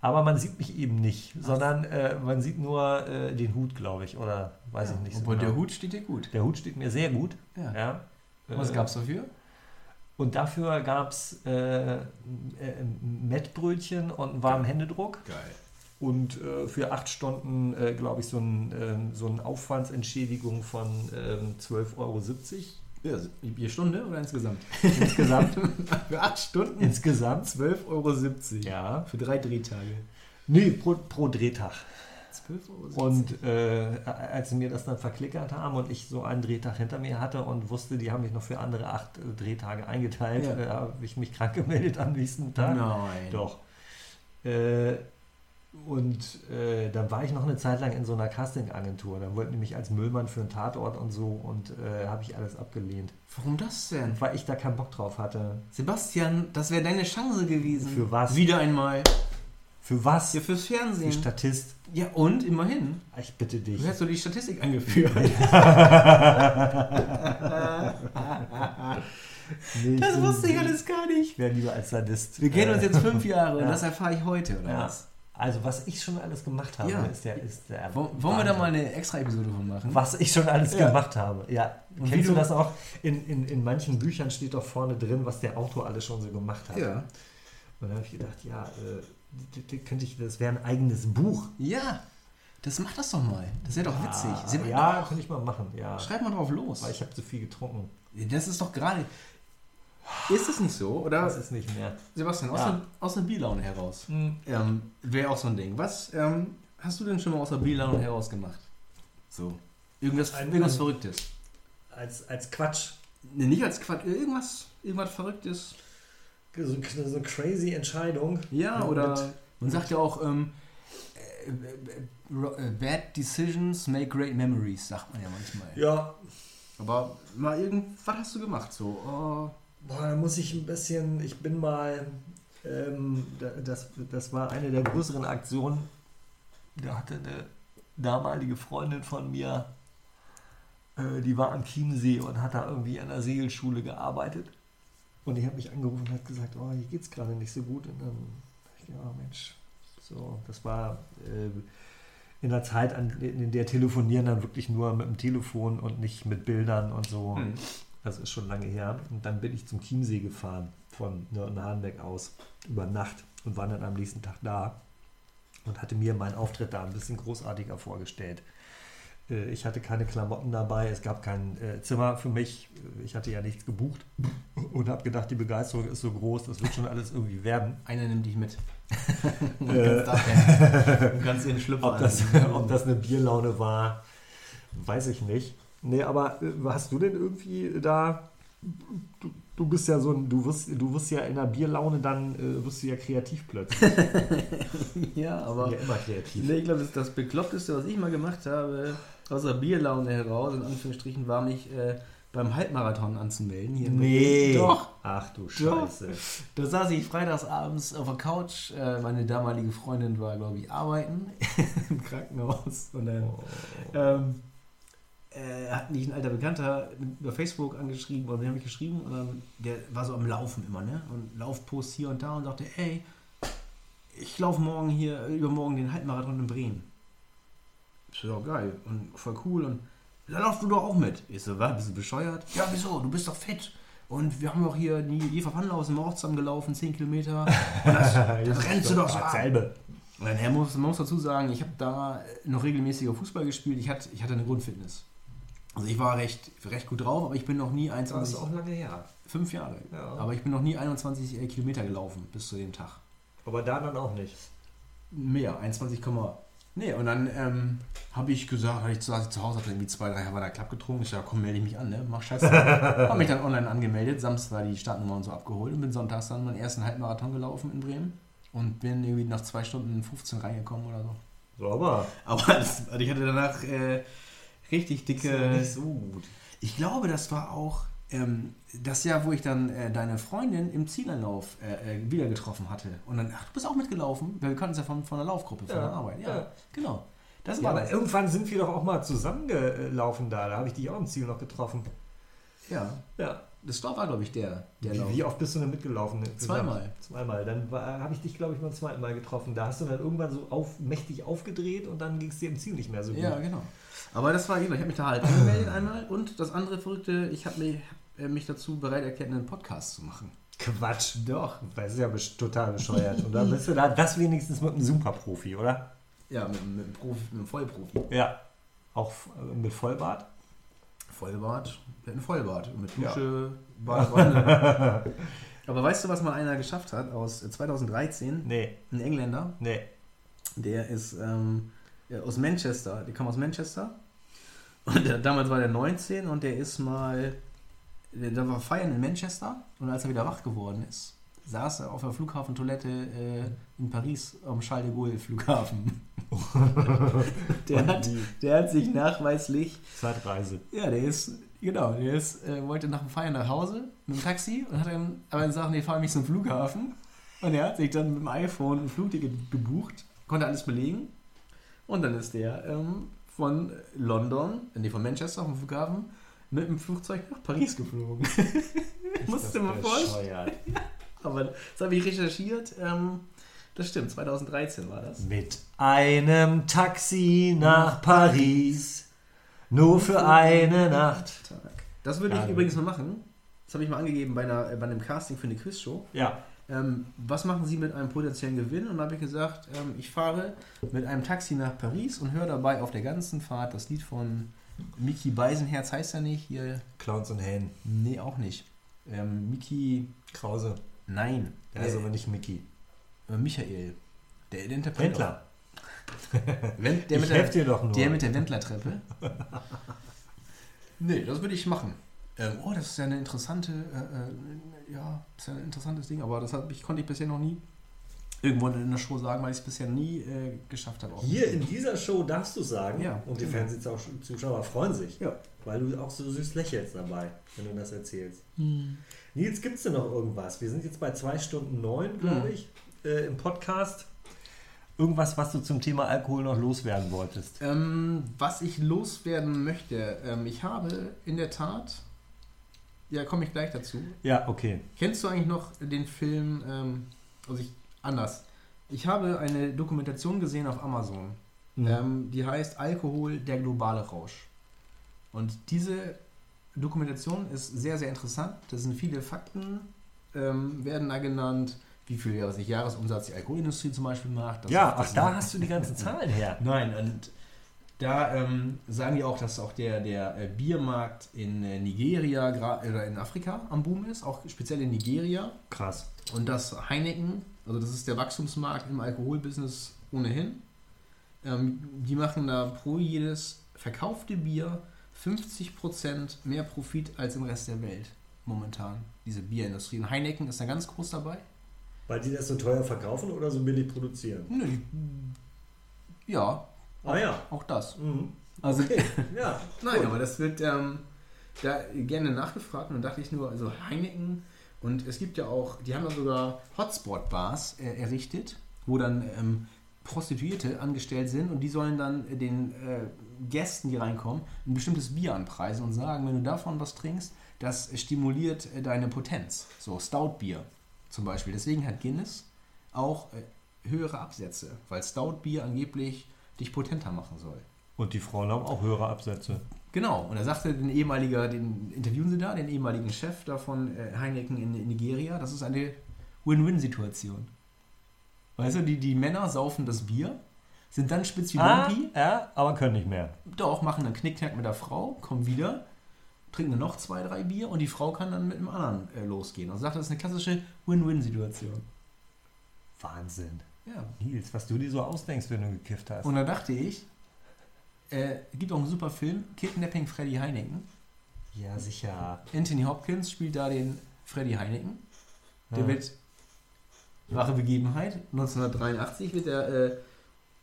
[SPEAKER 1] Aber man sieht mich eben nicht, sondern äh, man sieht nur äh, den Hut, glaube ich. Oder weiß ich nicht so
[SPEAKER 2] Obwohl
[SPEAKER 1] genau.
[SPEAKER 2] der Hut steht dir gut.
[SPEAKER 1] der Hut steht mir sehr gut.
[SPEAKER 2] Ja.
[SPEAKER 1] Ja.
[SPEAKER 2] Was
[SPEAKER 1] Äh,
[SPEAKER 2] gab's dafür?
[SPEAKER 1] Und dafür gab es äh, äh, Mettbrötchen und einen warmen Händedruck.
[SPEAKER 2] Geil.
[SPEAKER 1] Und äh, für acht Stunden, äh, glaube ich, so ein, ähm, so eine Aufwandsentschädigung von ähm, 12,70 Euro.
[SPEAKER 2] Ja, je Stunde oder insgesamt?
[SPEAKER 1] Insgesamt.
[SPEAKER 2] Für 8 Stunden
[SPEAKER 1] insgesamt.
[SPEAKER 2] 12,70 Euro.
[SPEAKER 1] Ja.
[SPEAKER 2] Für drei Drehtage.
[SPEAKER 1] Nee, pro, pro Drehtag.
[SPEAKER 2] 12,70 Euro.
[SPEAKER 1] Und äh, als sie mir das dann verklickert haben und ich so einen Drehtag hinter mir hatte und wusste, die haben mich noch für andere acht äh, Drehtage eingeteilt,
[SPEAKER 2] Ja.
[SPEAKER 1] äh, habe ich mich krank gemeldet am nächsten Tag.
[SPEAKER 2] Nein.
[SPEAKER 1] Doch. Äh, und äh, dann war ich noch eine Zeit lang in so einer Castingagentur. Dann wollten die mich als Müllmann für einen Tatort und so und äh, habe ich alles abgelehnt.
[SPEAKER 2] Warum das denn?
[SPEAKER 1] Weil ich da keinen Bock drauf hatte.
[SPEAKER 2] Sebastian, das wäre deine Chance gewesen.
[SPEAKER 1] Für was?
[SPEAKER 2] Wieder einmal.
[SPEAKER 1] Für was?
[SPEAKER 2] Ja, fürs
[SPEAKER 1] Für
[SPEAKER 2] Fernsehen.
[SPEAKER 1] Statist? Ah,
[SPEAKER 2] Ja, und immerhin.
[SPEAKER 1] Ich bitte dich.
[SPEAKER 2] Du hast doch die Statistik angeführt.
[SPEAKER 1] Nee, ich bin-
[SPEAKER 2] alles gar nicht.
[SPEAKER 1] Ich wäre lieber als Sadist.
[SPEAKER 2] Wir kennen uns
[SPEAKER 1] Äh,
[SPEAKER 2] jetzt fünf Jahre und
[SPEAKER 1] Ja.
[SPEAKER 2] das erfahre ich heute, oder
[SPEAKER 1] Ja.
[SPEAKER 2] was?
[SPEAKER 1] Also was ich schon alles gemacht habe,
[SPEAKER 2] Ja.
[SPEAKER 1] ist der, ist der
[SPEAKER 2] Wollen wollen wir da mal eine extra Episode von machen?
[SPEAKER 1] was ich schon alles
[SPEAKER 2] Ja.
[SPEAKER 1] gemacht habe. Ja.
[SPEAKER 2] Und wie
[SPEAKER 1] Kennst
[SPEAKER 2] du-
[SPEAKER 1] du das auch? In, in, in manchen Büchern steht doch vorne drin, was der Autor alles schon so gemacht hat.
[SPEAKER 2] Ja.
[SPEAKER 1] Und dann habe ich gedacht, ja, äh, d- d- könnte ich, das wäre ein eigenes Buch.
[SPEAKER 2] Ja. Das mach das doch mal. Das wäre doch witzig.
[SPEAKER 1] Ah,
[SPEAKER 2] Seba-
[SPEAKER 1] ja, könnte ich mal machen, ja.
[SPEAKER 2] Schreib mal drauf los.
[SPEAKER 1] Weil ich habe zu viel getrunken.
[SPEAKER 2] Das ist doch gerade. Ist es nicht so?
[SPEAKER 1] Das
[SPEAKER 2] Oder
[SPEAKER 1] ist nicht mehr.
[SPEAKER 2] Sebastian, aus,
[SPEAKER 1] Ja.
[SPEAKER 2] der, aus der Bilaune heraus. Ähm, Wäre auch so ein Ding. Was ähm, hast du denn schon mal aus der Bilaune heraus gemacht? So. Irgendwas,
[SPEAKER 1] Ein-
[SPEAKER 2] irgendwas
[SPEAKER 1] ein-
[SPEAKER 2] Verrücktes.
[SPEAKER 1] Als, als Quatsch.
[SPEAKER 2] Nee, nicht als Quatsch. Irgendwas, irgendwas Verrücktes.
[SPEAKER 1] So, so eine crazy Entscheidung.
[SPEAKER 2] Ja,
[SPEAKER 1] Ja,
[SPEAKER 2] oder
[SPEAKER 1] mit-
[SPEAKER 2] man sagt ja auch, ähm, äh, äh, ro- äh, bad decisions make great memories, sagt man ja manchmal.
[SPEAKER 1] Ja,
[SPEAKER 2] Aber mal irgendwas hast du gemacht, so. Oh,
[SPEAKER 1] Boah, da muss ich ein bisschen, ich bin mal, ähm, da- das, das war eine der größeren Aktionen. Da hatte eine damalige Freundin von mir, äh, die war am Chiemsee und hat da irgendwie an der Segelschule gearbeitet. Und die hat mich angerufen und hat gesagt, oh, hier geht's gerade nicht so gut. Und dann dachte ich, ja Mensch, so, das war äh, in der Zeit, an, in der telefonieren dann wirklich nur mit dem Telefon und nicht mit Bildern und so.
[SPEAKER 2] hm.
[SPEAKER 1] Das ist schon lange her. Und dann bin ich zum Chiemsee gefahren, von Nürnberg aus, über Nacht und war dann am nächsten Tag da und hatte mir meinen Auftritt da ein bisschen großartiger vorgestellt. Äh, Ich hatte keine Klamotten dabei, es gab kein äh, Zimmer für mich, ich hatte ja nichts gebucht und habe gedacht, die Begeisterung ist so groß, das wird schon alles irgendwie werden.
[SPEAKER 2] Einer nimmt dich mit. Du
[SPEAKER 1] Äh.
[SPEAKER 2] kannst da pennen. Du kannst dir einen Schlüpper
[SPEAKER 1] Ob das,
[SPEAKER 2] anziehen.
[SPEAKER 1] ob das eine Bierlaune war, weiß ich nicht. Nee, aber äh, hast du denn irgendwie da. Du, du bist ja so ein. Du wirst, du wirst ja in der Bierlaune, dann äh, wirst du ja kreativ plötzlich.
[SPEAKER 2] Ja,
[SPEAKER 1] Du
[SPEAKER 2] aber.
[SPEAKER 1] bist ja immer kreativ.
[SPEAKER 2] Nee, ich glaube, das, ist das Bekloppteste, was ich mal gemacht habe, aus der Bierlaune heraus, in Anführungsstrichen, war mich äh, beim Halbmarathon anzumelden. Hier in Berlin. Doch.
[SPEAKER 1] Doch. Ach du Scheiße.
[SPEAKER 2] Da saß ich freitagsabends auf der Couch. Äh, meine damalige Freundin war, glaube ich, arbeiten im Krankenhaus. Und dann
[SPEAKER 1] Oh.
[SPEAKER 2] ähm, äh, hat mich ein alter Bekannter über Facebook angeschrieben oder den habe ich geschrieben. Und dann, der war so am Laufen immer, ne? Und Laufpost hier und da und sagte: Ey, ich laufe morgen hier, übermorgen den Halbmarathon in Bremen. Ich so, ja, geil und voll cool. Und dann laufst du doch auch mit. Ich so, was, bist du bescheuert? Ja, wieso? Du bist doch fett. Und wir haben auch hier die Jefer Pannlaus im auch zusammen gelaufen, 10 Kilometer. Und das, das rennst du doch so ab.
[SPEAKER 1] Dasselbe.
[SPEAKER 2] Man ja, muss, man muss dazu sagen, ich habe da noch regelmäßiger Fußball gespielt. Ich hatte, ich hatte eine Grundfitness. Also ich war recht, recht gut drauf, aber ich bin noch nie
[SPEAKER 1] Das ist
[SPEAKER 2] 21,
[SPEAKER 1] auch lange her.
[SPEAKER 2] fünf Jahre,
[SPEAKER 1] Ja.
[SPEAKER 2] aber ich bin noch nie 21 äh, Kilometer gelaufen bis zu dem Tag.
[SPEAKER 1] Aber da dann auch nicht.
[SPEAKER 2] Mehr, 21, Komma- nee, und dann ähm, habe ich gesagt, hatte ich zu, saß ich zu Hause, habe irgendwie zwei, drei Havanna Klapp getrunken. Ich dachte, komm, melde ich mich an, ne? mach scheiße. habe mich dann online angemeldet, Samstag die Startnummer und so abgeholt und bin sonntags dann meinen ersten Halbmarathon gelaufen in Bremen. und bin irgendwie nach zwei Stunden 15 reingekommen oder so.
[SPEAKER 3] Sauber.
[SPEAKER 2] Aber das, also ich hatte danach äh, richtig
[SPEAKER 3] Ist
[SPEAKER 2] dicke.
[SPEAKER 3] nicht so gut.
[SPEAKER 2] Ich glaube, das war auch ähm, das Jahr, wo ich dann äh, deine Freundin im Zielanlauf äh, äh, wieder getroffen hatte. Und dann, ach, du bist auch mitgelaufen, weil wir kannten es ja von, von der Laufgruppe, von
[SPEAKER 3] Ja,
[SPEAKER 2] der Arbeit. Ja,
[SPEAKER 3] ja.
[SPEAKER 2] genau. Das
[SPEAKER 1] Ja,
[SPEAKER 2] war
[SPEAKER 1] aber
[SPEAKER 2] das.
[SPEAKER 1] irgendwann sind wir doch auch mal zusammengelaufen da. Da habe ich dich auch im Ziel noch getroffen.
[SPEAKER 2] Ja,
[SPEAKER 1] Ja.
[SPEAKER 2] das war, glaube ich, der, der
[SPEAKER 1] Wie, wie oft bist du denn mitgelaufen? insgesamt?
[SPEAKER 2] Genau. Zweimal.
[SPEAKER 1] Zweimal. Dann habe ich dich, glaube ich, beim zweiten Mal getroffen. Da hast du dann irgendwann so auf, mächtig aufgedreht und dann ging es dir im Ziel nicht mehr so gut.
[SPEAKER 2] Ja, genau. Aber das war eben, ich habe mich da halt angemeldet einmal und das andere Verrückte, ich habe mich, hab, äh, mich dazu bereit erklärt, einen Podcast zu machen.
[SPEAKER 1] Quatsch. Doch. Das ist ja best- total bescheuert. Oder bist du da das wenigstens mit einem Superprofi, oder?
[SPEAKER 2] Ja, mit, mit, einem Profi, mit einem Vollprofi.
[SPEAKER 1] Ja. Auch f- äh, mit Vollbart?
[SPEAKER 2] Vollbart, mit einem Vollbart. Mit Dusche, Bart, Wanne. Aber weißt du, was mal einer geschafft hat aus 2013?
[SPEAKER 1] Nee,
[SPEAKER 2] Ein Engländer,
[SPEAKER 1] nee.
[SPEAKER 2] der ist ähm, ja, aus Manchester, der kam aus Manchester. Und der, damals war der 19 und der ist mal, der, der war feiern in Manchester und als er wieder wach geworden ist, saß er auf der Flughafentoilette äh, in Paris am Charles de Gaulle Flughafen. der, hat, der hat sich nachweislich
[SPEAKER 1] Zeitreise.
[SPEAKER 2] ja, der ist, genau, der ist, äh, wollte nach dem Feiern nach Hause mit dem Taxi und hat dann aber gesagt, nee, fahr mich zum Flughafen. Und er hat sich dann mit dem iPhone ein Flugticket gebucht, konnte alles belegen. Und dann ist der ähm, von London, äh, nee, von Manchester vom Flughafen, mit dem Flugzeug nach Paris geflogen. Musst du mal vorstellen.
[SPEAKER 1] bescheuert.
[SPEAKER 2] Aber das habe ich recherchiert. Ähm, das stimmt, 2013 war das.
[SPEAKER 1] Mit einem Taxi nach Paris. Nur für eine Nacht.
[SPEAKER 2] Das würde ich
[SPEAKER 1] Geil.
[SPEAKER 2] übrigens mal machen. Das habe ich mal angegeben bei, einer, bei einem Casting für eine Quizshow.
[SPEAKER 1] Ja.
[SPEAKER 2] ähm, was machen Sie mit einem potenziellen Gewinn? Und da habe ich gesagt, ähm, ich fahre mit einem Taxi nach Paris und höre dabei auf der ganzen Fahrt das Lied von Mickey Beisenherz, heißt er nicht? Hier,
[SPEAKER 1] Clowns und Hähnen.
[SPEAKER 2] nee, auch nicht. Ähm, Mickey,
[SPEAKER 1] Krause.
[SPEAKER 2] nein.
[SPEAKER 1] Der ist
[SPEAKER 2] Äh,
[SPEAKER 1] aber Also, nicht Mickey.
[SPEAKER 2] äh, Michael. Der, der Interpret.
[SPEAKER 1] Wendler.
[SPEAKER 2] Wenn, der,
[SPEAKER 1] Ich
[SPEAKER 2] mit
[SPEAKER 1] helf
[SPEAKER 2] der,
[SPEAKER 1] dir doch nur.
[SPEAKER 2] der mit der Wendler-Treppe. nee, das würde ich machen. Ähm, oh, das ist ja eine interessante, äh, äh, ja, das ist ja ein interessantes Ding, aber das hab ich, konnte ich bisher noch nie irgendwo in einer Show sagen, weil ich es bisher nie äh, geschafft habe. auch
[SPEAKER 1] Hier
[SPEAKER 2] nicht.
[SPEAKER 1] in dieser Show darfst du sagen,
[SPEAKER 2] Ja.
[SPEAKER 1] und die Fernsehzuschauer freuen sich,
[SPEAKER 2] Ja.
[SPEAKER 1] weil du auch so süß lächelst dabei, wenn du das erzählst.
[SPEAKER 2] Hm.
[SPEAKER 1] Nils, gibt's denn noch irgendwas? Wir sind jetzt bei 2 Stunden 9, glaube
[SPEAKER 2] Hm.
[SPEAKER 1] ich, äh, im Podcast. Irgendwas, was du zum Thema Alkohol noch loswerden wolltest.
[SPEAKER 2] Ähm, was ich loswerden möchte, ähm, ich habe in der Tat, ja, komme ich gleich dazu,
[SPEAKER 1] Ja, okay.
[SPEAKER 2] Kennst du eigentlich noch den Film, ähm, also ich, anders. Ich habe eine Dokumentation gesehen auf Amazon,
[SPEAKER 1] Mhm.
[SPEAKER 2] ähm, die heißt Alkohol, der globale Rausch. Und diese Dokumentation ist sehr, sehr interessant. Das sind viele Fakten, ähm, werden da genannt, wie viel ja, was nicht, Jahresumsatz die Alkoholindustrie zum Beispiel macht. Das-
[SPEAKER 1] ja,
[SPEAKER 2] das-
[SPEAKER 1] ach, da hast du die ganzen Zahlen her.
[SPEAKER 2] Nein, und da ähm, sagen die auch, dass auch der, der äh, Biermarkt in äh, Nigeria gra- oder in Afrika am Boom ist, auch speziell in Nigeria.
[SPEAKER 1] Krass.
[SPEAKER 2] Und das Heineken, also das ist der Wachstumsmarkt im Alkoholbusiness ohnehin. Ähm, die machen da pro jedes verkaufte Bier 50% mehr Profit als im Rest der Welt momentan, diese Bierindustrie. Und Heineken ist da ganz groß dabei.
[SPEAKER 1] Weil die das so teuer verkaufen oder so billig produzieren?
[SPEAKER 2] Nö, ja,
[SPEAKER 1] Ah ja.
[SPEAKER 2] auch das.
[SPEAKER 1] Mhm.
[SPEAKER 2] Also,
[SPEAKER 1] Okay. ja.
[SPEAKER 2] Nein, aber das wird ähm, da gerne nachgefragt und dann dachte ich nur, also Heineken und es gibt ja auch, die haben da sogar Hotspot-Bars äh, errichtet, wo dann ähm, Prostituierte angestellt sind und die sollen dann äh, den äh, Gästen, die reinkommen, ein bestimmtes Bier anpreisen und sagen, wenn du davon was trinkst, das stimuliert äh, deine Potenz. So Stout-Bier zum Beispiel. Deswegen hat Guinness auch äh, höhere Absätze, weil Stout-Bier angeblich dich potenter machen soll.
[SPEAKER 1] Und die Frauen haben auch höhere Absätze.
[SPEAKER 2] Genau, und er sagte den ehemaliger, den interviewen sie da, den ehemaligen Chef da von äh, Heineken in, in Nigeria, das ist eine Win-Win-Situation. Weißt du, die, die Männer saufen das Bier, sind dann
[SPEAKER 1] Ah.
[SPEAKER 2] Spitzilumpi,
[SPEAKER 1] ja, aber können nicht mehr.
[SPEAKER 2] doch, machen dann Knickknack mit der Frau, kommen wieder, trinken noch zwei, drei Bier und die Frau kann dann mit dem anderen äh, losgehen. Und sagt, das ist eine klassische Win-Win-Situation.
[SPEAKER 1] Wahnsinn.
[SPEAKER 2] Ja.
[SPEAKER 1] Nils, was du dir so ausdenkst, wenn du gekifft hast.
[SPEAKER 2] Und da dachte ich, äh, gibt auch einen super Film, Kidnapping Freddy Heineken.
[SPEAKER 1] ja, sicher.
[SPEAKER 2] Anthony Hopkins spielt da den Freddy Heineken. Der
[SPEAKER 1] Ja.
[SPEAKER 2] wird wahre Begebenheit. 1983 wird er, äh,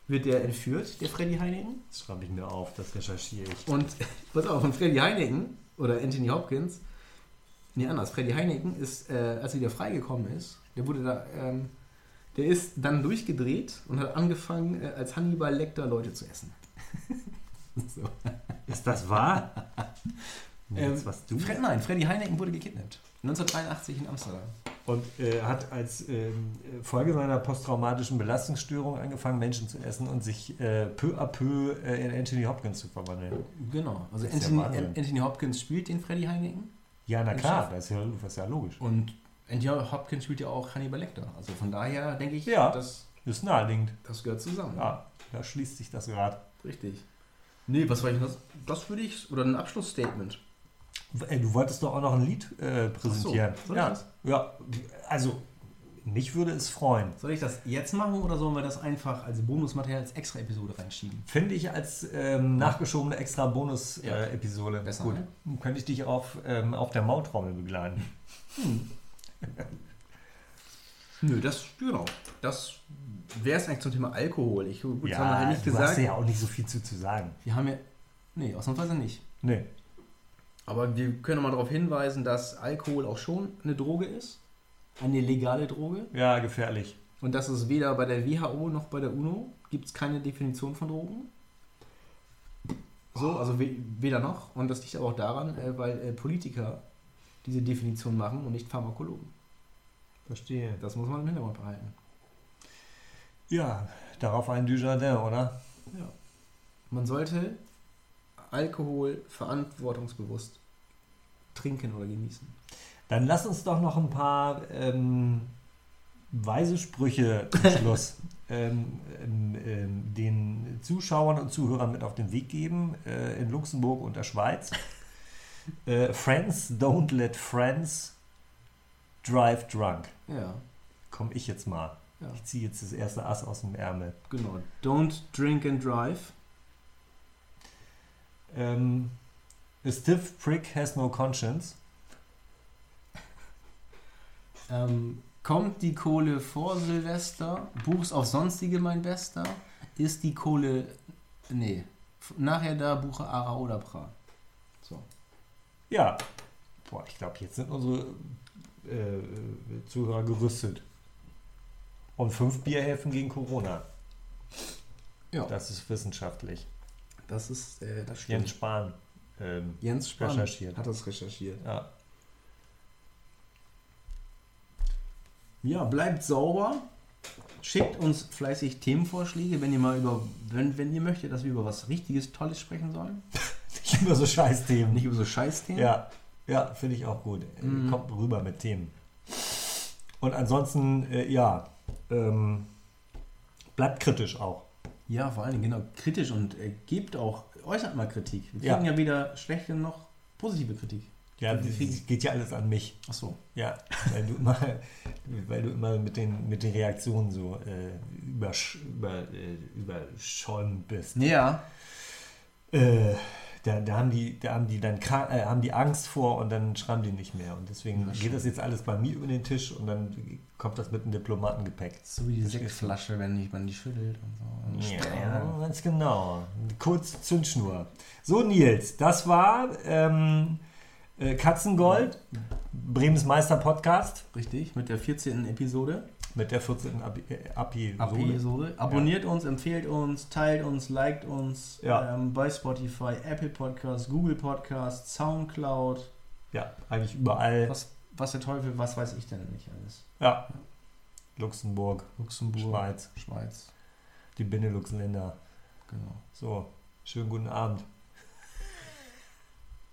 [SPEAKER 2] wird er entführt, der Freddy Heineken.
[SPEAKER 1] Das schreibe ich mir auf, das recherchiere ich.
[SPEAKER 2] Und pass auf, und Freddy Heineken oder Anthony Hopkins, nee, anders, Freddy Heineken ist, äh, als er wieder freigekommen ist, der wurde da, ähm, der ist dann durchgedreht und hat angefangen, äh, als Hannibal Lecter Leute zu essen. so.
[SPEAKER 1] Ist das wahr?
[SPEAKER 2] Ähm, Fred, nein, Freddy Heineken wurde gekidnappt. 1983 in Amsterdam.
[SPEAKER 1] Und äh, hat als ähm, Folge seiner posttraumatischen Belastungsstörung angefangen, Menschen zu essen und sich äh, peu à peu äh, in Anthony Hopkins zu verwandeln.
[SPEAKER 2] Genau. Also
[SPEAKER 1] Das ist
[SPEAKER 2] Anthony,
[SPEAKER 1] ja Wahnsinn.
[SPEAKER 2] Anthony Hopkins spielt den Freddy Heineken.
[SPEAKER 1] Ja, na klar,
[SPEAKER 2] Chef.
[SPEAKER 1] das ist ja, das ist ja logisch.
[SPEAKER 2] Und Anthony Hopkins spielt ja auch Hannibal Lecter. Also von daher denke ich,
[SPEAKER 1] Ja.
[SPEAKER 2] das,
[SPEAKER 1] Ist naheliegend.
[SPEAKER 2] das gehört zusammen.
[SPEAKER 1] Ja, da schließt sich das Rad.
[SPEAKER 2] Richtig. Nee, was war ich denn das? Das würde ich, oder ein Abschlussstatement.
[SPEAKER 1] Ey, Äh, du wolltest doch auch noch ein Lied äh, präsentieren.
[SPEAKER 2] Ach so, soll ich
[SPEAKER 1] ja.
[SPEAKER 2] das?
[SPEAKER 1] ja, also mich würde es freuen.
[SPEAKER 2] Soll ich das jetzt machen oder sollen wir das einfach als Bonusmaterial, als extra Episode reinschieben?
[SPEAKER 1] Finde ich als ähm, nachgeschobene extra Bonus-Episode.
[SPEAKER 2] Besser,
[SPEAKER 1] Gut.
[SPEAKER 2] ne?
[SPEAKER 1] Dann Könnte ich dich auf, ähm, auf der Maultrommel begleiten.
[SPEAKER 2] Nö, das, genau. Das wäre es eigentlich zum Thema Alkohol. Ich, gut, das haben wir
[SPEAKER 1] ja,
[SPEAKER 2] halt nicht
[SPEAKER 1] du hast
[SPEAKER 2] gesagt.
[SPEAKER 1] ja auch nicht so viel zu, zu sagen.
[SPEAKER 2] Wir haben ja. Nee, ausnahmsweise nicht.
[SPEAKER 1] Nee.
[SPEAKER 2] Aber wir können mal darauf hinweisen, dass Alkohol auch schon eine Droge ist. Eine legale Droge.
[SPEAKER 1] Ja, gefährlich.
[SPEAKER 2] Und dass es weder bei der WHO noch bei der UNO gibt es keine Definition von Drogen. So, also we- weder noch. Und das liegt aber auch daran, äh, weil äh, Politiker diese Definition machen und nicht Pharmakologen.
[SPEAKER 1] Verstehe.
[SPEAKER 2] Das muss man im Hintergrund behalten.
[SPEAKER 1] Ja, darauf ein Dujardin, oder?
[SPEAKER 2] Ja. Man sollte Alkohol verantwortungsbewusst trinken oder genießen.
[SPEAKER 1] Dann lass uns doch noch ein paar ähm, weise Sprüche zum Schluss ähm, ähm, ähm, den Zuschauern und Zuhörern mit auf den Weg geben äh, in Luxemburg und der Schweiz. Äh, friends, don't let friends drive drunk.
[SPEAKER 2] Ja,
[SPEAKER 1] Komm ich jetzt mal.
[SPEAKER 2] Ja.
[SPEAKER 1] Ich ziehe jetzt das erste Ass aus dem Ärmel.
[SPEAKER 2] genau. Don't drink and drive.
[SPEAKER 1] Ähm, a stiff prick has no conscience.
[SPEAKER 2] Ähm, kommt die Kohle vor Silvester? Buch's auf sonstige mein Bester? Ist die Kohle. Nee. F- Nachher da buche Ara oder Pra. So.
[SPEAKER 1] Ja. Boah, ich glaube, jetzt sind unsere äh, äh, Zuhörer gerüstet. Und fünf Bier helfen gegen Corona.
[SPEAKER 2] Ja.
[SPEAKER 1] Das ist wissenschaftlich.
[SPEAKER 2] Das ist. Äh, das
[SPEAKER 1] Jens
[SPEAKER 2] stimmt.
[SPEAKER 1] Spahn. Ähm,
[SPEAKER 2] Jens Spahn
[SPEAKER 1] recherchiert.
[SPEAKER 2] hat das recherchiert.
[SPEAKER 1] ja.
[SPEAKER 2] Ja, bleibt sauber. Schickt uns fleißig Themenvorschläge, wenn ihr mal über. Wenn, wenn ihr möchtet, dass wir über was richtiges, tolles sprechen sollen.
[SPEAKER 1] Nicht über so Scheißthemen.
[SPEAKER 2] Nicht über so Scheißthemen.
[SPEAKER 1] Ja, ja finde ich auch gut. Äh,
[SPEAKER 2] Mhm.
[SPEAKER 1] Kommt rüber mit Themen. Und ansonsten, äh, ja, ähm, bleibt kritisch auch.
[SPEAKER 2] Ja, vor allen Dingen, genau, kritisch und äh, gebt auch, äußert mal Kritik. Wir
[SPEAKER 1] Ja.
[SPEAKER 2] kriegen ja, weder schlechte noch positive Kritik.
[SPEAKER 1] Ja,
[SPEAKER 2] Mhm.
[SPEAKER 1] das geht ja alles an mich.
[SPEAKER 2] Ach so.
[SPEAKER 1] Ja, weil du immer, weil du immer mit, den, mit den Reaktionen so äh, übersch, über, äh, überschäumt bist.
[SPEAKER 2] Ja.
[SPEAKER 1] Äh, da, da, haben die, da haben die dann kra- äh, haben die Angst vor und dann schreiben die nicht mehr. Und deswegen
[SPEAKER 2] Ja,
[SPEAKER 1] geht
[SPEAKER 2] schon.
[SPEAKER 1] das jetzt alles bei mir über den Tisch und dann kommt das mit einem Diplomatengepäck.
[SPEAKER 2] So wie die
[SPEAKER 1] Verstehst du?
[SPEAKER 2] Sektflasche, wenn nicht man die schüttelt und so. Und
[SPEAKER 1] Ja,
[SPEAKER 2] Sprang.
[SPEAKER 1] ganz genau. Kurz Zündschnur. So, Nils, das war ähm, äh, Katzengold, Bremens Meister Podcast
[SPEAKER 2] Richtig, mit der 14. Episode.
[SPEAKER 1] mit der 14. Ab- äh, Episode.
[SPEAKER 2] Episode. Abonniert uns, empfehlt uns, teilt uns, liked uns
[SPEAKER 1] Ja.
[SPEAKER 2] ähm, bei Spotify, Apple Podcasts, Google Podcasts, Soundcloud.
[SPEAKER 1] Ja, eigentlich überall.
[SPEAKER 2] Was, was der Teufel, was weiß ich denn nicht alles?
[SPEAKER 1] Ja. Luxemburg,
[SPEAKER 2] Luxemburg,
[SPEAKER 1] Schweiz,
[SPEAKER 2] Schweiz
[SPEAKER 1] die Benelux-Länder.
[SPEAKER 2] genau.
[SPEAKER 1] So, schönen guten Abend.